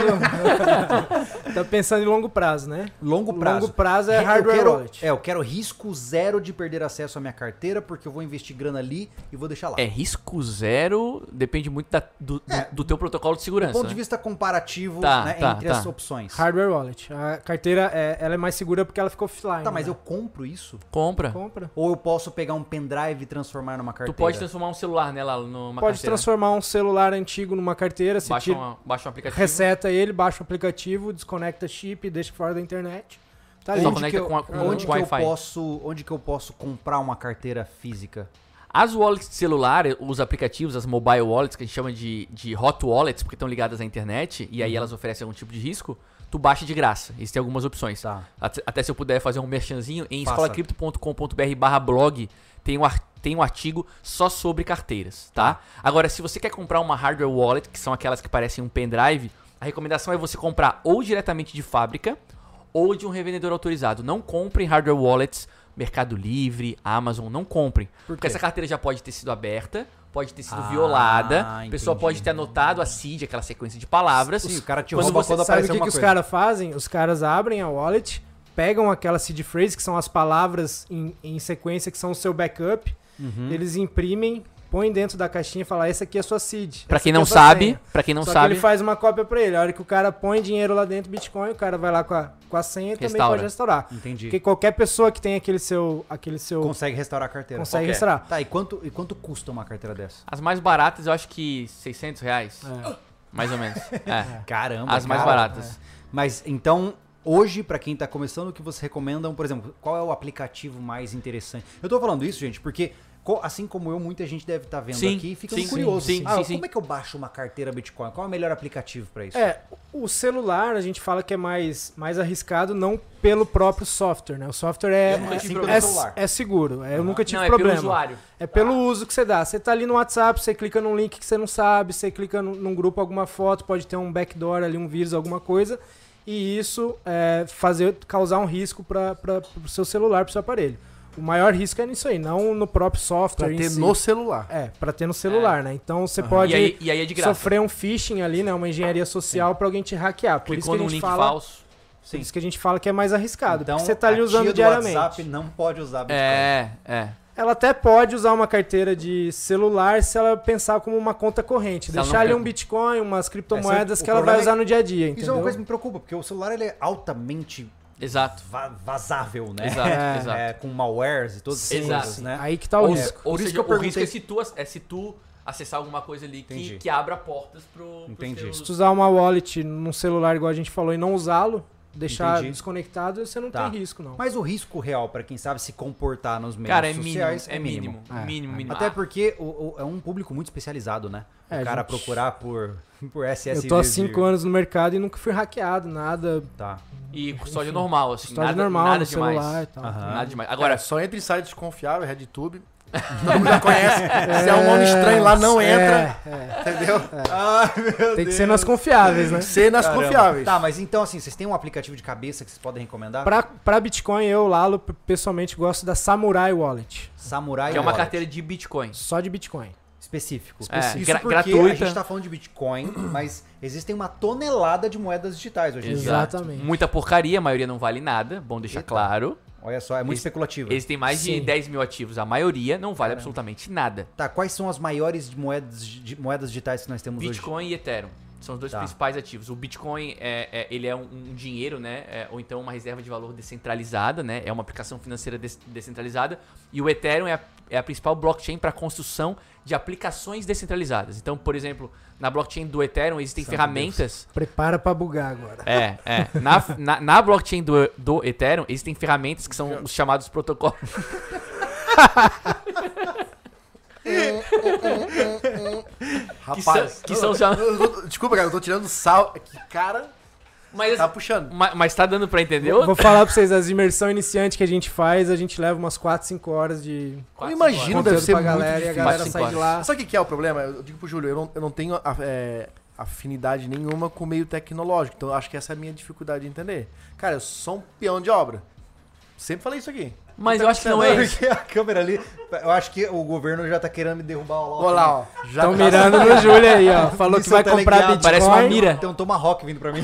tá pensando em longo prazo, né? Longo prazo. Longo prazo é Eu hardware quero- wallet. É, eu quero risco zero de perder acesso à minha carteira, porque eu vou investir grana ali e vou deixar lá. É risco zero, depende muito da- do, do- É. do teu protocolo de Do segurança. ponto de né? vista comparativo Tá, né, tá, entre tá. as opções. Hardware wallet. A carteira é, ela é mais segura porque ela fica offline. Tá, mas né? eu compro isso? Compra. compra. Ou eu posso pegar um pendrive e transformar numa Tu carteira? pode transformar um celular nela numa Pode carteira. transformar um celular antigo numa carteira, você Baixa, tipo tira, uma, baixa um aplicativo. reseta ele, baixa o aplicativo, desconecta chip, deixa fora da internet. Tá ali. Só Onde que conecta eu, com a- com onde o que eu Wi-Fi. posso, onde que eu posso comprar uma carteira física? As wallets de celular, os aplicativos, as mobile wallets, que a gente chama de, de hot wallets, porque estão ligadas à internet, e Uhum. aí elas oferecem algum tipo de risco, tu baixa de graça. Existem algumas opções. Tá. Até, até se eu puder fazer um merchanzinho, em Faça. escolacripto.com.br barra blog tem um, ar- tem um artigo só sobre carteiras, tá? Agora, se você quer comprar uma hardware wallet, que são aquelas que parecem um pendrive, a recomendação é você comprar ou diretamente de fábrica ou de um revendedor autorizado. Não comprem hardware wallets, Mercado Livre, Amazon, não comprem. porque essa carteira já pode ter sido aberta, pode ter sido Ah, violada, a pessoa entendi. pode ter anotado a seed, aquela sequência de palavras. Sim, o cara te Quando rouba você quando Sabe aparece o que, alguma que os coisa. caras fazem? Os caras abrem a wallet, pegam aquela seed phrase, que são as palavras em, em sequência, que são o seu backup, Uhum. eles imprimem, põem dentro da caixinha e falam, essa aqui é a sua seed. Pra essa quem aqui é não a sua sabe, senha." para quem não Só que sabe, ele faz uma cópia pra ele. A hora que o cara põe dinheiro lá dentro, Bitcoin, o cara vai lá com a, com a senha e também Restaura. pode restaurar. Entendi. Porque qualquer pessoa que tem aquele seu. Aquele seu Consegue restaurar a carteira. consegue qualquer. restaurar. Tá, e quanto, e quanto custa uma carteira dessa? As mais baratas, eu acho que 600 reais. Mais ou menos. É. Caramba, As mais cara. baratas. é. Mas então, hoje, pra quem tá começando, o que vocês recomendam, por exemplo, qual é o aplicativo mais interessante? Eu tô falando isso, gente, porque co- assim como eu, muita gente deve estar vendo Sim, aqui e fica sim, curioso. sim, assim, sim, ah, sim, sim. como é que eu baixo uma carteira Bitcoin? Qual é o melhor aplicativo pra isso? É, o celular a gente fala que é mais, mais arriscado, não pelo próprio software, né? O software é, Eu nunca tive é- problema é- com celular. é seguro, é, eu nunca tive Não, é pelo problema. usuário. É pelo uso que você dá. Você tá ali no WhatsApp, você clica num link que você não sabe, você clica num, num grupo, alguma foto, pode ter um backdoor ali, um vírus, alguma coisa. E isso é, fazer, causar um risco para o seu celular, para seu aparelho. O maior risco é nisso aí, não no próprio software. Pra em ter si. no celular. É, pra ter no celular, né? Então você pode E aí, e aí é de graça. sofrer um phishing ali, né? Uma engenharia social pra alguém te hackear. Por isso que Clicou a num um gente um link fala, é falso. Por isso que a gente fala que é mais arriscado. Então, porque você tá ali a usando tia do diariamente. WhatsApp não pode usar Bitcoin. É, é. Ela até pode usar uma carteira de celular se ela pensar como uma conta corrente. Se ela deixar não ali quer- um Bitcoin, umas criptomoedas o que ela vai problema é- usar no dia a dia, Isso é uma entendeu? coisa que me preocupa, porque o celular ele é altamente Exato. va- vazável, né? Exato, É, exato. é, com malwares e todas essas Exato. coisas, né? Aí que tá o Ou, risco. ou por isso seja, que eu o risco perguntei- é se tu, é se tu acessar alguma coisa ali Entendi. que, que abra portas pro, pro Entendi. seu- Se tu usar uma wallet num celular, igual a gente falou, e não usá-lo, deixar Entendi. desconectado, você não Tá. tem risco, não. Mas o risco real pra quem sabe se comportar nos meios Cara, é mínimo, sociais é mínimo. Mínimo, É, mínimo, Até Ah, porque o- o- é um público muito especializado, né? O É, cara gente. procurar por, por SS. Eu tô há cinco anos no mercado e nunca fui hackeado, nada. Tá. E custódia normal, assim. História nada, normal nada no demais. celular e tal. Aham. Nada demais. Agora, Agora, só entra em sites confiáveis, RedTube. Todo mundo já conhece. Se é um nome estranho lá, não entra. Entendeu? Tem que ser nas confiáveis, né? Cenas Caramba. confiáveis. Tá, mas então assim, vocês têm um aplicativo de cabeça que vocês podem recomendar? Pra, pra Bitcoin, eu, Lalo, p- pessoalmente gosto da Samurai Wallet. Samurai que é uma Wallet. carteira de bitcoins. Só de Bitcoin. específico. É, Específico. gra- Isso porque gratuita. a gente tá falando de Bitcoin, mas existem uma tonelada de moedas digitais hoje em dia. Exato. Exatamente. Muita porcaria, a maioria não vale nada, bom deixar claro. Olha só, é muito especulativo. Eles têm mais de 10 mil ativos, a maioria não vale absolutamente nada. Tá, quais são as maiores moedas, di- moedas digitais que nós temos hoje? Bitcoin e Ethereum. São os dois Tá. principais ativos. O Bitcoin é, é- ele é um, um dinheiro, né? É, ou então uma reserva de valor descentralizada, né? É uma aplicação financeira des- descentralizada. E o Ethereum é a, é a principal blockchain para construção de aplicações descentralizadas. Então, por exemplo, na blockchain do Ethereum existem ferramentas. Prepara pra bugar agora. É, é. Na, na, na blockchain do, do Ethereum existem ferramentas que são os chamados protocolos. Que Rapaz. são- que são já- eu tô- Desculpa, cara, eu tô tirando sal. É Que cara Mas, tá puxando. mas, mas tá dando pra entender? Vou falar pra vocês, as imersões iniciantes que a gente faz, a gente leva umas 4, 5 horas de Quatro, imagino. deve cinco conteúdo ser pra muito galera e a difícil. galera Quatro, sai de cinco lá. Sabe o que que é o problema? Eu digo pro Júlio, eu não, eu não tenho a- é, afinidade nenhuma com o meio tecnológico, então eu acho que essa é a minha dificuldade de entender. Cara, eu sou um peão de obra. Sempre falei isso aqui. horas. Mas eu acho que não é isso. Porque a câmera ali, eu acho que o governo já tá querendo me derrubar lá. Olha lá, ó. Já Estão tá- mirando no Júlio aí, ó. Falou Isso que vai tá comprar ligado. Bitcoin. Parece uma mira. Então toma rock vindo pra mim.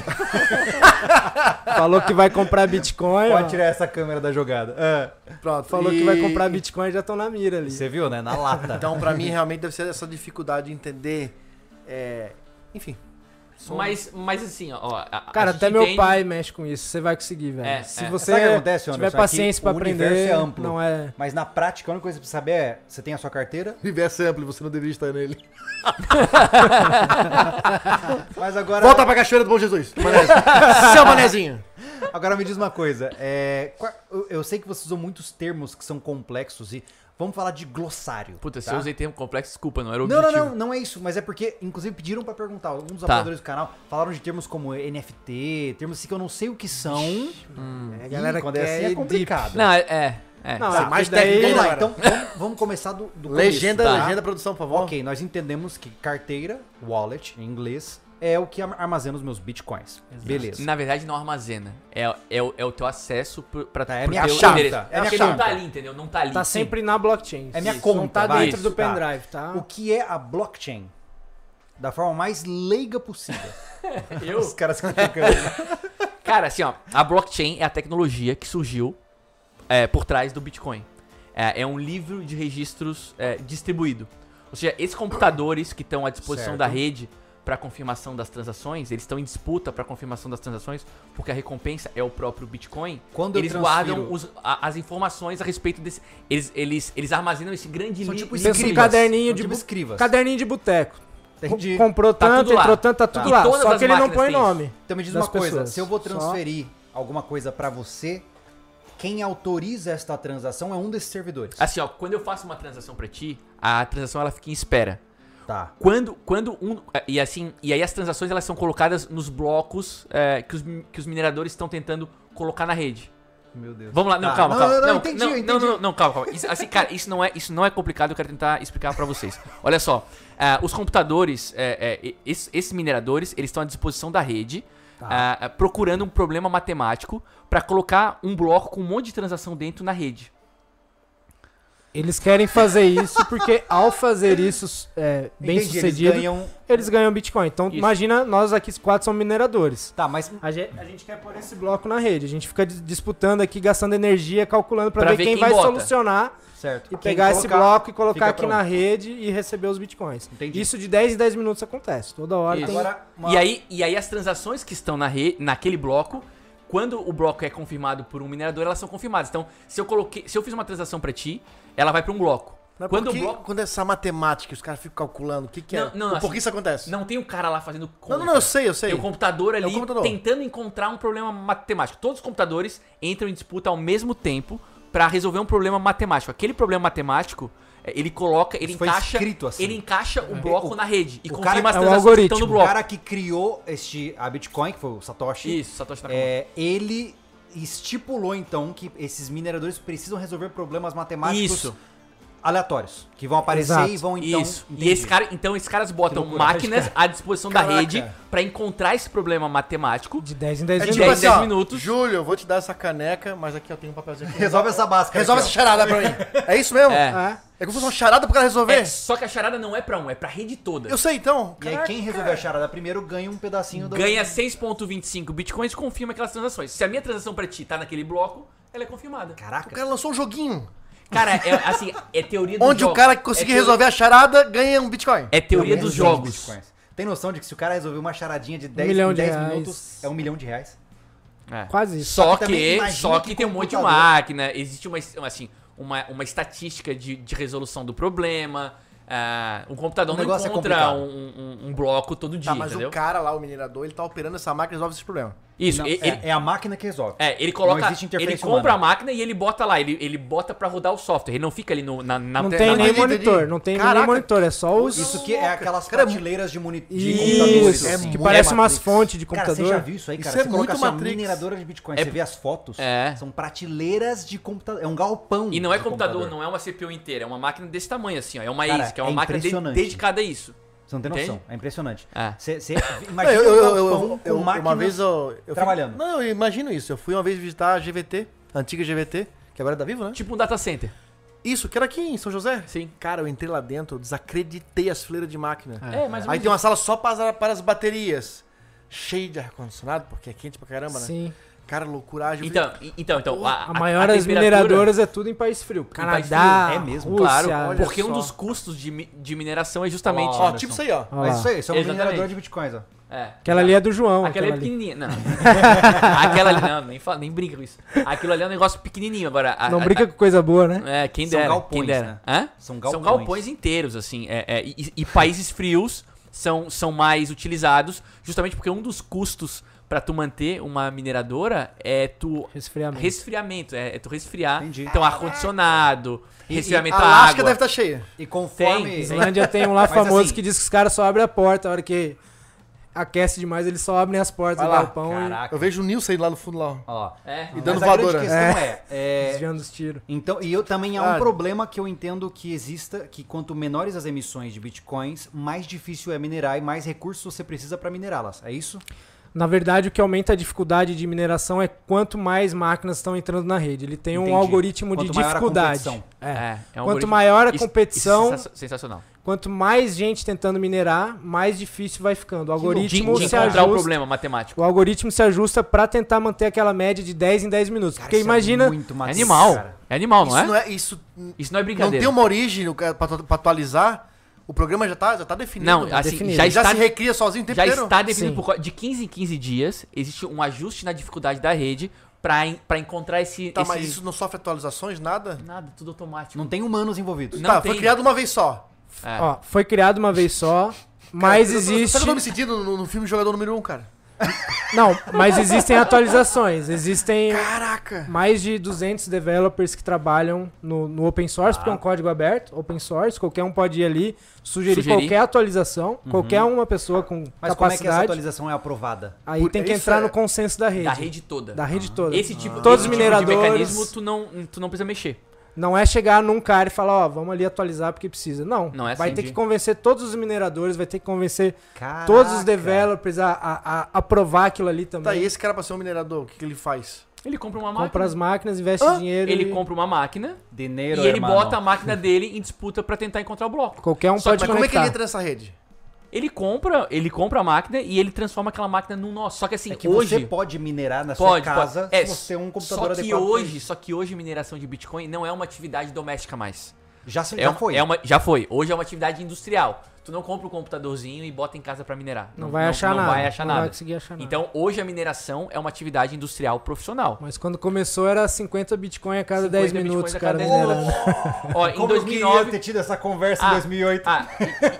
Falou que vai comprar Bitcoin. ó. Pode tirar essa câmera da jogada. Ah, Pronto. Falou e- que vai comprar Bitcoin já estão na mira ali. você viu, né? Na lata. Então, pra mim, realmente deve ser essa dificuldade de entender. é, Enfim. sou- Mas, mas assim, ó. ó, a- Cara, a gente até meu entende- pai mexe com isso. Você vai conseguir, velho. É, Se é. você Sabe o que acontece, tiver Anderson? É que paciência pra o aprender, universo é amplo. não é... Mas na prática, a única coisa que você saber é, você tem a sua carteira, Universo amplo, você não deveria estar nele. mas agora... Volta pra Cachoeira do Bom Jesus. Manézinho. Seu manézinho. Agora me diz uma coisa, é, qua- eu- eu sei que você usou muitos termos que são complexos e vamos falar de glossário. Puta, se tá? eu usei termo complexo, desculpa, não era o Não, não, objetivo. não, não é isso, mas é porque, inclusive, pediram pra perguntar. Alguns dos apoiadores do canal falaram de termos como NFT, termos assim que eu não sei o que são. É, Ih, a galera quando quer é assim é ir complicado. Não, é. é, é. Não, Você é mais mais daí, técnico Vamos lá, Agora. então vamos, vamos começar do, do começo, Legenda, tá? legenda, produção, por favor. Ok, nós entendemos que carteira, wallet, em inglês, é o que am- armazena os meus bitcoins. Beleza. Na verdade, não armazena. É, é, o- é o teu acesso pro- pra Tá, é pro minha teu chata, endereço. é Porque minha não chata. tá ali, entendeu? Não tá ali. tá sim. sempre na blockchain. É minha Isso, conta, Não tá vai. dentro do Isso, tá. pendrive, tá? O que é a blockchain? Da forma mais leiga possível. Eu? Os caras criticando. Cara, assim, ó, a blockchain é a tecnologia que surgiu é, por trás do Bitcoin. É, é um livro de registros é, distribuído. Ou seja, esses computadores que estão à disposição Certo. da rede para confirmação das transações, eles estão em disputa para confirmação das transações, porque a recompensa é o próprio Bitcoin. Quando eu eles transfiro- guardam os- a- as informações a respeito desse. Eles, eles, eles armazenam esse grande São li- tipo Pensa escribas. um caderninho São de, tipo bu- escrivas. caderninho de boteco. Entendi. Com- Comprou Tá tanto, tudo lá. entrou tanto, tá tudo Tá. E lá. todas Só as que ele não máquinas põe têm isso. nome. Então me diz das uma coisa, pessoas. se eu vou Só- transferir alguma coisa pra você, quem autoriza esta transação é um desses servidores. Assim, ó, quando eu faço uma transação para ti, a transação ela fica em espera. Tá. Quando, quando um. E assim, e aí as transações elas são colocadas nos blocos é, que, os, que os mineradores estão tentando colocar na rede. Meu Deus. Vamos lá, não, Tá. calma, Não, calma. não, não, entendi, não, entendi. não, não, não, calma, calma. Isso, assim, cara, isso não, é, isso não é complicado, eu quero tentar explicar pra vocês. Olha só, ah, os computadores, é, é, e- esses, esses mineradores, eles estão à disposição da rede, Tá. ah, procurando um problema matemático pra colocar um bloco com um monte de transação dentro na rede. Eles querem fazer isso porque ao fazer isso é, bem Entendi, sucedido, Eles ganham... eles ganham Bitcoin. Então Isso. imagina, nós aqui quatro somos mineradores. Tá, mas A gente, a gente quer pôr esse bloco na rede. A gente fica dis- disputando aqui, gastando energia, calculando pra Pra ver, ver quem, quem vai bota. solucionar certo. e Quem pegar esse colocar- bloco e colocar fica aqui na pronto. rede e receber os bitcoins. Entendi. Isso de 10 em 10 minutos acontece. Toda hora Isso. tem. Agora, uma- E, aí, e aí as transações que estão na re, naquele bloco, quando o bloco é confirmado por um minerador, elas são confirmadas. Então, se eu coloquei, se eu fiz uma transação pra ti, ela vai pra um bloco. Mas quando quando, o bloco quando é essa matemática, os caras ficam calculando o que, que Não, é. não, por assim, que isso acontece? não tem o cara lá fazendo conta. não, não, não, eu sei, eu sei. Tem o computador ali É o computador. tentando encontrar um problema matemático. Todos os computadores entram em disputa ao mesmo tempo pra resolver um problema matemático. Aquele problema matemático, eh, ele coloca, ele Isso foi encaixa, escrito assim. ele encaixa o bloco O- na rede e o confirma cara- as é o transações que estão algoritmo. no O bloco. cara que criou este, a Bitcoin, que foi o Satoshi, Isso, tá Satoshi Nakamoto. é, ele estipulou então que esses mineradores precisam resolver problemas matemáticos Isso. aleatórios, que vão aparecer Exato. e vão então... Isso. Entendi. E esse cara, então esses caras botam loucura. máquinas à disposição da Caraca. rede pra encontrar esse problema matemático. De 10 em 10 É minutos. tipo dez, assim, dez ó, minutos. Júlio, eu vou te dar essa caneca, mas aqui eu tenho um papelzinho aqui. Resolve essa básica. Resolve essa aqui, charada pra mim. É isso mesmo? É. É. É como se fosse uma charada pro cara resolver? É, só que a charada não é pra um, é pra rede toda. Eu sei, então. ó. E aí quem resolver a charada primeiro ganha um pedacinho do... Ganha 6.25 bitcoins e confirma aquelas transações. Se a minha transação pra ti tá naquele bloco, ela é confirmada. O Caraca. cara lançou um joguinho. Cara, é assim, é teoria dos Onde o jogos. cara que conseguir É teoria- resolver a charada ganha um Bitcoin. É teoria Pelo dos menos jogos. 20 bitcoins. Tem noção de que se o cara resolver uma charadinha de 10, milhão em de 10 reais. minutos, é um milhão de reais? É. Quase isso. Só que também que, imagina só que que tem um monte de computador- máquina, existe uma, assim, uma, uma estatística de, de resolução do problema. ah, um computador O não negócio é encontra complicado. um, um- um bloco todo dia, Tá, mas entendeu? o cara lá, o minerador, ele tá operando essa máquina e resolve esses problemas. Isso, Não, e- ele, é, é a máquina que resolve. é, ele coloca. Não existe ele interferência compra a humana. máquina e ele bota lá, ele, ele bota pra rodar o software. Ele não fica ali no, na, na Não te- tem na- nem entendi, monitor, entendi. não tem Caraca. nem monitor, é só os. Isso que é aquelas prateleiras de, moni... de computadores. Isso, é que muito parece Matrix. umas fontes de Cara, você já computador. viu isso aí, Isso cara? é você coloca muito sua Matrix. mineradora de Bitcoin, É- você vê as fotos, É. são prateleiras de computador. É um galpão. E não é de computador, não é uma CPU inteira, é uma máquina desse tamanho assim, ó. É uma Cara, ASIC, é é uma máquina de- impressionante. dedicada a isso. Você não tem noção, Entende? é impressionante. É. Você, você Não, imagina eu, eu, eu, um galpão eu- com eu- uma máquinas- vez eu, eu fui- trabalhando. não, eu imagino isso. Eu fui uma vez visitar a GVT, a antiga GVT, que agora tá vivo, né? Tipo um data center. Isso, que era aqui em São José. Sim. Cara, eu entrei lá dentro, eu desacreditei as fileiras de máquina. É, mais ou menos. Aí tem uma sala só para, para as baterias. Cheio de ar-condicionado, porque é quente pra caramba, né? Sim. Cara, loucuragem. Então, i- então, então. A, A maior das temperatura- mineradoras é tudo em país frio. país frio, Canadá, é mesmo, Rússia, Claro, olha porque um só. dos custos de, mi- de mineração é justamente. Ó, tipo isso aí, ó. Olha Mas lá. isso aí, isso é um Exatamente. minerador de Bitcoins, ó. É. Aquela ali é do João. Aquela ali é aquela ali. pequenininha. Não. Aquela ali, não, nem, fala, nem brinca com isso. Aquilo ali é um negócio pequenininho agora. a- Não a- brinca com coisa boa, né? É, quem São dera. galpões, quem dera. Hã? São São galpões. galpões inteiros, assim. é, é, e, e países frios são, são mais utilizados, justamente porque um dos custos pra tu manter uma mineradora é tu Resfriamento. resfriamento, é, é tu resfriar. Entendi. Então, ar-condicionado, resfriamento à a Alasca água. deve estar cheia. E A conforme. Islândia tem um lá Mas famoso assim- que diz que os caras só abrem a porta. A hora que aquece demais, eles só abrem as portas Vai do lá. galpão né? Caraca. Eu vejo o Nilson aí lá no fundo, lá, ó. Ó. É. E é, dando né? Mas a grande voadora. questão é, e é, desviando os tiros. Então, e eu também há um Ah. problema que eu entendo que exista, que quanto menores as emissões de bitcoins, mais difícil é minerar e mais recursos você precisa pra minerá-las. É isso? Na verdade, o que aumenta a dificuldade de mineração é quanto mais máquinas estão entrando na rede. Ele tem um Entendi. algoritmo Quanto de maior a dificuldade. competição. um É. Quanto algoritmo- maior a Isso- isso é competição, sensa- sensacional. quanto mais gente tentando minerar, mais difícil vai ficando. O De, de algoritmo se encontrar ajusta. o problema matemático. O algoritmo se ajusta pra tentar manter aquela média de 10 em 10 minutos. Porque imagina, É animal. É animal, não Isso é? não é. Isso Isso não é não brincadeira. tem uma origem no ca- pra tu- pra atualizar. O programa já tá, já tá definido. Não, né? assim, definido. já Ele já está se recria sozinho o tempo já inteiro. está definido Sim. por co- de 15 em 15 dias, existe um ajuste na dificuldade da rede pra en- pra encontrar esse Tá, esse- mas isso não sofre atualizações, nada? nada, tudo automático. Não tem humanos envolvidos. Não tá, tem. foi criado uma vez só. É. ó, foi criado uma vez só, mas Cara, eu tô- existe. Sabe o que eu tô me sentindo no, no filme Jogador Número 1, um, cara? Não, mas existem atualizações. Existem Caraca! mais de 200 developers que trabalham no, no open source, porque é um código aberto, open source, qualquer um pode ir ali, sugerir, Sugerir. qualquer atualização, qualquer uma pessoa com Mas como é que essa capacidade. atualização é aprovada? aí Por tem que isso entrar é- no consenso da rede. Da rede toda. Da rede toda. Esse tipo, Ah. Todos esse tipo de os mineradores. mecanismo tu não, tu não precisa mexer. Não é chegar num cara e falar, ó, vamos ali atualizar porque precisa. Não. Não é vai assim ter de- que convencer todos os mineradores, vai ter que convencer Caraca. todos os developers a, a, a aprovar aquilo ali também. Tá, e esse cara pra ser um minerador, o que, que ele faz? Ele compra uma Compra máquina. as máquinas, investe dinheiro. Ele e compra uma máquina e Dinheiro, é ele hermano. bota a máquina dele em disputa pra tentar encontrar o bloco. Qualquer um Só pode Mas como é que ele conectar. entra nessa rede? Ele compra, ele compra a máquina e ele transforma aquela máquina num nosso. Só que assim, É que hoje você pode minerar na Pode, sua casa pode. É, se você é um computador só que adequado pra hoje, isso. só que hoje mineração de Bitcoin não é uma atividade doméstica mais. Já, se- É já uma- foi. é uma- já foi. Hoje é uma atividade industrial. Tu não compra um computadorzinho e bota em casa pra minerar. Não vai achar não nada. vai achar não nada. vai conseguir achar nada. Então, hoje a mineração é uma atividade industrial profissional. Mas quando começou era 50 Bitcoin a cada 10 50 minutos, bitcoins a cara. cada 10 minerando. minutos. Ó, em Como eu queria 2009... ter tido essa conversa em Ah, 2008. Ah,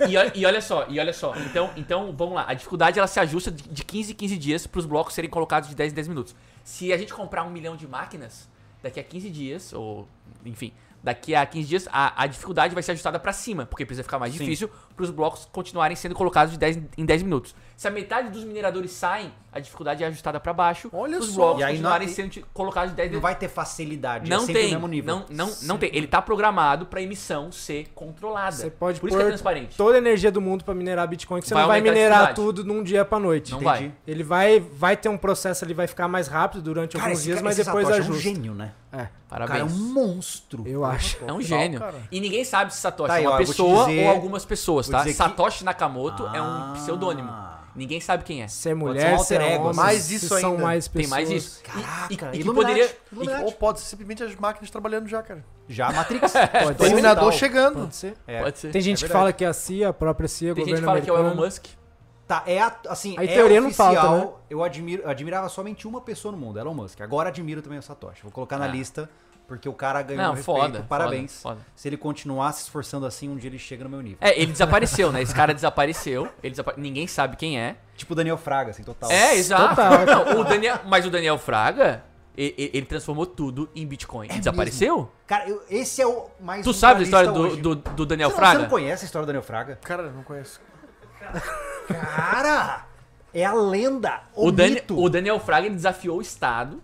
e, e ol- e olha só, e olha só. Então, então, vamos lá. A dificuldade ela se ajusta de de 15 em 15 dias para os blocos serem colocados de 10 em 10 minutos. Se a gente comprar um milhão de máquinas, daqui a 15 dias, ou enfim, daqui a 15 dias, a, a dificuldade vai ser ajustada para cima, porque precisa ficar mais difícil para os blocos continuarem sendo colocados de 10 em- em 10 minutos. Se a metade dos mineradores saem, a dificuldade é ajustada para baixo, Olha os só. blocos E aí não- continuarem sendo ti- colocados de 10 em Não vai ter facilidade. é não sempre tem, o mesmo nível. não, não, não tem. Ele tá programado pra emissão ser controlada. Você pode Por pôr isso que é transparente. toda a energia do mundo pra minerar Bitcoin, que você Vai não vai aumentar a minerar dificuldade. tudo de um dia pra noite. Não Entendi. vai. Ele vai, vai ter um processo ali, vai ficar mais rápido durante Cara, alguns esse, dias, cara- mas esse depois Satoshi é um ajusta. gênio, né? O cara é Parabéns. um monstro. Eu acho. É um gênio. E ninguém sabe se Satoshi Tá aí, é uma ó, eu vou te pessoa dizer- ou algumas pessoas, vou tá? dizer que- Satoshi Nakamoto é um Ah. pseudônimo. Ninguém sabe quem é. Se é ser um mulher, se alter é ego, homem, mais se isso são ainda. mais pessoas. Tem mais isso. E- e- Caraca, e, que Illuminati, poderia. Illuminati. Ou pode ser simplesmente as máquinas trabalhando já, cara. Já a Matrix. Pode O ser. eliminador chegando. Pode ser. É. Pode ser. Tem gente que fala que é a CIA, a própria CIA, Tem gente que governo fala que é o Elon americano. Musk. Tá, é a- assim, Aí é teoria não oficial. falta, né? Eu admiro, eu admirava somente uma pessoa no mundo, Elon Musk. Agora admiro também o Satoshi. Vou colocar na Ah. lista Porque o cara ganhou Não, meu respeito. foda, Parabéns. foda, foda. Se ele continuar se esforçando assim, um dia ele chega no meu nível. É, ele desapareceu, né? Esse cara desapareceu. Ele desapa- Ninguém sabe quem é. Tipo o Daniel Fraga, assim, total. É, exato. Total. Não, o Daniel, mas o Daniel Fraga, e- e- ele, transformou tudo em É Bitcoin. desapareceu? Cara, eu- esse é o mais. Tu sabe a história do, hoje. do, do Daniel Você não- Você Fraga? não conhece a história do Daniel Fraga? Cara, não conheço. Cara! É a lenda! O, o, Dani- mito! o Daniel Fraga ele desafiou o Estado,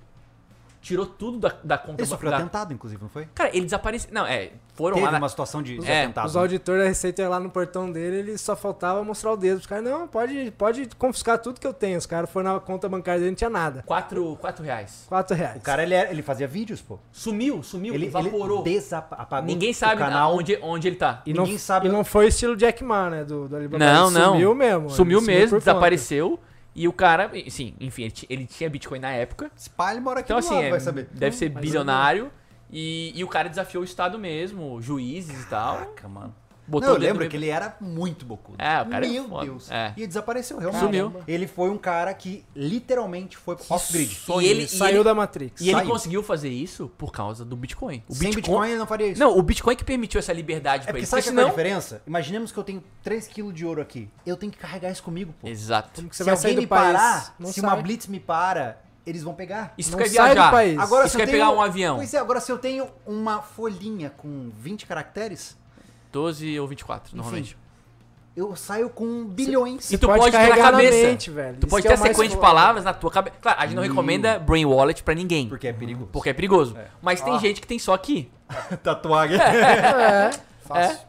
tirou tudo da, da conta Ele sofreu da- atentado, inclusive, não foi? Cara, ele desapareceu. Não, é, foram Teve lá. na- uma situação de, de É, atentado. Os auditores da Receita iam lá no portão dele, ele só faltava mostrar o dedo. Os caras, não, pode, pode confiscar tudo que eu tenho. Os caras foram na conta bancária dele, não tinha nada. Quatro, quatro reais. 4 reais. O cara, ele, era- ele fazia vídeos, pô. Sumiu, sumiu, Ele, evaporou. ele desapa- apagou Ninguém o sabe canal. onde, onde ele tá. e ninguém não, sabe- E não foi estilo Jack Ma, né? Do, do Alibaba. Não, Ele não. Sumiu mesmo. ele Sumiu mesmo, por conta. desapareceu. E o cara, sim, enfim, ele, ti- ele tinha Bitcoin na época. Espalha e mora aqui Então, do assim, lado, é, vai saber. deve ser mas bilionário. E, e o cara desafiou o Estado mesmo, juízes e tal. Caraca, mano. Botou Não, eu o dedo lembro no- que ele era muito bocudo. É, o cara é Meu foda. Deus. É. E desapareceu, realmente. Sumiu. Ele foi um cara que literalmente foi pro off-grid. E ele, e Saiu ele- da Matrix. E ele Saiu. conseguiu fazer isso por causa do Bitcoin. O Sem Bitcoin ele não faria isso. Não, o Bitcoin que permitiu essa liberdade É pra porque ele. sabe porque qual é a senão- diferença? Imaginemos que eu tenho 3kg de ouro aqui. Eu tenho que carregar isso comigo, pô. Exato. que Se você vai alguém sair do me país? parar, Não se sai. uma blitz me para, eles vão pegar. Isso Não quer sai do viajar. país. Agora, Isso se eu quer tenho- pegar um avião. Pois é, agora se eu tenho uma folhinha com 20 caracteres, 12 ou 24, normalmente. eu saio com bilhões. E tu pode pode ter na carregar na cabeça. mente, velho. Tu Isso pode que ter é a o mais sequência de foda. palavras na tua cabeça. Claro, a gente não recomenda Brain Wallet pra ninguém. Porque Ah. é perigo. Porque é perigoso. Mas tem gente que tem só aqui. tatuagem. É, Fácil.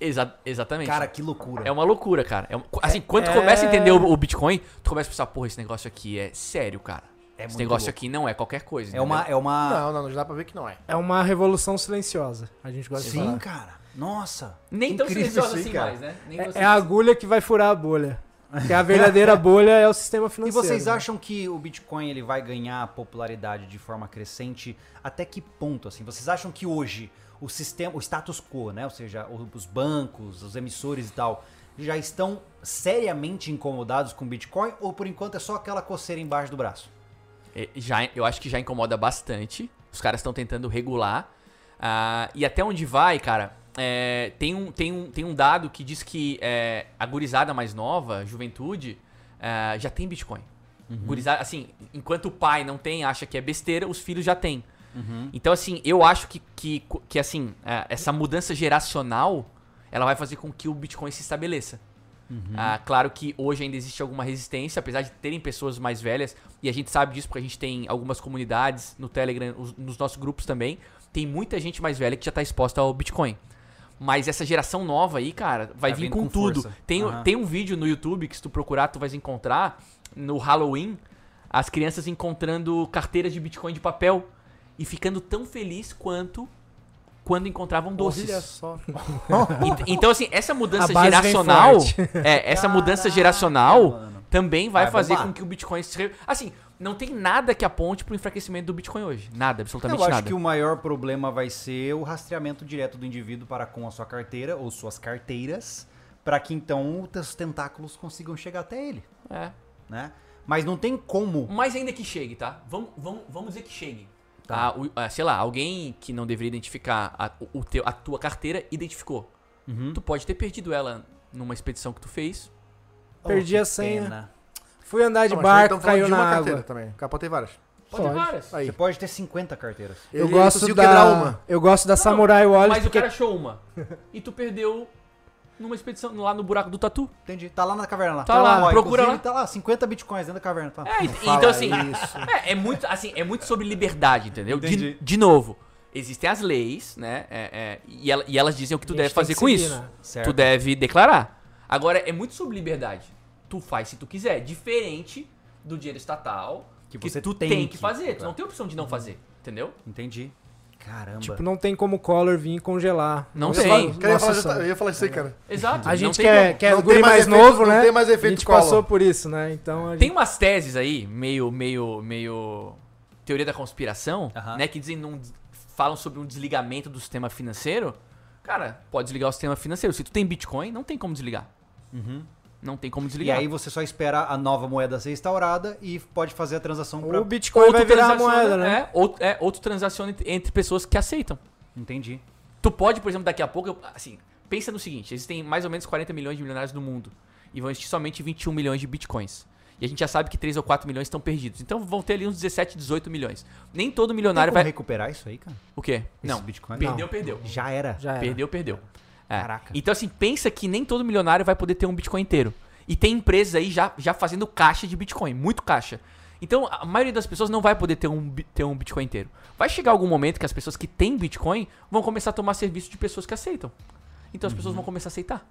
Exa exatamente. Cara, que loucura. É uma loucura, cara. É um- assim, quando tu começa a entender o, o Bitcoin, tu começa a pensar, porra, esse negócio aqui é sério, cara. É esse muito negócio louco. aqui não é qualquer coisa. É uma. entendeu? É uma... Não, não, não dá pra ver que não é. É uma revolução silenciosa. A gente gosta de Sim, falar. cara. Nossa. Nem tão Incrível silenciosa isso aí, assim cara. mais, né? Nem tão É, é a agulha que vai furar a bolha. Porque a verdadeira bolha é o sistema E financeiro. vocês né? acham que o Bitcoin ele vai ganhar popularidade de forma crescente? Até que ponto? Assim, vocês acham que hoje o sistema, o status quo, né? Ou seja, o- os bancos, os emissores e tal, já estão seriamente incomodados com o Bitcoin? Ou por enquanto é só aquela coceira embaixo do braço? É, já, eu acho que já incomoda bastante. Os caras estão tentando regular. Ah, e até onde vai, cara? é, tem, um, tem, um, tem um dado que diz que é, a gurizada mais nova, a juventude, ah, já tem Bitcoin. Gurizada, assim, enquanto o pai não tem, acha que é besteira, os filhos já têm. Então, assim, eu acho que, que, que assim, ah, essa mudança geracional, ela vai fazer com que o Bitcoin se estabeleça. Uhum. Ah, claro que hoje ainda existe alguma resistência, apesar de terem pessoas mais velhas, e a gente sabe disso porque a gente tem algumas comunidades no Telegram, os- nos nossos grupos também, tem muita gente mais velha que já está exposta ao Bitcoin. Mas essa geração nova aí, cara, vai Tá vir vindo com, com tudo. força. Tem, Aham. tem um vídeo no YouTube que se tu procurar, tu vais encontrar no Halloween as crianças encontrando carteiras de Bitcoin de papel e ficando tão feliz quanto quando encontravam doces. é Olha só. Ent- Então, assim, essa mudança A base vem geracional. forte. É, essa mudança Caraca, geracional mano. também vai, Vai fazer bombar. com que o Bitcoin se. re- Assim, não tem nada que aponte pro enfraquecimento do Bitcoin hoje. Nada, absolutamente Eu acho nada. que o maior problema vai ser o rastreamento direto do indivíduo para com a sua carteira ou suas carteiras, para que então os tentáculos consigam chegar até ele, É. né? Mas não tem como Mas ainda que chegue, tá? Vamos, vamos, vamos dizer que chegue. Tá. Ah, o- ah, sei lá, alguém que não deveria identificar a, o- o teu, a tua carteira identificou. Uhum. Tu pode ter perdido ela numa expedição que tu fez. Perdi Oh, que a senha. pena. Fui andar de Não, mas daí barco, então tamo falando caiu de na uma água. carteira também. O cara pode ter várias. Pode, Pode. várias. Aí. Você pode ter 50 carteiras. Eu Ele gosto conseguiu da quebrar uma. Eu gosto da Não, Samurai Wallet Mas o porque cara achou uma. E tu perdeu numa expedição lá no buraco do tatu. Entendi. Tá lá na caverna lá. Tá lá, procura inclusive, lá. Tá lá, 50 bitcoins dentro da caverna. Tá. É, ent- então fala assim, é, é muito assim, é muito sobre liberdade, entendeu? De, Entendi. de novo, existem as leis, né? É, é, e, ela- e elas dizem o que tu A gente tem deve fazer que com seguir, isso. né? Certo. Tu deve declarar. Agora é muito sobre liberdade. Tu faz se tu quiser, diferente do dinheiro estatal Que você tu tem tem, que, que- fazer. Tu não tem opção de não fazer, entendeu? Entendi. Caramba. tipo, não tem como o Collor vir congelar. é Não Nossa, tem. nossa, Cara, eu ia falar justa- senhora. eu ia falar isso aí, cara. Exato. A não gente tem que é, como. que é Não o tem guri mais mais, efeito- novo, não né? tem mais a efeito gente Collor. passou por isso, né? Então a Tem gente... umas teses aí, meio, meio, meio teoria da conspiração, Aham. né? Que dizem num- falam sobre um desligamento do sistema financeiro. Cara, pode desligar o sistema financeiro. Se tu tem Bitcoin, não tem como desligar. Não tem como E desligar. aí você só espera a nova moeda ser instaurada e pode fazer a transação um pra... O Bitcoin vai virar a transaciona- moeda, né? É, ou, é, ou tu transaciona entre- entre pessoas que aceitam. Entendi. Tu pode, por exemplo, daqui a pouco, eu- assim, pensa no seguinte, existem mais ou menos 40 milhões de milionários no mundo e vão existir somente 21 milhões de bitcoins. E a gente já sabe que 3 ou 4 milhões estão perdidos. Então vão ter ali uns 17, 18 milhões. Nem todo Tem milionário como vai recuperar isso aí, cara? O quê? Esses Não. bitcoins? Perdeu, Não. perdeu. Já era. Já era. Perdeu, perdeu. É. Caraca. Então, assim, pensa que nem todo milionário vai poder ter um Bitcoin inteiro. E tem empresas aí já, já fazendo caixa de Bitcoin, muito caixa. Então, a maioria das pessoas não vai poder ter um, bi- ter um Bitcoin inteiro. Vai chegar algum momento que as pessoas que têm Bitcoin vão começar a tomar serviço de pessoas que aceitam. Então, as Uhum. pessoas vão começar a aceitar.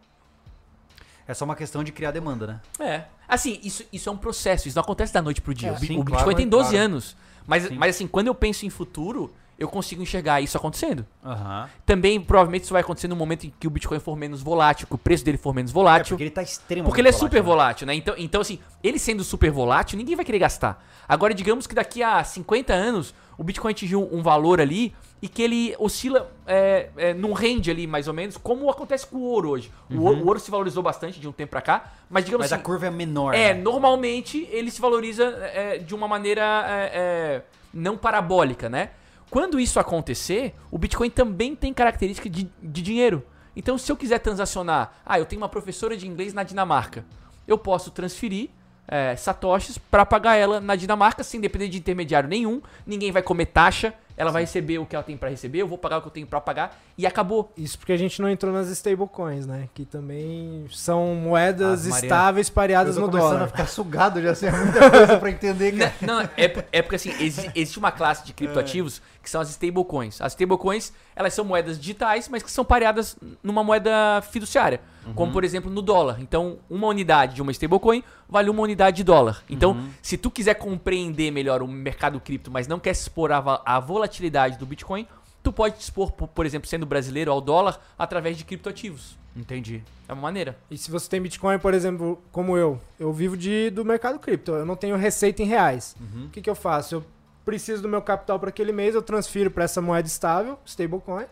É só uma questão de criar demanda, né? É. Assim, isso, isso é um processo, isso não acontece da noite pro dia. É, o Bi- sim, o Bitcoin claro, tem é 12 claro. anos. Mas, Sim. mas, assim, quando eu penso em futuro, eu consigo enxergar isso acontecendo. Aham. Também, provavelmente, isso vai acontecer no momento em que o Bitcoin for menos volátil, que o preço dele for menos É volátil. porque ele tá extremamente Porque ele é super volátil. volátil, né? Então, então, assim, ele sendo super volátil, ninguém vai querer gastar. Agora, digamos que daqui a 50 anos, o Bitcoin atingiu um valor ali e que ele oscila é, é, num range ali, mais ou menos, como acontece com o ouro hoje. O, ouro, o ouro se valorizou bastante de um tempo pra cá, mas digamos Uhum. Mas a assim... curva é menor. É, né? normalmente ele se valoriza é, é, de uma maneira é, é, não parabólica, né? Quando isso acontecer, o Bitcoin também tem característica de, de dinheiro. Então, se eu quiser transacionar, ah, eu tenho uma professora de inglês na Dinamarca, eu posso transferir é, satoshis para pagar ela na Dinamarca sem depender de intermediário nenhum, ninguém vai comer taxa, ela vai receber o que ela tem para receber, eu vou pagar o que eu tenho para pagar e acabou. Isso porque a gente não entrou nas stablecoins, né? Que também são moedas Ah, Maria, estáveis Eu pareadas tô no começando dólar. a ficar sugado já, assim, é muita coisa pra entender, cara. Não, é, por- é porque assim, exi- existe uma classe de criptoativos que são as stablecoins. As stablecoins, elas são moedas digitais, mas que são pareadas numa moeda fiduciária. Como, por exemplo, no dólar. Então, uma unidade de uma stablecoin vale uma unidade de dólar. Então, se tu quiser compreender melhor o mercado cripto, mas não quer se expor à va- à volatilidade do Bitcoin, tu pode te expor, por por exemplo, sendo brasileiro, ao dólar através de criptoativos. Entendi. É uma maneira. E se você tem Bitcoin, por exemplo, como eu, eu vivo de, do mercado cripto, eu não tenho receita em reais. Uhum. O que, que eu faço? Eu preciso do meu capital para aquele mês, eu transfiro para essa moeda estável, stablecoin,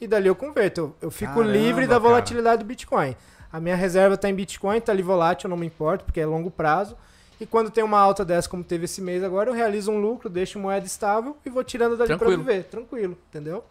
e dali eu converto. Eu, eu fico Caramba, livre da cara. volatilidade do Bitcoin. A minha reserva está em Bitcoin, está ali volátil, não me importo, porque é longo prazo. E quando tem uma alta dessa, como teve esse mês agora, eu realizo um lucro, deixo moeda estável e vou tirando dali para Tranquilo. viver. Tranquilo, entendeu?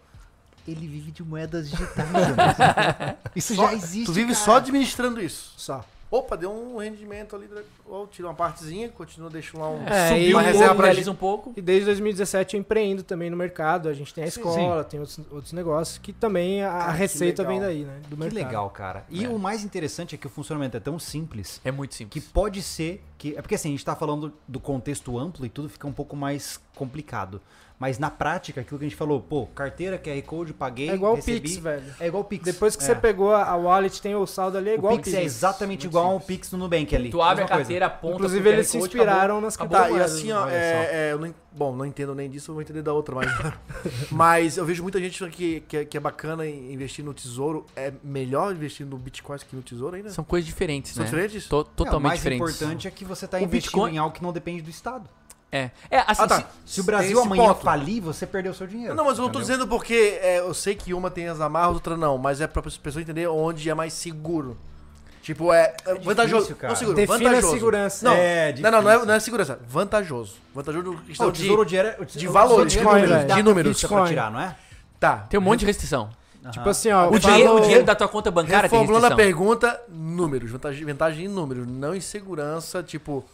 Ele vive de moedas digitais. Anderson. isso já existe. Tu vive só administrando isso. Só. Opa, deu um rendimento ali. Ou tira uma partezinha, continua, deixa lá um. É, Subiu e- um mas é pouco, pra- realiza um pouco. E desde 2017 eu empreendo também no mercado. A gente tem a Sim, escola, tem outros, outros negócios que também a Cara, que receita legal. vem daí, né? Do Que mercado. legal, cara. E É. o mais interessante é que o funcionamento é tão simples É muito simples. que pode ser que. É porque assim, a gente tá falando do contexto amplo e tudo fica um pouco mais complicado. Mas na prática, aquilo que a gente falou, pô, carteira, QR Code, paguei. É igual o recebi, Pix, velho. É igual o Pix. Depois que É. você pegou a a wallet, tem o saldo ali, é igual o Pix, é exatamente igual ao Pix no Nubank ali. Tu abre Mesma a coisa. carteira, aponta Inclusive, pro QR eles se Code, inspiraram nas acabou. Tá, Acabou e moedas, assim, ó, olha só. é, é, eu não en- bom, não entendo nem disso, eu vou entender da outra, mas, mas eu vejo muita gente que, que, é- que é bacana em- investir no tesouro. É melhor investir no Bitcoin que no tesouro ainda? São coisas diferentes, São né? diferentes? To- É, o totalmente mais diferentes. importante é que você tá O investindo Bitcoin- em algo que não depende do Estado. É. É, assim, Ah, tá. se- Se o Tem Brasil esse amanhã ponto. falir, você perdeu seu dinheiro. Não, mas eu não tô entendeu? dizendo porque é, eu sei que uma tem as amarras, outra não, mas é pra pessoa entender onde é mais seguro. Tipo, é, é vantajoso. cara. Não, seguro, Defina vantajoso. a segurança. Não, tipo É, não, não, não é, difícil. não é segurança. Vantajoso. Vantajoso no Pô, questão o tesouro de, era- o de o valor, tesouro de Bitcoin, números. velho. De números. Isso é Bitcoin. pra tirar, não é? Tá. tem um monte de restrição. Tipo assim, ó. O, eu dinheiro, falo- o dinheiro da tua conta bancária tem Reformulando a restrição. pergunta, números. Vantagem, vantagem em números, não em segurança, tipo.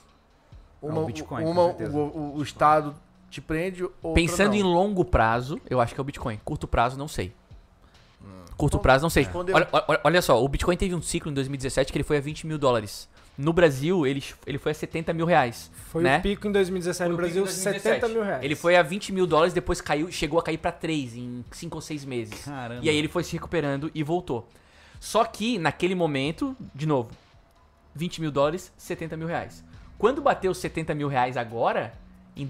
Uma, Não, o Bitcoin, uma- com certeza. o, o- o Estado te prende ou. Pensando em longo prazo, eu acho que é o Bitcoin. Curto prazo, não sei. Curto prazo, não sei. Respondeu. Olha, olha- olha só, o Bitcoin teve um ciclo em 2017 que ele foi a 20 mil dólares. No Brasil, ele, ele foi a 70 mil reais. Foi né? o pico em 2017 Foi no o pico em Brasil, 2017. 70 mil reais. Ele foi a 20 mil dólares, depois caiu, chegou a cair pra 3 em 5 ou 6 meses. Caramba. E aí ele foi se recuperando e voltou. Só que, naquele momento, de novo, 20 mil dólares, 70 mil reais. Quando bateu os 70 mil reais agora, em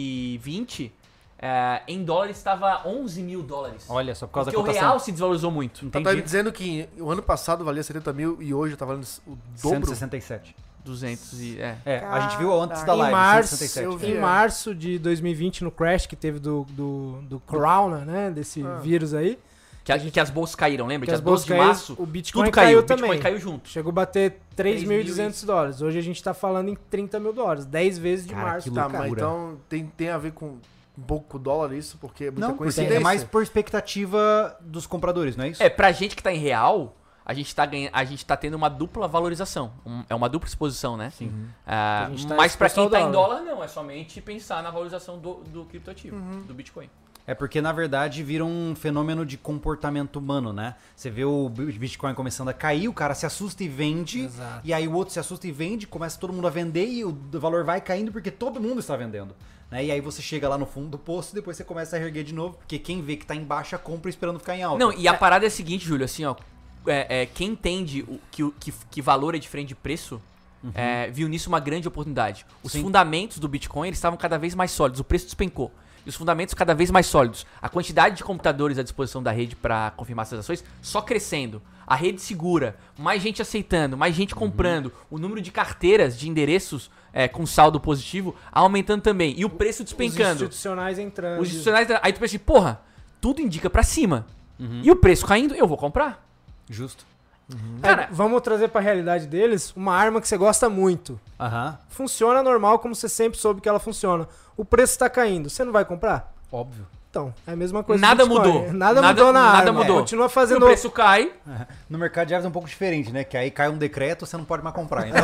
2020, eh, em dólares estava 11 mil dólares. Olha, só por causa Porque da o cotação. real se desvalorizou muito. Tá, tá me dizendo que o ano passado valia 70 mil e hoje tá valendo o dobro. 167. 200 e... É. É, a gente viu antes da em live, março, 167. eu vi É. em março de 2020 no crash que teve do, do, do corona, né? Desse vírus aí. Que Que, a- que as bolsas caíram, lembra? Porque Ah. Dia as bolsas 12 de caíram, março, o Bitcoin tudo caiu, caiu, o Bitcoin também. caiu junto. Chegou a bater 3.200 3.200 dólares. Hoje a gente tá falando em 30 mil dólares. 10 vezes de Cara, março. que Tá, Tá, mas Loucura. então tem, tem a ver com um pouco com o dólar isso, porque é muita Não, porque coincidência. é mais por expectativa dos compradores, não é isso? É, pra gente que tá em real, a gente tá, ganha, a gente tá tendo uma dupla valorização. Um- é uma dupla exposição, né? Sim. A gente tá mas pra exposto ao quem tá em dólar, não. É somente pensar na valorização do, do criptoativo, Uhum. do Bitcoin. É porque, na verdade, vira um fenômeno de comportamento humano, né? Você vê o bi- Bitcoin começando a cair, o cara se assusta e vende. Exato. E aí o outro se assusta e vende, começa todo mundo a vender e o d- valor vai caindo porque todo mundo está vendendo. Né? E aí você chega lá no fundo do poço e depois você começa a erguer de novo, porque quem vê que tá em baixa compra esperando ficar em alta. Não, e a parada é a seguinte, Júlio, assim, ó. É, é, quem entende o, que, o- que, que valor é diferente de preço, é, viu nisso uma grande oportunidade. Os Sim. fundamentos do Bitcoin eles estavam cada vez mais sólidos, o preço despencou. E os fundamentos cada vez mais sólidos. A quantidade de computadores à disposição da rede para confirmar essas ações só crescendo. A rede segura, mais gente aceitando, mais gente comprando. O número de carteiras, de endereços é, com saldo positivo aumentando também. E o preço Os despencando. institucionais entrando. Os institucionais. Aí tu pensa assim, porra, tudo indica pra cima. E o preço caindo, eu vou comprar. Justo. Cara, Cara, vamos trazer pra realidade deles uma arma que você gosta muito. Aham, Funciona normal, como você sempre soube que ela funciona. O preço tá caindo. Você não vai comprar? óbvio. Então, é a mesma coisa. do Nada Bitcoin. mudou. Nada, Nada- mudou na nada arma. mudou. Continua se o fazendo. preço cai, No mercado de aves é um pouco diferente, né? Que aí cai um decreto, você não pode mais comprar. então-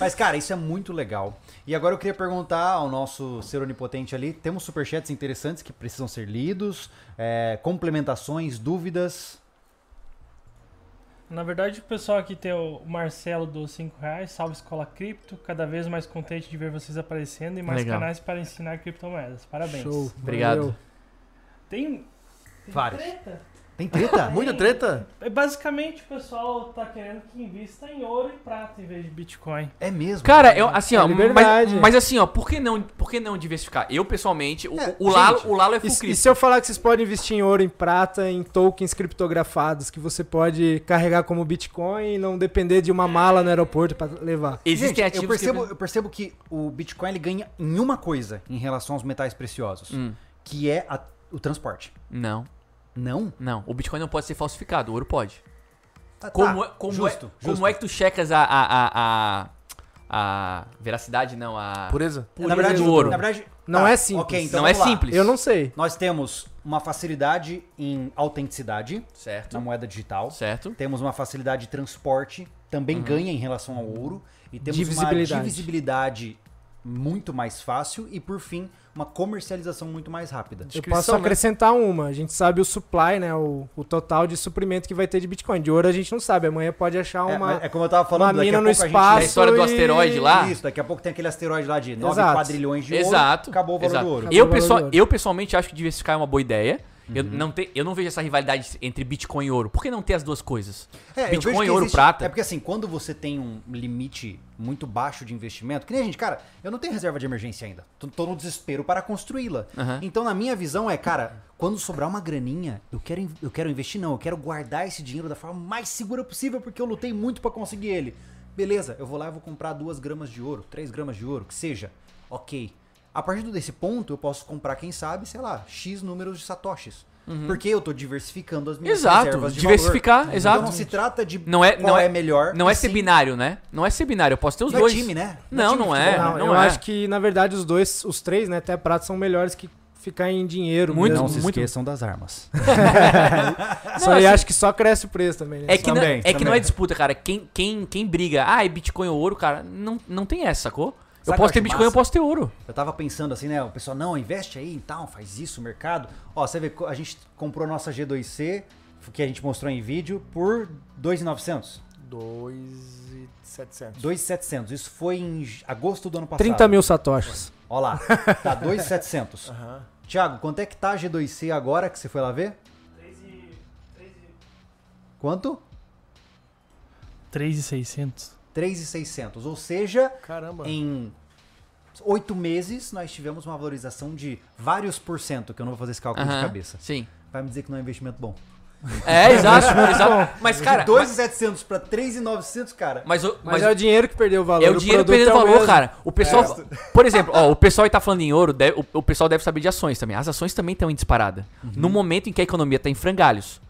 Mas, cara, isso é muito legal. E agora eu queria perguntar ao nosso ser onipotente ali: temos superchats interessantes que precisam ser lidos, é, complementações, dúvidas. Na verdade, o pessoal aqui tem o Marcelo dos 5 reais, salve Escola Cripto, cada vez mais contente de ver vocês aparecendo e mais Legal. canais para ensinar criptomoedas. Parabéns. Show. Obrigado. valeu. Tem Vários. Tem treta? Muita treta? É, Basicamente, o pessoal tá querendo que invista em ouro e prata em vez de Bitcoin. É mesmo. cara, eu, assim, É ó. liberdade. Mas, mas assim, ó, por que não, por que não diversificar? Eu, pessoalmente, o, É, o, Lalo, gente, o Lalo é full E, cripto. e se eu falar que vocês podem investir em ouro, em prata, em tokens criptografados que você pode carregar como Bitcoin e não depender de uma mala no aeroporto pra levar? Existem Gente, ativos eu percebo, eu percebo que o Bitcoin ele ganha em uma coisa em relação aos metais preciosos, Hum. que é a- o transporte. que... Não, Não? não. O Bitcoin não pode ser falsificado, o ouro pode. Tá, Como, tá. é, como, justo, é, justo. como é que tu checas a... a, a, a, a veracidade, não, a... Pureza? na verdade, do ouro. Na verdade, Não tá, é simples. ok, então não é vamos lá. simples. Eu não sei. Nós temos uma facilidade em autenticidade na Certo, moeda digital. certo. Uhum. Temos uma facilidade de transporte, também ganha em relação ao ouro. E temos Divisibilidade. uma divisibilidade muito mais fácil e, por fim, uma comercialização muito mais rápida. Eu Descrição, posso né? acrescentar uma. A gente sabe o supply, né? O, o total de suprimento que vai ter de Bitcoin. De ouro a gente não sabe. Amanhã pode achar É, uma. mas é como eu tava falando, uma daqui a mina no pouco a gente- espaço Da né, história do e- asteroide lá. Isso, daqui a pouco tem aquele asteroide lá de 9 Exato. quadrilhões de ouro. Exato. Acabou o valor exato. do ouro. Acabou o Eu, valor pessoal, do ouro. eu pessoalmente acho que diversificar é uma boa ideia. Eu, Uhum. não te, eu não vejo essa rivalidade entre Bitcoin e ouro. Por que não ter as duas coisas? É, eu vejo Bitcoin, que ouro, existe- prata. É porque assim, quando você tem um limite muito baixo de investimento, que nem a gente, cara, eu não tenho reserva de emergência ainda. Tô, tô no desespero para construí-la. Aham. Então, na minha visão, é, cara, quando sobrar uma graninha, eu quero, in- eu quero investir, não. Eu quero guardar esse dinheiro da forma mais segura possível, porque eu lutei muito para conseguir ele. Beleza, eu vou lá e vou comprar duas gramas de ouro, três gramas de ouro, que seja. Ok. A partir desse ponto, eu posso comprar, quem sabe, sei lá, X números de satoshis. Porque eu tô diversificando as minhas Uhum. Exato, reservas de diversificar, valor. exato. Então não se trata de Não é- qual não é, é- melhor. Não é e ser sim- binário, né? Não é ser binário, eu posso ter os Não é dois. time, né? Não, time de não é. futebol. Não, Não, eu é. acho que, na verdade, os dois, os três, né? Até pratos são melhores que ficar em dinheiro. Muito, mesmo. Não se esqueçam das armas. Só Não, assim- eu acho que só cresce o preço também, né? É que, não- Também, é que não também. é disputa, cara. Quem, quem, quem briga, ah, é Bitcoin ou ouro, cara, não, não tem essa, sacou? Sabe o eu que eu posso ter acho Bitcoin, eu massa? posso ter ouro. Eu tava pensando assim, né? O pessoal, não, investe aí e tal, faz isso, mercado. Ó, você vê, co- a gente comprou nossa G2C, que a gente mostrou em vídeo, por 2,900. 2,700. 2,700. Isso foi em j- agosto do ano passado. 30 mil satoshis. Ó lá, tá 2,700. Aham. Tiago, quanto é que tá a G2C agora que você foi lá ver? Quanto? 3,600. 3,600. Ou seja, Caramba. em oito meses nós tivemos uma valorização de vários por cento, que eu não vou fazer esse cálculo de Aham, cabeça. Sim. Vai me dizer que não é investimento bom. É, exato, exato. Mas, cara, de 2,700 pra 3,900, cara. mas, o- Mas, mas é o dinheiro que perdeu o valor. É o do dinheiro produto perdendo é o valor, mesmo. É. cara. O pessoal, por exemplo, ó, o pessoal que tá falando em ouro, deve- o, o pessoal deve saber de ações também. As ações também estão em disparada. Uhum. No momento em que a economia tá em frangalhos.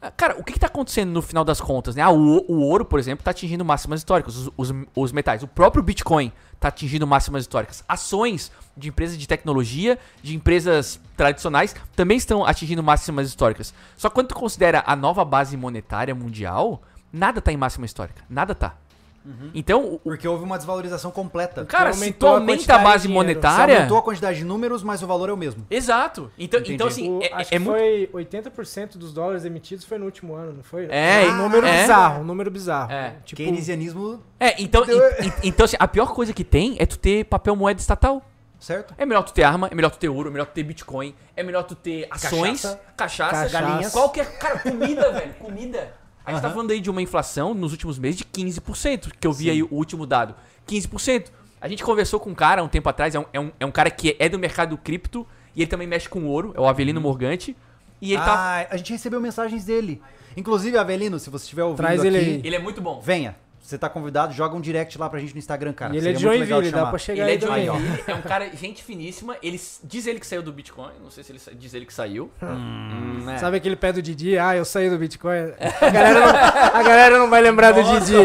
Ah, Cara, o que, que tá acontecendo no final das contas, né? Ah, o, o ouro, por exemplo, tá atingindo máximas históricas. Os, os- os metais. O próprio Bitcoin tá atingindo máximas históricas. Ações de empresas de tecnologia, de empresas tradicionais, também estão atingindo máximas históricas. Só que quando tu considera a nova base monetária mundial, nada tá em máxima histórica. Nada tá. Uhum. Então, o- Porque houve uma desvalorização completa. Cara, se tu aumentou a aumenta a quantidade base de dinheiro, Você monetária. aumentou a quantidade de números, mas o valor é o mesmo. Exato. Então, Entendi. então assim, O- Tipo, é, acho é que muito. foi 80% dos dólares emitidos foi no último ano, não foi? É, Um número é, bizarro, um número bizarro. É. Tipo, Keynesianismo, É, então, e- e- então assim, a pior coisa que tem é tu ter papel moeda estatal. certo? É melhor tu ter arma, é melhor tu ter ouro, é melhor tu ter bitcoin, é melhor tu ter ações, cachaça, Cachaça. Galinhas. qualquer. Cara, comida, velho, comida. A gente tá falando aí de uma inflação nos últimos meses de 15%, que eu vi aí o último dado. 15%. A gente conversou com um cara um tempo atrás, é um, é um, é um cara que é do mercado cripto e ele também mexe com ouro, é o Avelino Morgante. E ele tá. Ah, a gente recebeu mensagens dele. Inclusive, Avelino, se você estiver ouvindo Traz ele aqui, aí. Ele é muito bom. venha. Você tá convidado, joga um direct lá pra gente no Instagram, cara. e ele é de Seria muito legal Joinville, te dá chamar. pra chegar Ele é aí de também. Joinville, é um cara, gente finíssima. Ele s- diz ele que saiu do Bitcoin, não sei se ele sa- diz ele que saiu. Hum, é. Sabe aquele pé do Didi? Ah, eu saí do Bitcoin. A galera não, a galera não vai lembrar do Didi.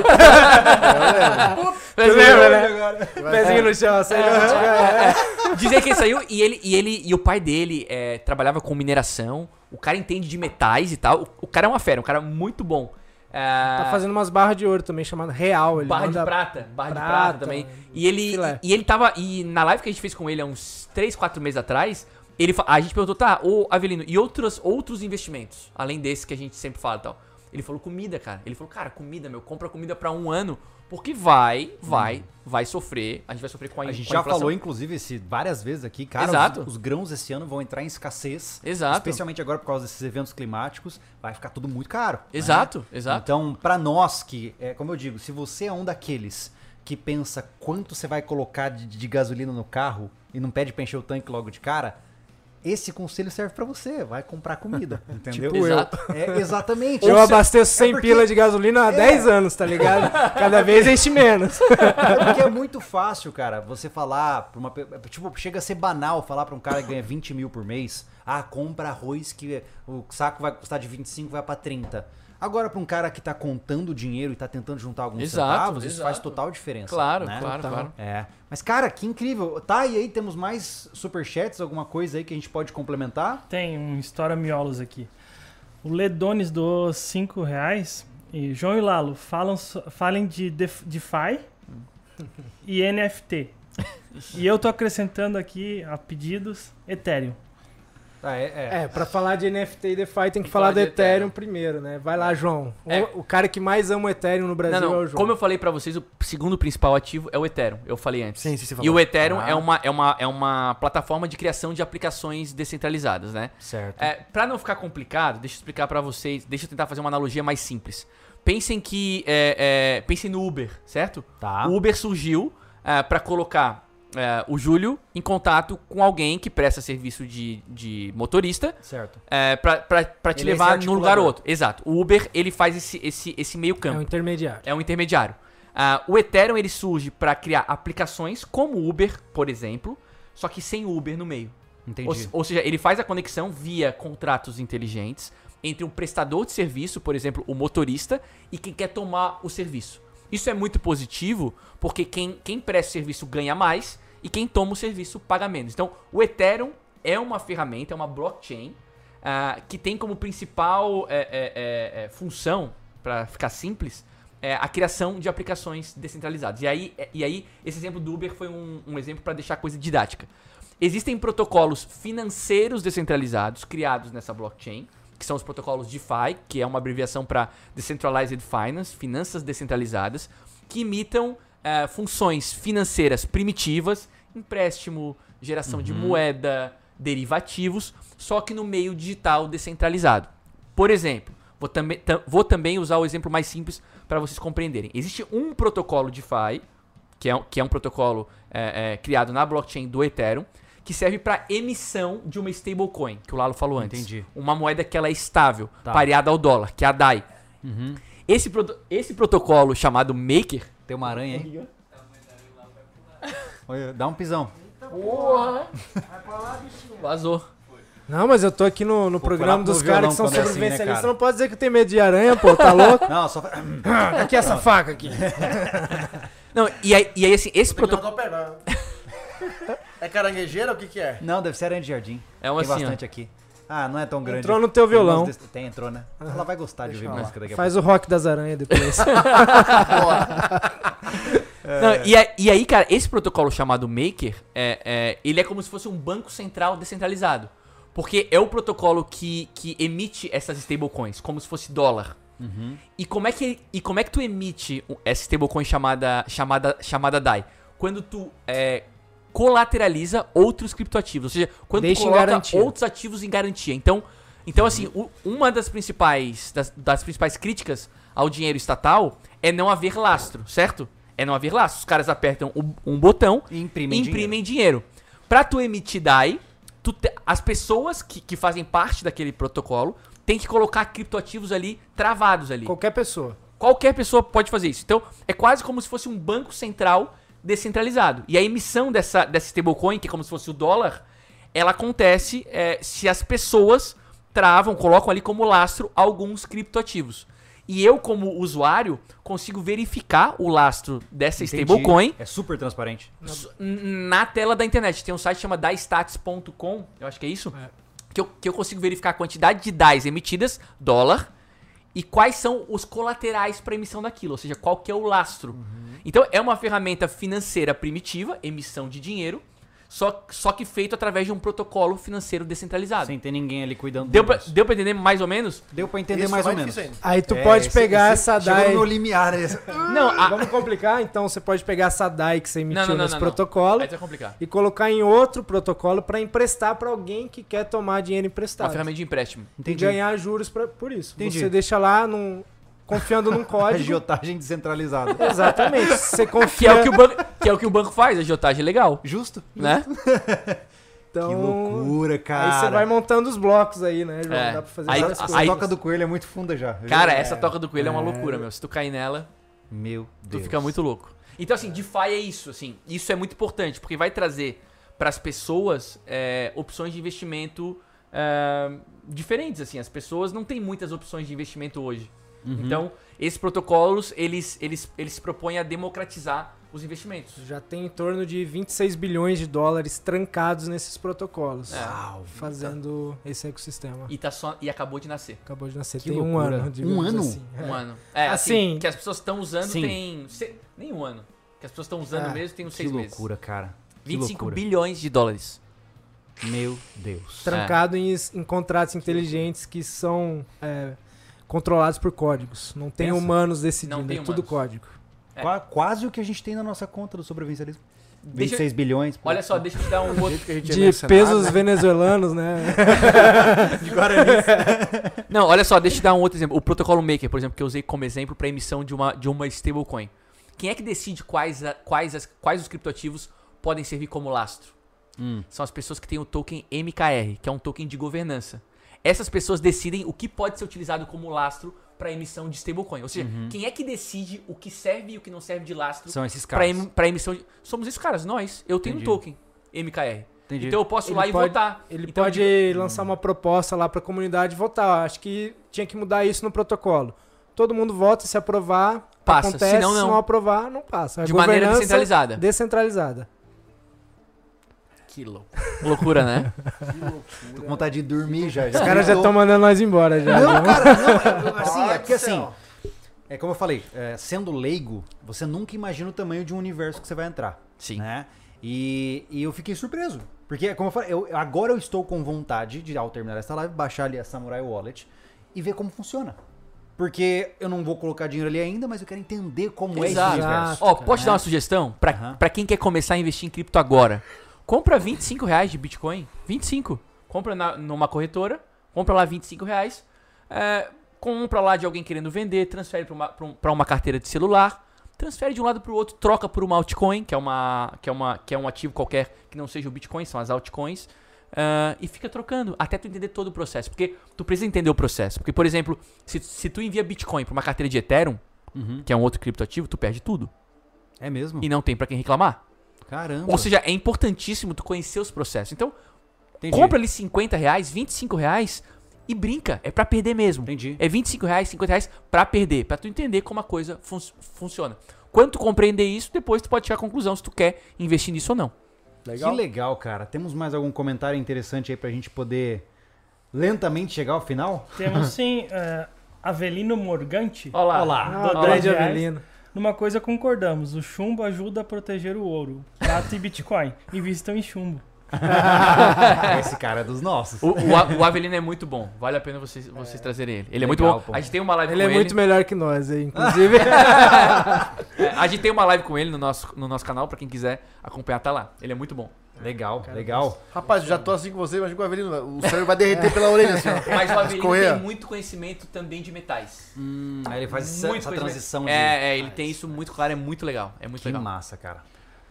Mas, lembra, né? Pezinho no chão, É. é saí do Bitcoin. Diz ele que ele saiu e ele e, ele, e o pai dele é, trabalhava com mineração. O cara entende de metais e tal. O, o cara é uma fera, um cara muito bom. Ah, Tá fazendo umas barras de ouro também, chamado Real. Ele barra manda de prata, barra de prata, prata também. um E ele filé. e ele tava e na live que a gente fez com ele há uns 3, 4 meses atrás, ele fa- a gente perguntou, tá, ô Avelino, e outros outros investimentos, além desse que a gente sempre fala e tal. Ele falou comida, cara. Ele falou, cara, comida, meu, compra comida pra um ano, porque vai, vai, vai sofrer. A gente vai sofrer com a, Hum. A in- gente com já inflação. falou, inclusive, esse, várias vezes aqui, cara. Exato. Os, os grãos esse ano vão entrar em escassez. Exato. Especialmente agora por causa desses eventos climáticos. Vai ficar tudo muito caro. né? Exato, exato. Então, pra nós que, é, como eu digo, se você é um daqueles que pensa quanto você vai colocar de, de gasolina no carro e não pede pra encher o tanque logo de cara, esse conselho serve pra você. Vai comprar comida, entendeu? Tipo eu. Exato. É, exatamente. Eu Ou você- abasteço É 100 porque- pila de gasolina há 10 anos, tá ligado? Cada vez enche menos. É porque é muito fácil, cara, você falar pra uma. pe- Tipo, chega a ser banal falar pra um cara que ganha 20 mil por mês. Ah, compra arroz que o saco vai custar de 25, vai pra 30. Agora, pra um cara que tá contando dinheiro e tá tentando juntar alguns Exato, centavos, isso exato. faz total diferença. Claro, né? claro, Total. claro. É. Mas, cara, que incrível. Tá, e aí temos mais superchats, alguma coisa aí que a gente pode complementar? Tem um História Miolos aqui. O Ledones doou 5 reais. E João e Lalo, falam, so- falem de def- DeFi e NFT. E eu tô acrescentando aqui a pedidos Ethereum. Tá, é. É, pra falar de NFT e DeFi tem que falar do de Ethereum, Ethereum. primeiro, né? Vai lá, João. O- É. O, cara que mais ama o Ethereum no Brasil Não, é o não. João. Como eu falei pra vocês, o segundo principal ativo é o Ethereum. Eu falei antes. Sim, sim, você E falou. o Ethereum é, uma, é, uma, é uma plataforma de criação de aplicações descentralizadas, né? Certo. É, para não ficar complicado, deixa eu explicar pra vocês, deixa eu tentar fazer uma analogia mais simples. Pensem que é, é, pensem no Uber, certo? Tá. O Uber surgiu ah, pra para colocar ah, o Júlio em contato com alguém que presta serviço de, de motorista Certo. é, pra- pra pra te Ele é esse levar num lugar articulador. ou outro. Exato. O Uber ele faz esse esse esse meio É campo. um intermediário. É um intermediário. Ah, o Ethereum ele surge para criar aplicações como o Uber, por exemplo, só que sem o Uber no meio. Entendi. Ou, se- ou seja, ele faz a conexão via contratos inteligentes entre um prestador de serviço, por exemplo, o motorista, e quem quer tomar o serviço. Isso é muito positivo, porque quem, quem presta o serviço ganha mais e quem toma o serviço paga menos. Então, o Ethereum é uma ferramenta, é uma blockchain ah, que tem como principal é, é, é, é, função, para ficar simples, é a criação de aplicações descentralizadas. E aí, é, e aí esse exemplo do Uber foi um, um exemplo para deixar a coisa didática. Existem protocolos financeiros descentralizados criados nessa blockchain, que são os protocolos DeFi, que é uma abreviação para Decentralized Finance, finanças descentralizadas, que imitam eh, funções financeiras primitivas, empréstimo, geração Uhum. de moeda, derivativos, só que no meio digital descentralizado. Por exemplo, vou, também tam- vou também usar o exemplo mais simples para vocês compreenderem. Existe um é, protocolo DeFi, que é, um- que é um protocolo eh, eh, criado na blockchain do Ethereum, que serve para emissão de uma stablecoin, que o Lalo falou antes. Entendi. Uma moeda que ela é estável, Tá. pareada ao dólar, que é a DAI. Uhum. Esse, proto- esse protocolo chamado Maker, Tem uma aranha aí. Olha, Dá um pisão. vazou. Não, mas eu tô aqui no, no Vou programa pular pro dos violão caras que são quando é assim, né, sobrevivencialistas. cara? Não pode dizer que tem medo de aranha, pô, tá louco? Não, só. fa- aqui essa faca aqui. Não, e aí, e aí assim, esse protocolo... protocolo. É caranguejeira ou o que que é? Não, deve ser aranha de jardim. É um Tem assim, ó. bastante aqui. Ah, não é tão grande. Entrou no teu violão. Irmãos desse- Tem, entrou, né? Ela vai gostar de ouvir música daqui a pouco. Faz o rock das aranhas depois. é Não, e, a- e aí, cara, esse protocolo chamado Maker, é, é, ele é como se fosse um banco central descentralizado. Porque é o protocolo que, que emite essas stablecoins, como se fosse dólar. Uhum. E, como é que, e como é que tu emite o- essa stablecoin chamada, chamada, chamada DAI? Quando tu é, colateraliza outros criptoativos. Ou seja, quando Deixa em tu coloca garantia. Uhum. outros ativos em garantia. Então, então assim, o- uma das principais, das, das principais críticas ao dinheiro estatal é não haver lastro, certo? É não haver lastro. Os caras apertam um, um botão E imprimem imprimem dinheiro. Pra tu emitir DAI, tu te- as pessoas que, que fazem parte daquele protocolo têm que colocar criptoativos ali travados ali. Qualquer pessoa. Qualquer pessoa pode fazer isso. Então, é quase como se fosse um banco central descentralizado. E a emissão dessa, dessa stablecoin, que é como se fosse o dólar, ela acontece é, se as pessoas travam, colocam ali como lastro alguns criptoativos. E eu, como usuário, consigo verificar o lastro dessa Entendi. stablecoin É super transparente. s- na tela da internet. Tem um site que chama daistats.com, eu acho que é isso, que, eu, que eu consigo verificar a quantidade de DAIs emitidas, dólar, e quais são os colaterais para emissão daquilo, ou seja, qual que é o lastro. Então é uma ferramenta financeira primitiva, emissão de dinheiro, só, só que feito através de um protocolo financeiro descentralizado. Sem ter ninguém ali cuidando Ah, Deu do pra, negócio. deu pra entender mais ou menos? Deu pra entender Isso mais foi ou menos. difícil ainda. Aí tu É, pode esse- pegar esse- essa Chegou no DAI. meu limiar. esse. Não, a... Vamos complicar? Então você pode pegar essa DAI que você emitiu não, não, nesse não, não. protocolo Aí tu vai complicar. e colocar em outro protocolo pra emprestar pra alguém que quer tomar dinheiro Uma emprestado. ferramenta de empréstimo. E Entendi. ganhar juros pra- por isso. Entendi. Você deixa lá num, confiando num código. Agiotagem descentralizada. Exatamente. Você Que confia. é, o que, o banco, que é o que o banco faz, a agiotagem é legal, Justo? Uhum. né? então, Que loucura, cara. Aí você vai montando os blocos aí, né, João? É. Dá pra fazer Aí- várias Essa coisas. aí- toca do coelho é muito funda já. Cara, essa toca do coelho é, uma loucura, meu. Se tu cair nela, Meu tu Deus. fica muito louco. Então, assim, DeFi é isso, assim. Isso é muito importante, porque vai trazer pras pessoas é, opções de investimento é, diferentes, assim. As pessoas não têm muitas opções de investimento hoje. Uhum. Então, esses protocolos, eles, eles, eles se propõem a democratizar os investimentos. Já tem em torno de 26 bilhões de dólares trancados nesses protocolos. Uau. Fazendo esse ecossistema. E, tá só, e acabou de nascer. Acabou de nascer. Que tem um loucura. ano. Um digamos ano? assim. Um ano. É, assim, Assim, que as pessoas estão usando sim. tem... se- nem um ano. Que as pessoas estão usando Ah, mesmo tem uns Que seis meses. loucura, cara. Que 25 loucura. bilhões de dólares. Meu Deus. Trancado em, em contratos inteligentes que são é, controlados por códigos. Não tem Pensa. humanos decidindo, Não tem é tudo humanos. código. É. Qua- quase o que a gente tem na nossa conta do sobrevivencialismo. Deixa- 26 bilhões. pô. Olha só, deixa eu te dar um outro. é De pesos venezuelanos, né? Não, olha só, deixa eu te dar um outro exemplo. O protocolo Maker, por exemplo, que eu usei como exemplo para emissão de uma, de uma stablecoin. Quem é que decide quais, a- quais, as- quais os criptoativos podem servir como lastro? Hum. São as pessoas que têm o token MKR, que é um token de governança. Essas pessoas decidem o que pode ser utilizado como lastro para emissão de stablecoin. Ou seja, quem é que decide o que serve e o que não serve de lastro Uhum. São esses para caras. em, pra emissão de. Somos esses caras, nós. Eu tenho Entendi. um token MKR. Entendi. Então eu posso ir Ele lá pode- e votar. Ele Então, pode lançar uma proposta lá pra comunidade votar. Acho que tinha que mudar isso no protocolo. Todo mundo vota, se aprovar, Passa. acontece. Se não, não. Se não aprovar, não passa. É De maneira governança descentralizada. Descentralizada. Que louco. Loucura, né? Tô com vontade de dormir já. Os caras já estão mandando nós embora já. Não, né? cara, não. é- Assim, é Papai que do céu. assim. É como eu falei, é, sendo leigo, você nunca imagina o tamanho de um universo que você vai entrar. Sim. né? E, e eu fiquei surpreso. Porque, como eu falei, eu- agora eu estou com vontade de, ao terminar essa live, baixar ali a Samurai Wallet e ver como funciona. Porque eu não vou colocar dinheiro ali ainda, mas eu quero entender como Exato. é esse universo. Ó, cara, posso te dar uma sugestão? Pra, Aham. pra quem quer começar a investir em cripto agora. Compra 25 reais de Bitcoin. 25. Compra na- numa corretora. Compra lá 25 reais. É, compra lá de alguém querendo vender. Transfere pra uma, pra um- pra uma carteira de celular. transfere de um lado para o outro, troca por uma altcoin, que é, uma, que, é uma, que é um ativo qualquer que não seja o Bitcoin, são as altcoins, ah, e fica trocando até tu entender todo o processo. Porque tu precisa entender o processo. Porque, por exemplo, se, se tu envia Bitcoin para uma carteira de Ethereum, que é um outro criptoativo, tu perde tudo. É mesmo? E não tem para quem reclamar. Caramba. Ou seja, é importantíssimo tu conhecer os processos. Então, Entendi. compra ali 50 reais, 25 reais e brinca. É pra perder mesmo. Entendi. É 25 reais, 50 reais pra perder, pra tu entender como a coisa fun- funciona. Quando tu compreender isso, depois tu pode chegar à conclusão se tu quer investir nisso ou não. Que legal, cara. Temos mais algum comentário interessante aí pra gente poder lentamente chegar ao final? Temos sim eh, Avelino Morgante. Olá. Ah, Ah, do o grande 10 reais. Avelino. Numa coisa concordamos, o chumbo ajuda a proteger o ouro, prata e Bitcoin. Invistam em chumbo. Esse cara é dos nossos. O, o A- o Avelino é muito bom. Vale a pena vocês, vocês trazerem ele. Ele é muito Legal, bom. pô. A gente tem uma live Ele é com muito ele. melhor que nós, hein, inclusive. É, a gente tem uma live com ele no nosso, no nosso canal, pra quem quiser acompanhar, tá lá. Ele é muito bom. Legal, legal. Rapaz, eu já tô assim com você, imagina com o Avelino. O cérebro vai É. derreter pela orelha, assim, ó. Mas o Avelino Escorrer. tem muito conhecimento também de metais. Hum, aí ele faz essa, Muito essa conhecimento. transição de... É, é, ele tem isso muito claro, é muito legal. É muito Que legal. massa, cara.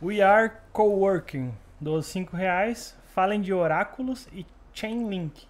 We are coworking, dos 5 reais. Falem de oráculos e Chainlink.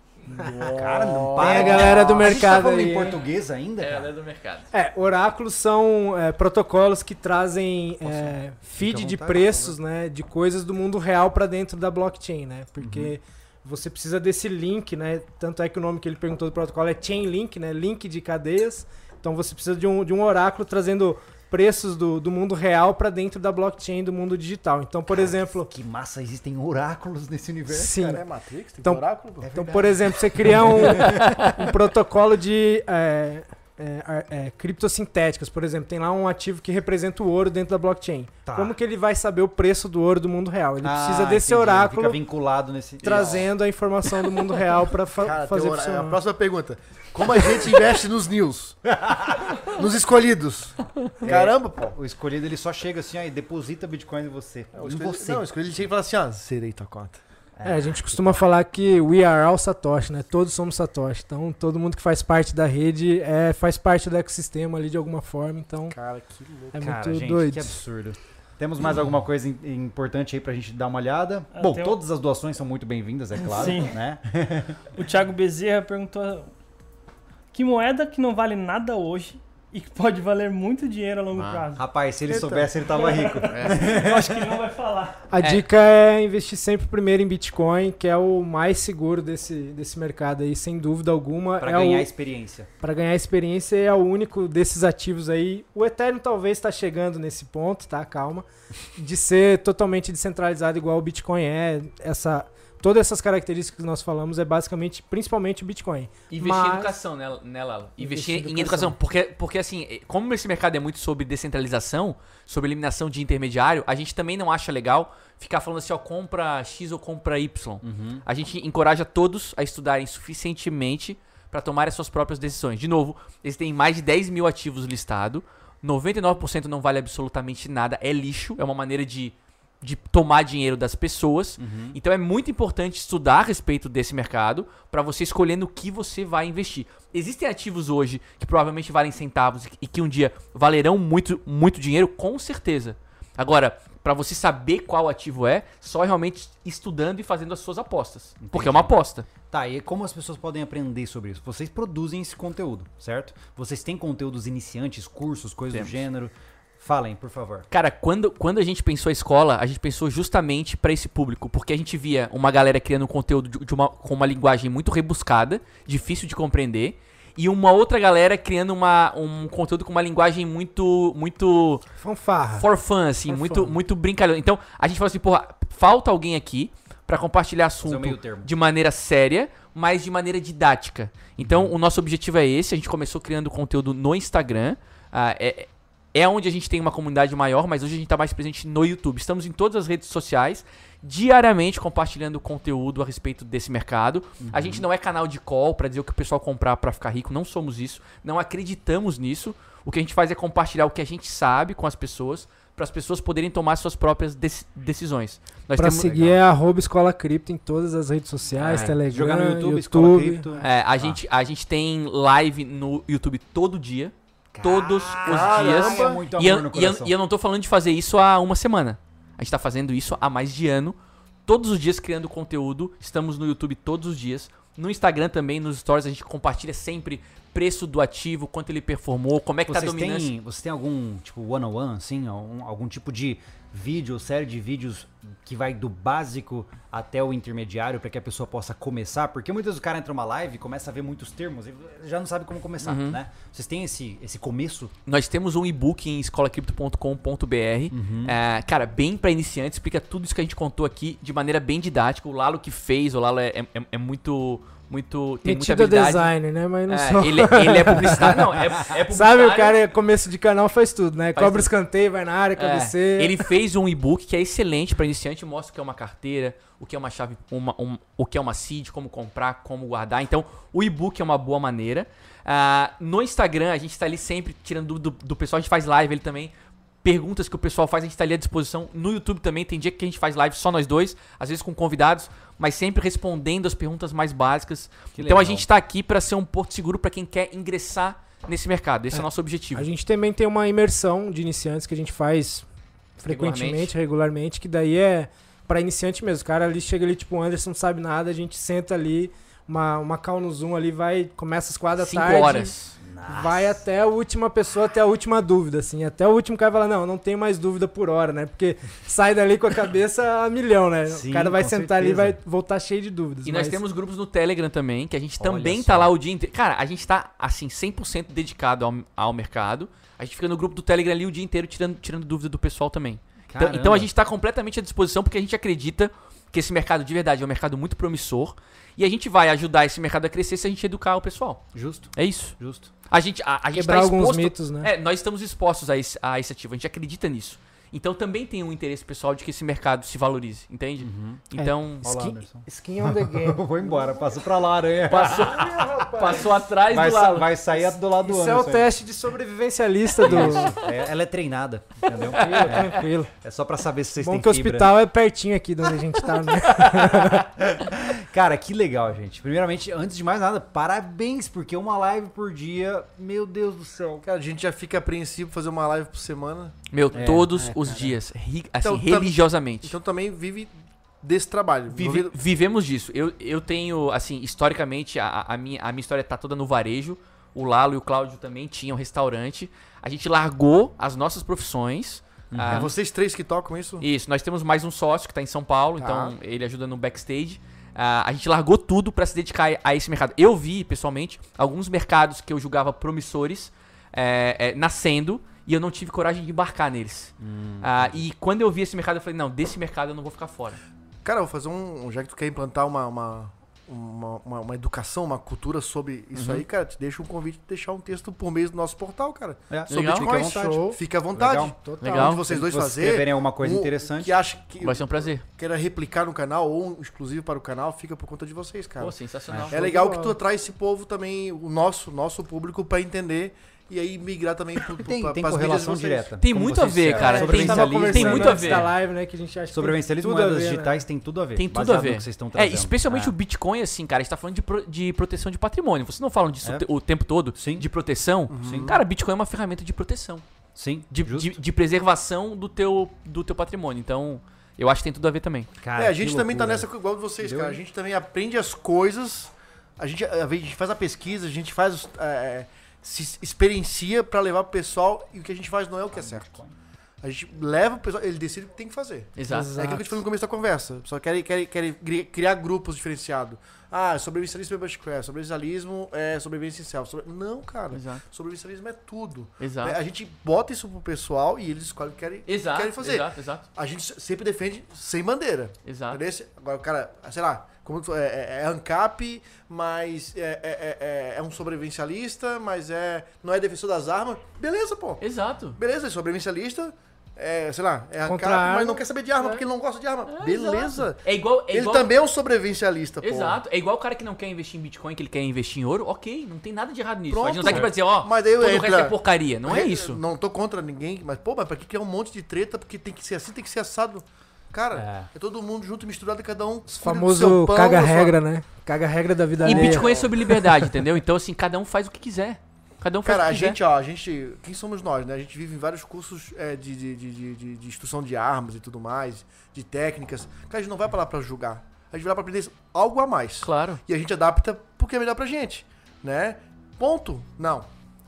Cara, não Tem para. a galera do A gente tá mercado falando em aí. hein? português ainda, É, cara? ela é do mercado. É, oráculos são é, protocolos que trazem é, feed Fica à de vontade, preços, né, de coisas do mundo real para dentro da blockchain, né? Uhum. Porque você precisa desse link, né? Tanto é que o nome que ele perguntou do protocolo é Chain Link, né? Link de cadeias. Então você precisa de um, de um oráculo trazendo preços do, do mundo real para dentro da blockchain do mundo digital. Então, por exemplo, Que massa, existem oráculos nesse universo, Sim. cara. É Matrix, tem Então- oráculo, É pô. Então, por exemplo, você criar um, um protocolo de é, é, ar- é, criptossintéticas, por exemplo, tem lá um ativo que representa o ouro dentro da blockchain. Tá. Como que ele vai saber o preço do ouro do mundo real? Ele Ah, precisa desse entendi, ele oráculo Fica vinculado nesse... trazendo a informação do mundo real para fazer um- Cara, tem é hora- funcionar. a próxima pergunta. Como a gente investe nos news? nos escolhidos? Caramba, pô. É, O escolhido, ele só chega assim, ó, e deposita Bitcoin em você. É, O em escolhido- você. Não, o escolhido chega e fala assim, ó, serei tua conta. É, a gente costuma falar que we are all Satoshi, né? Todos somos Satoshi. Então, todo mundo que faz parte da rede é, faz parte do ecossistema ali de alguma forma. Então, Cara, que louco. é Cara, muito gente, doido. que absurdo. Temos mais alguma coisa im- importante aí pra gente dar uma olhada? Ah, Bom, tem um- todas as doações são muito bem-vindas, é claro, Sim. né? O Thiago Bezerra perguntou: Que moeda que não vale nada hoje e que pode valer muito dinheiro a longo Ah, prazo? Rapaz, se ele soubesse, ele tava rico. Eu acho que ele não vai falar. A dica é investir sempre primeiro em Bitcoin, que é o mais seguro desse, desse mercado aí, sem dúvida alguma. Pra é ganhar o- experiência. pra ganhar experiência é o único desses ativos aí. O Ethereum talvez está chegando nesse ponto, tá? Calma. De ser totalmente descentralizado igual o Bitcoin é. Essa, todas essas características que nós falamos é basicamente, principalmente o Bitcoin. Investir em Mas- educação, né, né Lalo? Investir, Investir em em educação. Porque, porque, assim, eh, como esse mercado é muito sobre descentralização, sobre eliminação de intermediário, a gente também não acha legal ficar falando assim, ó, compra X ou compra Y. A gente encoraja todos a estudarem suficientemente para tomarem as suas próprias decisões. De novo, eles têm mais de 10 mil ativos listados, 99% não vale absolutamente nada, é lixo, é uma maneira de, de tomar dinheiro das pessoas. Então é muito importante estudar a respeito desse mercado para você escolher no que você vai investir. Existem ativos hoje que provavelmente valem centavos e que- e que um dia valerão muito, muito dinheiro, com certeza. Agora, para você saber qual ativo é, só realmente estudando e fazendo as suas apostas. Porque é uma aposta. Tá, e como as pessoas podem aprender sobre isso? Vocês produzem esse conteúdo, certo? Vocês têm conteúdos iniciantes, cursos, coisas Temos. do gênero. Falem, por favor. Cara, quando, quando a gente pensou a escola, a gente pensou justamente pra esse público, porque a gente via uma galera criando um conteúdo de- de uma- com uma linguagem muito rebuscada, difícil de compreender, e uma outra galera criando uma, um conteúdo com uma linguagem muito muito Fanfarra. for fun, assim, Ah, For muito fun. muito brincalhão. Então a gente falou assim, porra, falta alguém aqui pra compartilhar Fazer o assunto meio termo. de maneira séria, mas de maneira didática. Então, o nosso objetivo é esse. A gente começou criando conteúdo no Instagram. Ah, é, é onde a gente tem uma comunidade maior, mas hoje a gente está mais presente no YouTube. Estamos em todas as redes sociais, diariamente compartilhando conteúdo a respeito desse mercado. A gente não é canal de call para dizer o que o pessoal comprar para ficar rico. Não somos isso. Não acreditamos nisso. O que a gente faz é compartilhar o que a gente sabe com as pessoas, para as pessoas poderem tomar suas próprias deci- decisões. Nós Pra temos- seguir é arroba Escola Cripto em todas as redes sociais, É, Telegram, Jogar no YouTube, YouTube. Ah. Escola Cripto. É, a, gente, a gente tem live no YouTube todo dia. todos os dias. É muito amor E eu, no e eu- coração. e eu não tô falando de fazer isso há uma semana. A gente tá fazendo isso há mais de ano. Todos os dias criando conteúdo. Estamos no YouTube todos os dias. No Instagram também, nos stories, a gente compartilha sempre preço do ativo, quanto ele performou, como é que tá Vocês a dominância. têm, vocês têm algum tipo one-on-one, assim? Algum, algum tipo de vídeo, série de vídeos que vai do básico até o intermediário pra que a pessoa possa começar? Porque muitas vezes o cara entra numa live e começa a ver muitos termos e já não sabe como começar, Uhum. né? Vocês têm esse, esse começo? Nós temos um e-book em escolacripto.com.br. Uhum. É, cara, bem pra iniciante, explica tudo isso que a gente contou aqui de maneira bem didática. O Lalo que fez, o Lalo é, é- é muito. muito tem Metido muita a habilidade. design, né? Mas não É, sou. ele, ele é publicitário. Não, é, é publicitário. Sabe, o cara, é começo de canal, faz tudo, né? Cobra tudo. escanteio, vai na área, É, cabeceia. ele fez um e-book que é excelente para iniciante, mostra o que é uma carteira, o que é uma chave, uma- um- o que é uma seed, como comprar, como guardar. Então, o e-book é uma boa maneira. Ah, no Instagram, a gente tá ali sempre tirando dúvida do, do pessoal, a gente faz live ele também. Perguntas que o pessoal faz, a gente tá ali à disposição. No YouTube também, tem dia que a gente faz live só nós dois, às vezes com convidados, mas sempre respondendo as perguntas mais básicas. Que então a legal. gente tá aqui para ser um porto seguro para quem quer ingressar nesse mercado. Esse é, o nosso objetivo. A gente também tem uma imersão de iniciantes que a gente faz frequentemente, Regularmente. regularmente, que daí é pra iniciante mesmo. O cara ali chega ali, tipo, o Anderson não sabe nada, a gente senta ali, uma, uma call no Zoom ali, vai, começa às quatro da Cinco tá tarde. horas. Vai até a última pessoa, até a última dúvida, assim. Até o último cara vai falar, não, não tenho mais dúvida por hora, né? Porque sai dali com a cabeça a milhão, né? Sim, o cara vai com sentar ali e certeza. vai voltar cheio de dúvidas. E nós mas- temos grupos no Telegram também, que a gente Olha também só. tá lá o dia inteiro. Cara, a gente tá, assim, 100% dedicado ao, ao mercado. A gente fica no grupo do Telegram ali o dia inteiro tirando, tirando dúvida do pessoal também. Então, Caramba. então a gente tá completamente à disposição porque a gente acredita que esse mercado de verdade é um mercado muito promissor. E a gente vai ajudar esse mercado a crescer se a gente educar o pessoal. Justo, É isso. justo. A gente, a, a gente Quebrar tá alguns exposto, mitos, né? é, nós estamos expostos a esse, a esse ativo, a gente acredita nisso. Então também tem um interesse pessoal de que esse mercado se valorize, entende? Então, Olha lá, Skin- Anderson. Skin on the game. Eu vou embora, passo pra lá, aranha. passou, passou atrás Vai, do sa- lado. vai sair do lado do Isso é o Anderson. teste de sobrevivencialista do... É, ela é treinada, entendeu? É, Tranquilo. é só pra saber se vocês Bom têm que o fibra. hospital é pertinho aqui de onde a gente tá, né? Cara, que legal, gente. Primeiramente, antes de mais nada, parabéns, porque uma live por dia, meu Deus do céu. Cara, a gente já fica apreensivo fazer uma live por semana. Meu, É, todos é, os cara. dias, ri- assim, Então, tá- religiosamente. Então também vive desse trabalho. Vive- Envolvido- vivemos disso. Eu, eu tenho, assim, historicamente, a, a, minha, a minha história tá toda no varejo. O Lalo e o Cláudio também tinham restaurante. A gente largou as nossas profissões. Uhum. ah, É vocês três que tocam isso? Isso, nós temos mais um sócio que tá em São Paulo, Tá. então ele ajuda no backstage. Ah, a gente largou tudo para se dedicar a esse mercado. Eu vi, pessoalmente, alguns mercados que eu julgava promissores eh, eh, nascendo e eu não tive coragem de embarcar neles. Hum. Ah, e quando eu vi esse mercado, eu falei: não, desse mercado eu não vou ficar fora. Cara, eu vou fazer um. Já que tu quer implantar uma, uma, uma, uma- uma educação, uma cultura sobre isso aí, cara, te deixa um convite de deixar um texto por mês do nosso portal, cara. É, Sobre legal. Fica Bitcoin. à vontade. Show. Fica à vontade. Legal. Total. Legal. Um de vocês dois Se vocês fazer. escreverem alguma coisa um interessante. Que acha que Vai ser um prazer. queira replicar no canal ou um exclusivo para o canal, fica por conta de vocês, Tá. cara. Pô, sensacional. É legal que tu atrai esse povo também, o nosso, nosso público, pra entender e aí migrar também pro, pro, Tem, pra- tem pras mídias correlação de vocês. direta. Tem como muito a vocês ver, disseram. cara. a gente tava Sobrevivencialismo, tem muito conversando a né? antes ver. da live, né? Que a gente acha que Sobrevivencialismo tudo a moedas ver, né? digitais tem tudo a ver. Tem tudo baseado a ver. No que vocês estão é, trazendo. especialmente É. o Bitcoin, assim, cara, a gente tá falando de, pro- de proteção de patrimônio. Vocês não falam disso É. o te- o tempo todo? Sim. Uhum. De proteção? Sim. Cara, Bitcoin é uma ferramenta de proteção. Sim, de, justo. de, de preservação do teu, do teu patrimônio. Então, eu acho que tem tudo a ver também. Cara, é, a que gente também tá loucura. nessa co- igual de vocês, Deu, cara. A né? gente também aprende as coisas, a gente, a gente faz a pesquisa, a gente faz os- é, se experiencia pra levar pro pessoal e o que a gente faz não é o que é certo. A gente leva o pessoal, ele decide o que tem que fazer. Exato. É aquilo que eu te falei no começo da conversa. Só querem, querem, querem gri- criar grupos diferenciados. Ah, sobrevivencialismo é Bushcraft, sobrevivencialismo é sobrevivência em self. Sobre... Não, cara. Exato. Sobrevivencialismo é tudo. Exato. É, A gente bota isso pro pessoal e eles escolhem o que querem, Exato. querem fazer. Exato, Tá. exato, A gente se- sempre defende sem bandeira. exato. Entendeu? Esse- Agora, o cara, sei lá, como tu- é, é, é ANCAP, mas é, é- é- é- é um sobrevivencialista, mas é, não é defensor das armas. Beleza, pô. Exato. Beleza, é sobrevivencialista, é, sei lá, é Contra ANCAP, a arma. mas não quer saber de É. arma porque ele não gosta de arma. Beleza. É igual. É Ele igual... também é um sobrevivencialista, pô. Exato. É igual o cara que não quer investir em Bitcoin, que ele quer investir em ouro. Ok, não tem nada de errado nisso. a gente não tá Pronto. aqui pra dizer, ó, Mas daí todo o entra- resto é porcaria. Não é isso. Não tô contra ninguém, mas, pô, mas pra que criar um monte de treta? Porque tem que ser assim, tem que ser assado. Cara, é, todo mundo junto, misturado, cada um. O famoso caga-regra, né? Caga-regra da vida E é alheia. Bitcoin é sobre liberdade, entendeu? Então, assim, cada um faz o que quiser. Cada um faz Cara, o a que quiser. gente, ó, a gente. Quem somos nós, né? A gente vive em vários cursos é, de, de, de, de- de- de instrução de armas e tudo mais, de técnicas. Cara, a gente não vai pra lá pra julgar. A gente vai lá pra aprender algo a mais. Claro. E a gente adapta porque é melhor pra gente, né? Ponto? Não.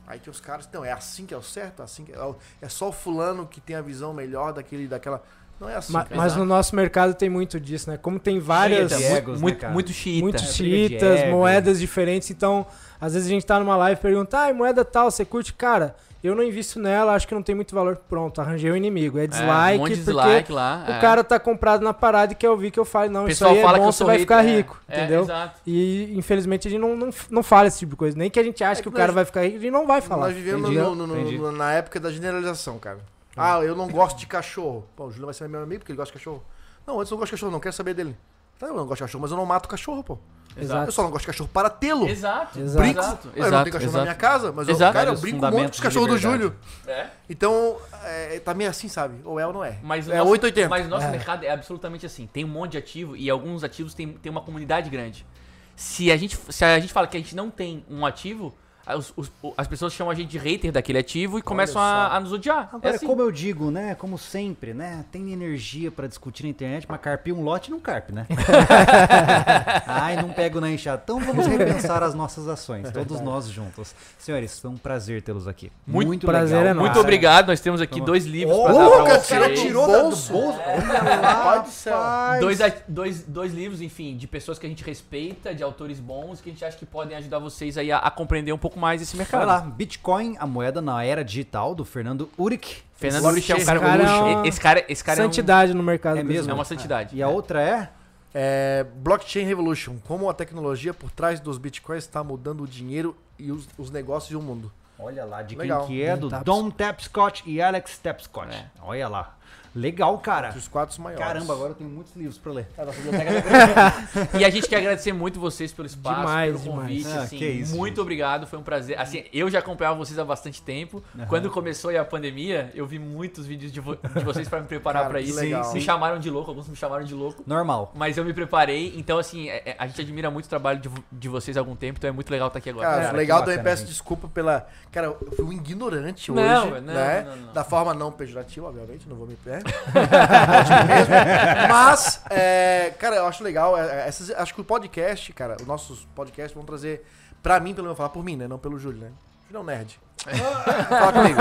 Aí tem os caras, não, é assim que é o certo, é assim que é, o- é só o fulano que tem a visão melhor daquele, daquela. Não é assim. Ma- cara. Mas no nosso mercado tem muito disso, né? Como tem várias. Chiita, Muito- egos, né, muito, cara? muito um xiita. Muitos É, briga de chiitas, ego. moedas diferentes. Então, às vezes a gente tá numa live e pergunta, ah, moeda tal, você curte? Cara, eu não invisto nela, acho que não tem muito valor. Pronto, arranjei o inimigo. É dislike, é, um monte de porque dislike lá. o é. cara tá comprado na parada e quer ouvir que eu fale, não, o isso pessoal aí é fala bom, que eu você sou vai hater, ficar é. rico, É, entendeu? exato. E infelizmente a gente não, não, não fala esse tipo de coisa. Nem que a gente ache É que o que cara nós- vai ficar rico, a gente não vai falar. Nós vivemos Entendi. no- no- no- Entendi. no- na época da generalização, cara. Ah, eu não gosto de cachorro. Pô, o Júlio vai ser meu amigo porque ele gosta de cachorro. Não, antes eu não gosto de cachorro, não quero saber dele. Tá, eu não gosto de cachorro, mas eu não mato cachorro, pô. Exato. Eu só não gosto de cachorro para tê-lo. Exato. Exato. Brinco. Exato. eu não tenho Exato. cachorro na minha exato. casa, mas eu, Exato. cara, eu Os brinco muito com fundamentos os de cachorros do liberdade. Júlio. É. Então, é, tá meio assim, sabe? Ou é ou não é. Mas o é nosso- 880. Mas o nosso mercado é absolutamente assim. Tem um monte de ativo e alguns ativos têm tem uma comunidade grande. Se a, gente, se a gente fala que a gente não tem um ativo, as, os- as pessoas chamam a gente de hater daquele ativo e começam a, só. a nos odiar. Agora, é assim. como eu digo, né? Como sempre, né? Tem energia pra discutir na internet, mas carpir um lote não carpe, né? Ai, não pego na enxada. Então vamos repensar as nossas É ações, todos nós juntos. Senhores, foi um prazer tê-los aqui. Muito prazer legal. é nosso. Muito obrigado. Nós temos aqui Toma. dois livros Ô, pra dar pra cara, o vocês. cara tirou do bolso. Olha lá, Pai do céu. Dois, a- dois, dois livros, enfim, de pessoas que a gente respeita, de autores bons, que a gente acha que podem ajudar vocês aí a, a compreender um pouco mais esse Vai mercado. lá, Bitcoin, a moeda na era digital, do Fernando Uric. Fernando Luxo Esse é um cara, cara é luxo. uma Esse cara, esse cara um Santidade no mercado. É do é, um, mesmo? é uma E santidade. a outra é? É, Blockchain Revolution. Como a tecnologia por trás dos bitcoins está mudando o dinheiro e os, os negócios e o mundo. Olha lá, de Legal. quem que é, Don do Tapscott. Don Tapscott e Alex Tapscott. É. Olha lá. Legal, cara. Entre os quatro maiores. Caramba, agora eu tenho muitos livros pra ler. E a gente quer agradecer muito vocês pelo espaço, Demais, pelo demais. convite. Ah, assim, que isso, muito obrigado, foi um prazer. Assim, eu já acompanhava vocês há bastante tempo. Quando começou aí a pandemia, eu vi muitos vídeos de, vo- de vocês pra me preparar Cara, pra que isso. legal. Me chamaram de louco, alguns me chamaram de louco. Normal. Mas eu me preparei, então assim, é- é- a gente admira muito o trabalho de, vo- de vocês há algum tempo, então é muito legal estar aqui agora. Cara, Cara, que legal bacana, também, peço gente. desculpa pela. Cara, eu fui um ignorante Não, não, hoje. né? não, não. Da forma não pejorativa, obviamente, não vou me pé. Mas, é, cara, eu acho legal. é, é, essas- acho que o podcast, cara, os nossos podcasts vão trazer. Pra mim, pelo menos, falar por mim, né? Não pelo Júlio, né? Júlio é um nerd. Fala comigo.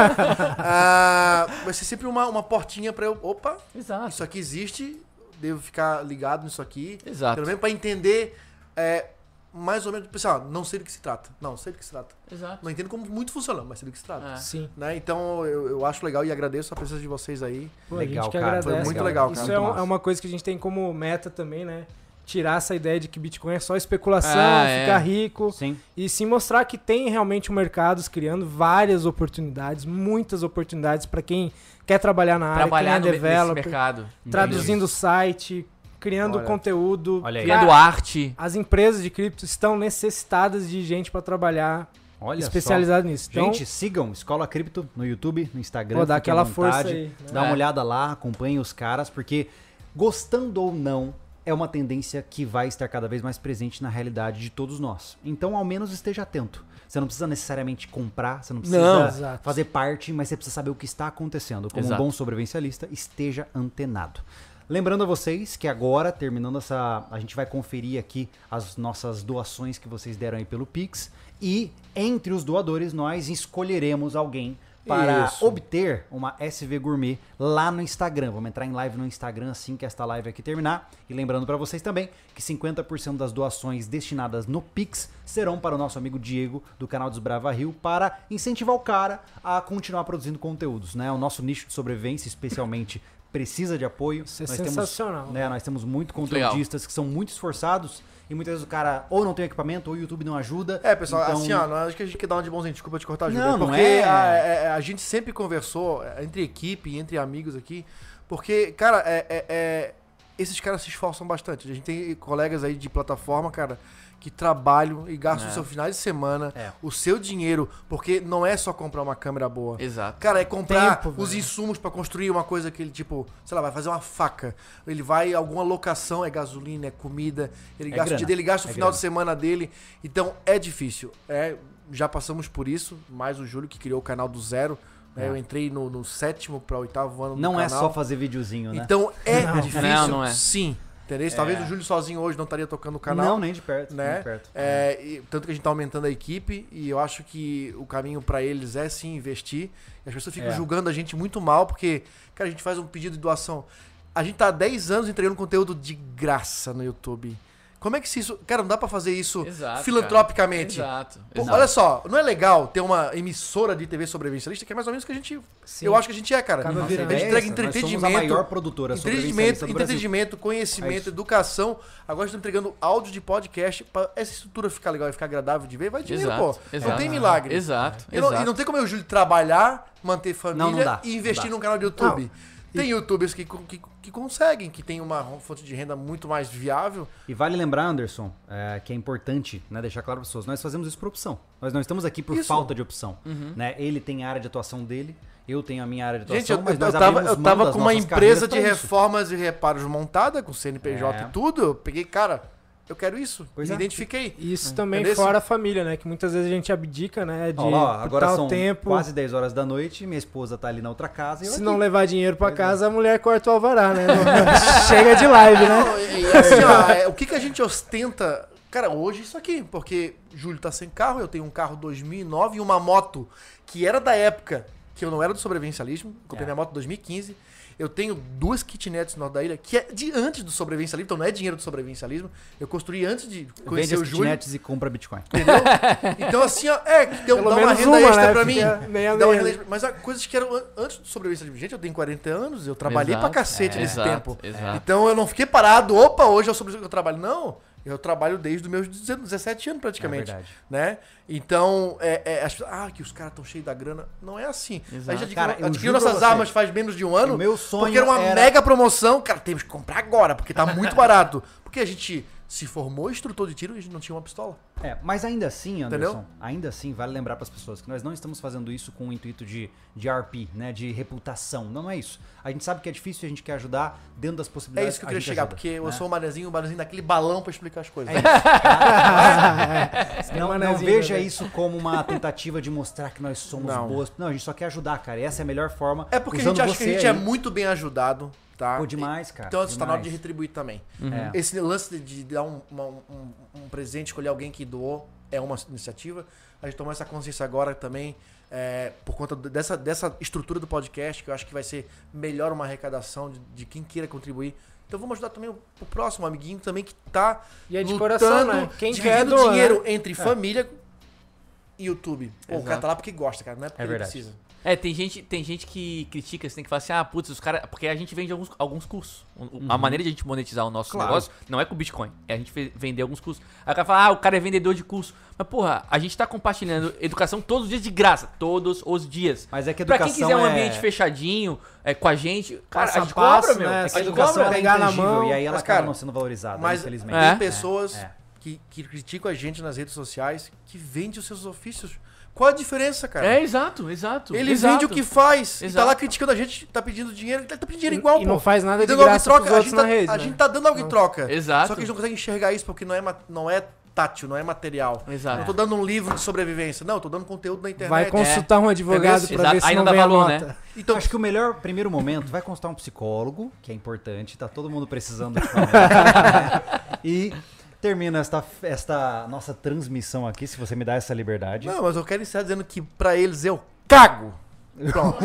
Ah, vai ser sempre uma, uma portinha pra eu. Opa, Exato. isso aqui existe, devo ficar ligado nisso aqui. Exato. Pelo menos pra entender é, mais ou menos, pessoal, não sei do que se trata. Não, sei do que se trata. Exato. Não entendo como muito funciona, mas sei do que se trata. É. Sim. Né? Então eu, eu acho legal e agradeço a presença de vocês aí. Pô, a Legal, gente que cara. agradece. Foi muito legal, cara. Isso Muito é, um- massa. é uma coisa que a gente tem como meta também, né? Tirar essa ideia de que Bitcoin é só especulação, Ah, é. ficar rico. Sim. E sim mostrar que tem realmente um mercado se criando várias oportunidades, muitas oportunidades para quem quer trabalhar na área, Trabalhar no, quem é me- nesse developer, mercado. traduzindo o site, criando Olha. conteúdo. Olha aí. Cara, Criando arte. As empresas de cripto estão necessitadas de gente para trabalhar Olha só. especializada nisso. Então, Gente, sigam Escola Cripto no YouTube, no Instagram. Pô, dá fiquem à aquela força vontade. aí, né? Dá uma É. olhada lá, acompanhem os caras, porque gostando ou não, é uma tendência que vai estar cada vez mais presente na realidade de todos nós. Então, ao menos esteja atento. Você não precisa necessariamente comprar, você não precisa Não. Exato. fazer parte, mas você precisa saber o que está acontecendo. Como Exato. um bom sobrevivencialista, esteja antenado. Lembrando a vocês que agora, terminando essa. A gente vai conferir aqui as nossas doações que vocês deram aí pelo Pix. E entre os doadores, nós escolheremos alguém para Isso. obter uma SV Gourmet lá no Instagram. Vamos entrar em live no Instagram assim que esta live aqui terminar. E lembrando para vocês também que 50% das doações destinadas no Pix serão para o nosso amigo Diego do canal Desbrava Rio para incentivar o cara a continuar produzindo conteúdos, né? O nosso nicho de sobrevivência, especialmente, precisa de apoio. Isso é temos, sensacional. né, nós temos muito legal. conteudistas que são muito esforçados e muitas vezes o cara ou não tem equipamento ou o YouTube não ajuda. É, pessoal, Então, assim, ó, não acho que a gente quer dar uma de bonzinho, desculpa te cortar, Júlio. Não, é não porque é. A, é- a gente sempre conversou é, entre equipe, entre amigos aqui, porque, cara, é- é- é- esses caras se esforçam bastante. A gente tem colegas aí de plataforma, cara, que trabalham e gastam É. o seu final de semana, É. o seu dinheiro, porque não é só comprar uma câmera boa. Exato. Cara, é comprar Tempo, os velho. insumos pra construir uma coisa que ele, tipo, sei lá, vai fazer uma faca. Ele vai a alguma locação, é gasolina, é comida, ele É gasta o grana, dia dele, gasta o é final grana. de semana dele. Então é difícil. É, já passamos por isso, mais o Júlio que criou o canal do zero. né? É. Eu entrei no, no sétimo pra oitavo ano do Não é canal. só fazer videozinho, né? Então é difícil. Não, não é. Sim. Entendeu? Talvez o Júlio sozinho hoje não estaria tocando o canal. É. Não, nem de perto. né? Nem de perto. É, e tanto que a gente tá aumentando a equipe e eu acho que o caminho pra eles é sim investir. E as pessoas ficam É. julgando a gente muito mal porque, cara, a gente faz um pedido de doação. A gente tá há 10 anos entregando conteúdo de graça no YouTube. Como é que se isso. Cara, não dá pra fazer isso Exato, filantropicamente. Exato. Pô, exato. olha só, não é legal ter uma emissora de TV sobrevivencialista que é mais ou menos o que a gente. Eu acho que a gente é, cara. Cada a vez gente mais, entrega Nós somos a entretenimento. maior produtora Entretenimento, sobrevivencialista do Brasil. entretenimento, É conhecimento, isso. educação. Agora estão entregando áudio de podcast pra essa estrutura ficar legal e ficar agradável de ver, vai dinheiro, Exato, pô. Não exato. tem milagre. Exato. E não, e exato. não tem como eu e o Júlio trabalhar, manter família Não, não dá, e investir não dá. num canal de YouTube. Tem youtubers que, co- que, que conseguem, que tem uma fonte de renda muito mais viável. E vale lembrar, Anderson, é, que é importante né, deixar claro para as pessoas, nós fazemos isso por opção. Nós não estamos aqui por Isso. Uhum. falta de opção. Né? Ele tem a área de atuação dele, eu tenho a minha área de atuação, Gente, eu, mas eu nós tava, abrimos eu mão tava das com uma nossas empresa carreiras de pra isso. reformas e reparos montada, com É. CNPJ e tudo. Eu peguei, cara, eu quero isso. Pois me é. identifiquei. Isso também Entendeu? fora a família, né? Que muitas vezes a gente abdica, né? De Ó lá, ó, por agora tá tal são tempo. quase 10 horas da noite, minha esposa tá ali na outra casa e eu Se aqui. não levar dinheiro pra é. casa, a mulher corta o alvará, né? Chega de live, né? Não, e- e assim, ó, é, o que, que a gente ostenta? Cara, hoje é isso aqui, porque Júlio tá sem carro, eu tenho um carro 2009 e uma moto que era da época que eu não era do sobrevivencialismo, comprei É. minha moto em 2015. Eu tenho duas kitnets no norte da ilha, que é de antes do sobrevivencialismo, então não é dinheiro do sobrevivencialismo. Eu construí antes de Vende conhecer as o Júlio. kitnets e compra Bitcoin. Então, assim, ó, é, que deu, Pelo dá uma menos renda uma, extra né? pra mim. Fica meia Dá uma meia, renda extra. Mas há coisas que eram an- antes do sobrevivencialismo. Gente, eu tenho 40 anos, eu trabalhei Exato, pra cacete é, nesse exato, tempo. Exato. Então eu não fiquei parado, opa, hoje é o sobre que eu trabalho. Não, eu trabalho desde os meus 17 17 anos praticamente. É verdade. né? Então, é, é, as pessoas, ah, que os caras estão cheios da grana. Não é assim. A Exato. gente adquiriu, Cara, eu adquiriu juro pra nossas você, armas faz menos de um ano. o meu sonho porque era uma era- mega promoção. Cara, temos que comprar agora, porque tá muito barato. Porque a gente se formou instrutor de tiro e a gente não tinha uma pistola. É, mas ainda assim, Anderson, Entendeu? ainda assim vale lembrar para as pessoas que nós não estamos fazendo isso com o intuito de, de RP, né, de reputação. Não é isso. A gente sabe que é difícil, a gente quer ajudar dentro das É possibilidades. isso que eu a queria gente chegar, ajuda, porque eu né? É. sou o manezinho, o manezinho daquele balão pra explicar as coisas. né? é Não, não manezinho, veja né? isso como uma tentativa de mostrar que nós somos Não. boas. Não, a gente só quer ajudar, cara. E essa é a melhor forma. É porque usando a gente acha que você a gente é aí. muito bem ajudado, tá? Pô, demais, cara. Então está na hora de demais. retribuir também. É. Esse lance de dar um, uma- um- um presente, escolher alguém que doou, é uma iniciativa. A gente tomou essa consciência agora também, é, por conta dessa, dessa estrutura do podcast, que eu acho que vai ser melhor uma arrecadação de, de quem queira contribuir. Então vamos ajudar também o, o próximo amiguinho também que tá E é de lutando, coração, né? Quem quer dividindo doa, né? dinheiro entre família e YouTube. Pô, o cara Exato. tá lá porque gosta, cara, não é porque É ele verdade. precisa. É, tem gente, tem gente que critica, você tem que falar assim, ah, putz, os caras. Porque a gente vende alguns, alguns cursos. O- A maneira de a gente monetizar o nosso Claro. negócio não é com Bitcoin. É a gente fe- vender alguns cursos. Aí o cara fala, ah, o cara é vendedor de curso. Mas, porra, a gente tá compartilhando educação todos os dias de graça. Todos os dias. Mas é que Pra educação quem quiser um é- ambiente fechadinho, é, com a gente, cara, Passo a a gente passo, cobra, meu. né? A A gente Educação educação cobra. ela é pegar na intangível mão, e aí ela mas, acaba cara, não sendo valorizada, Mas tem infelizmente. É. pessoas É. Que, que criticam a gente nas redes sociais que vende os seus ofícios. Qual a diferença, cara? É, exato, exato. Ele exato. vende o que faz e tá Exato. lá criticando a gente, tá pedindo dinheiro, ele tá pedindo dinheiro E- igual, e pô. não faz nada de Dando algo em graça pros a outros gente, na tá, rede, a né? gente tá dando algo em troca. Exato. Só que eles não conseguem enxergar isso porque não é, ma- não é tátil, não é material. Exato. Não tô dando um livro de sobrevivência, não, eu tô dando conteúdo na internet. É. Vai consultar um advogado Entendeu? pra ver Exato. se Aí não não dá vem a valor, nota. né? Então, acho que o melhor primeiro momento vai consultar um psicólogo, que é importante, tá todo mundo precisando ultimamente, né? E termina esta, esta nossa transmissão aqui, se você me dá essa liberdade. Não, mas eu quero encerrar dizendo que pra eles eu cago. Pronto.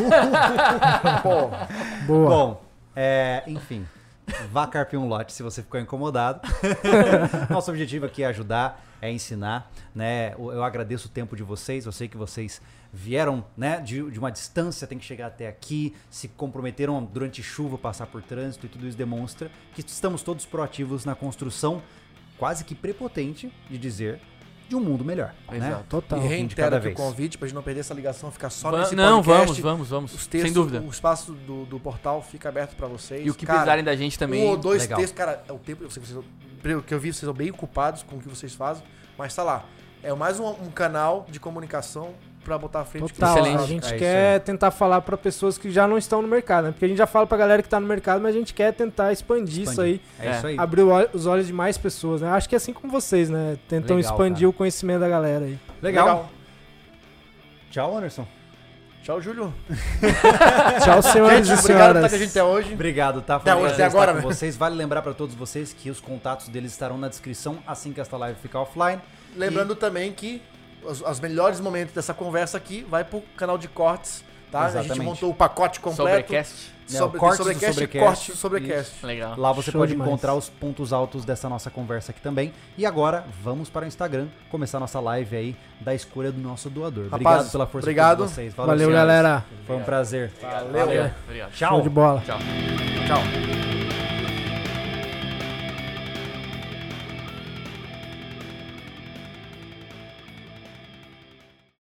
Pô, Boa. Bom, é, enfim, vá carpir um lote se você ficou incomodado. Nosso objetivo aqui é ajudar, é ensinar, né? Eu eu agradeço o tempo de vocês, eu sei que vocês vieram, né, de, de uma distância, tem que chegar até aqui, se comprometeram durante chuva, passar por trânsito e tudo isso demonstra que estamos todos proativos na construção quase que prepotente de dizer de um mundo melhor, né? Exato. Tá, Total. e re- um de cada reitero aqui o vez. convite pra gente não perder essa ligação, ficar só Va- nesse Não, vamos, podcast. vamos, vamos. Os Sem textos, dúvida. o espaço do, do portal fica aberto pra vocês. E o que Cara, precisarem da gente também. Um ou dois Legal. textos, cara, é o tempo. Eu sei que vocês pelo que eu vi, vocês são bem ocupados com o que vocês fazem, mas tá lá. É mais um, um canal de comunicação pra botar à frente. o que Total, vocês Excelente. a fazem. gente É isso quer tentar falar pra pessoas que já não estão no mercado, né? Porque a gente já fala pra galera que tá no mercado, mas a gente quer tentar expandir, isso aí, É, isso aí. abrir o ol- os olhos de mais pessoas, né? Acho que é assim como vocês, né? Tentam Legal, expandir cara. o conhecimento da galera aí. Legal. Legal. Tchau, Anderson. Tchau, Júlio. Tchau, senhoras Gente, obrigado por estar e senhoras. com a gente até hoje. Obrigado, tá? Até hoje, um prazer até agora, estar com né? vocês. Vale lembrar pra todos vocês que os contatos deles estarão na descrição assim que esta live ficar offline. Lembrando também que os, os melhores momentos dessa conversa aqui vai pro canal de cortes, tá? A Exatamente. gente montou o pacote completo. Sobrecast. Né, Sobre, o cortes do sobrecast, e sobrecast. corte do sobrecast. Legal. Lá você Show pode demais. encontrar os pontos altos dessa nossa conversa aqui também. E agora, vamos para o Instagram, começar nossa live aí da escolha do nosso doador. obrigado Rapazes, pela força obrigado. de todos vocês. Valeu, senhoras. galera. Foi um prazer. Valeu. Obrigado. Show de bola. Tchau.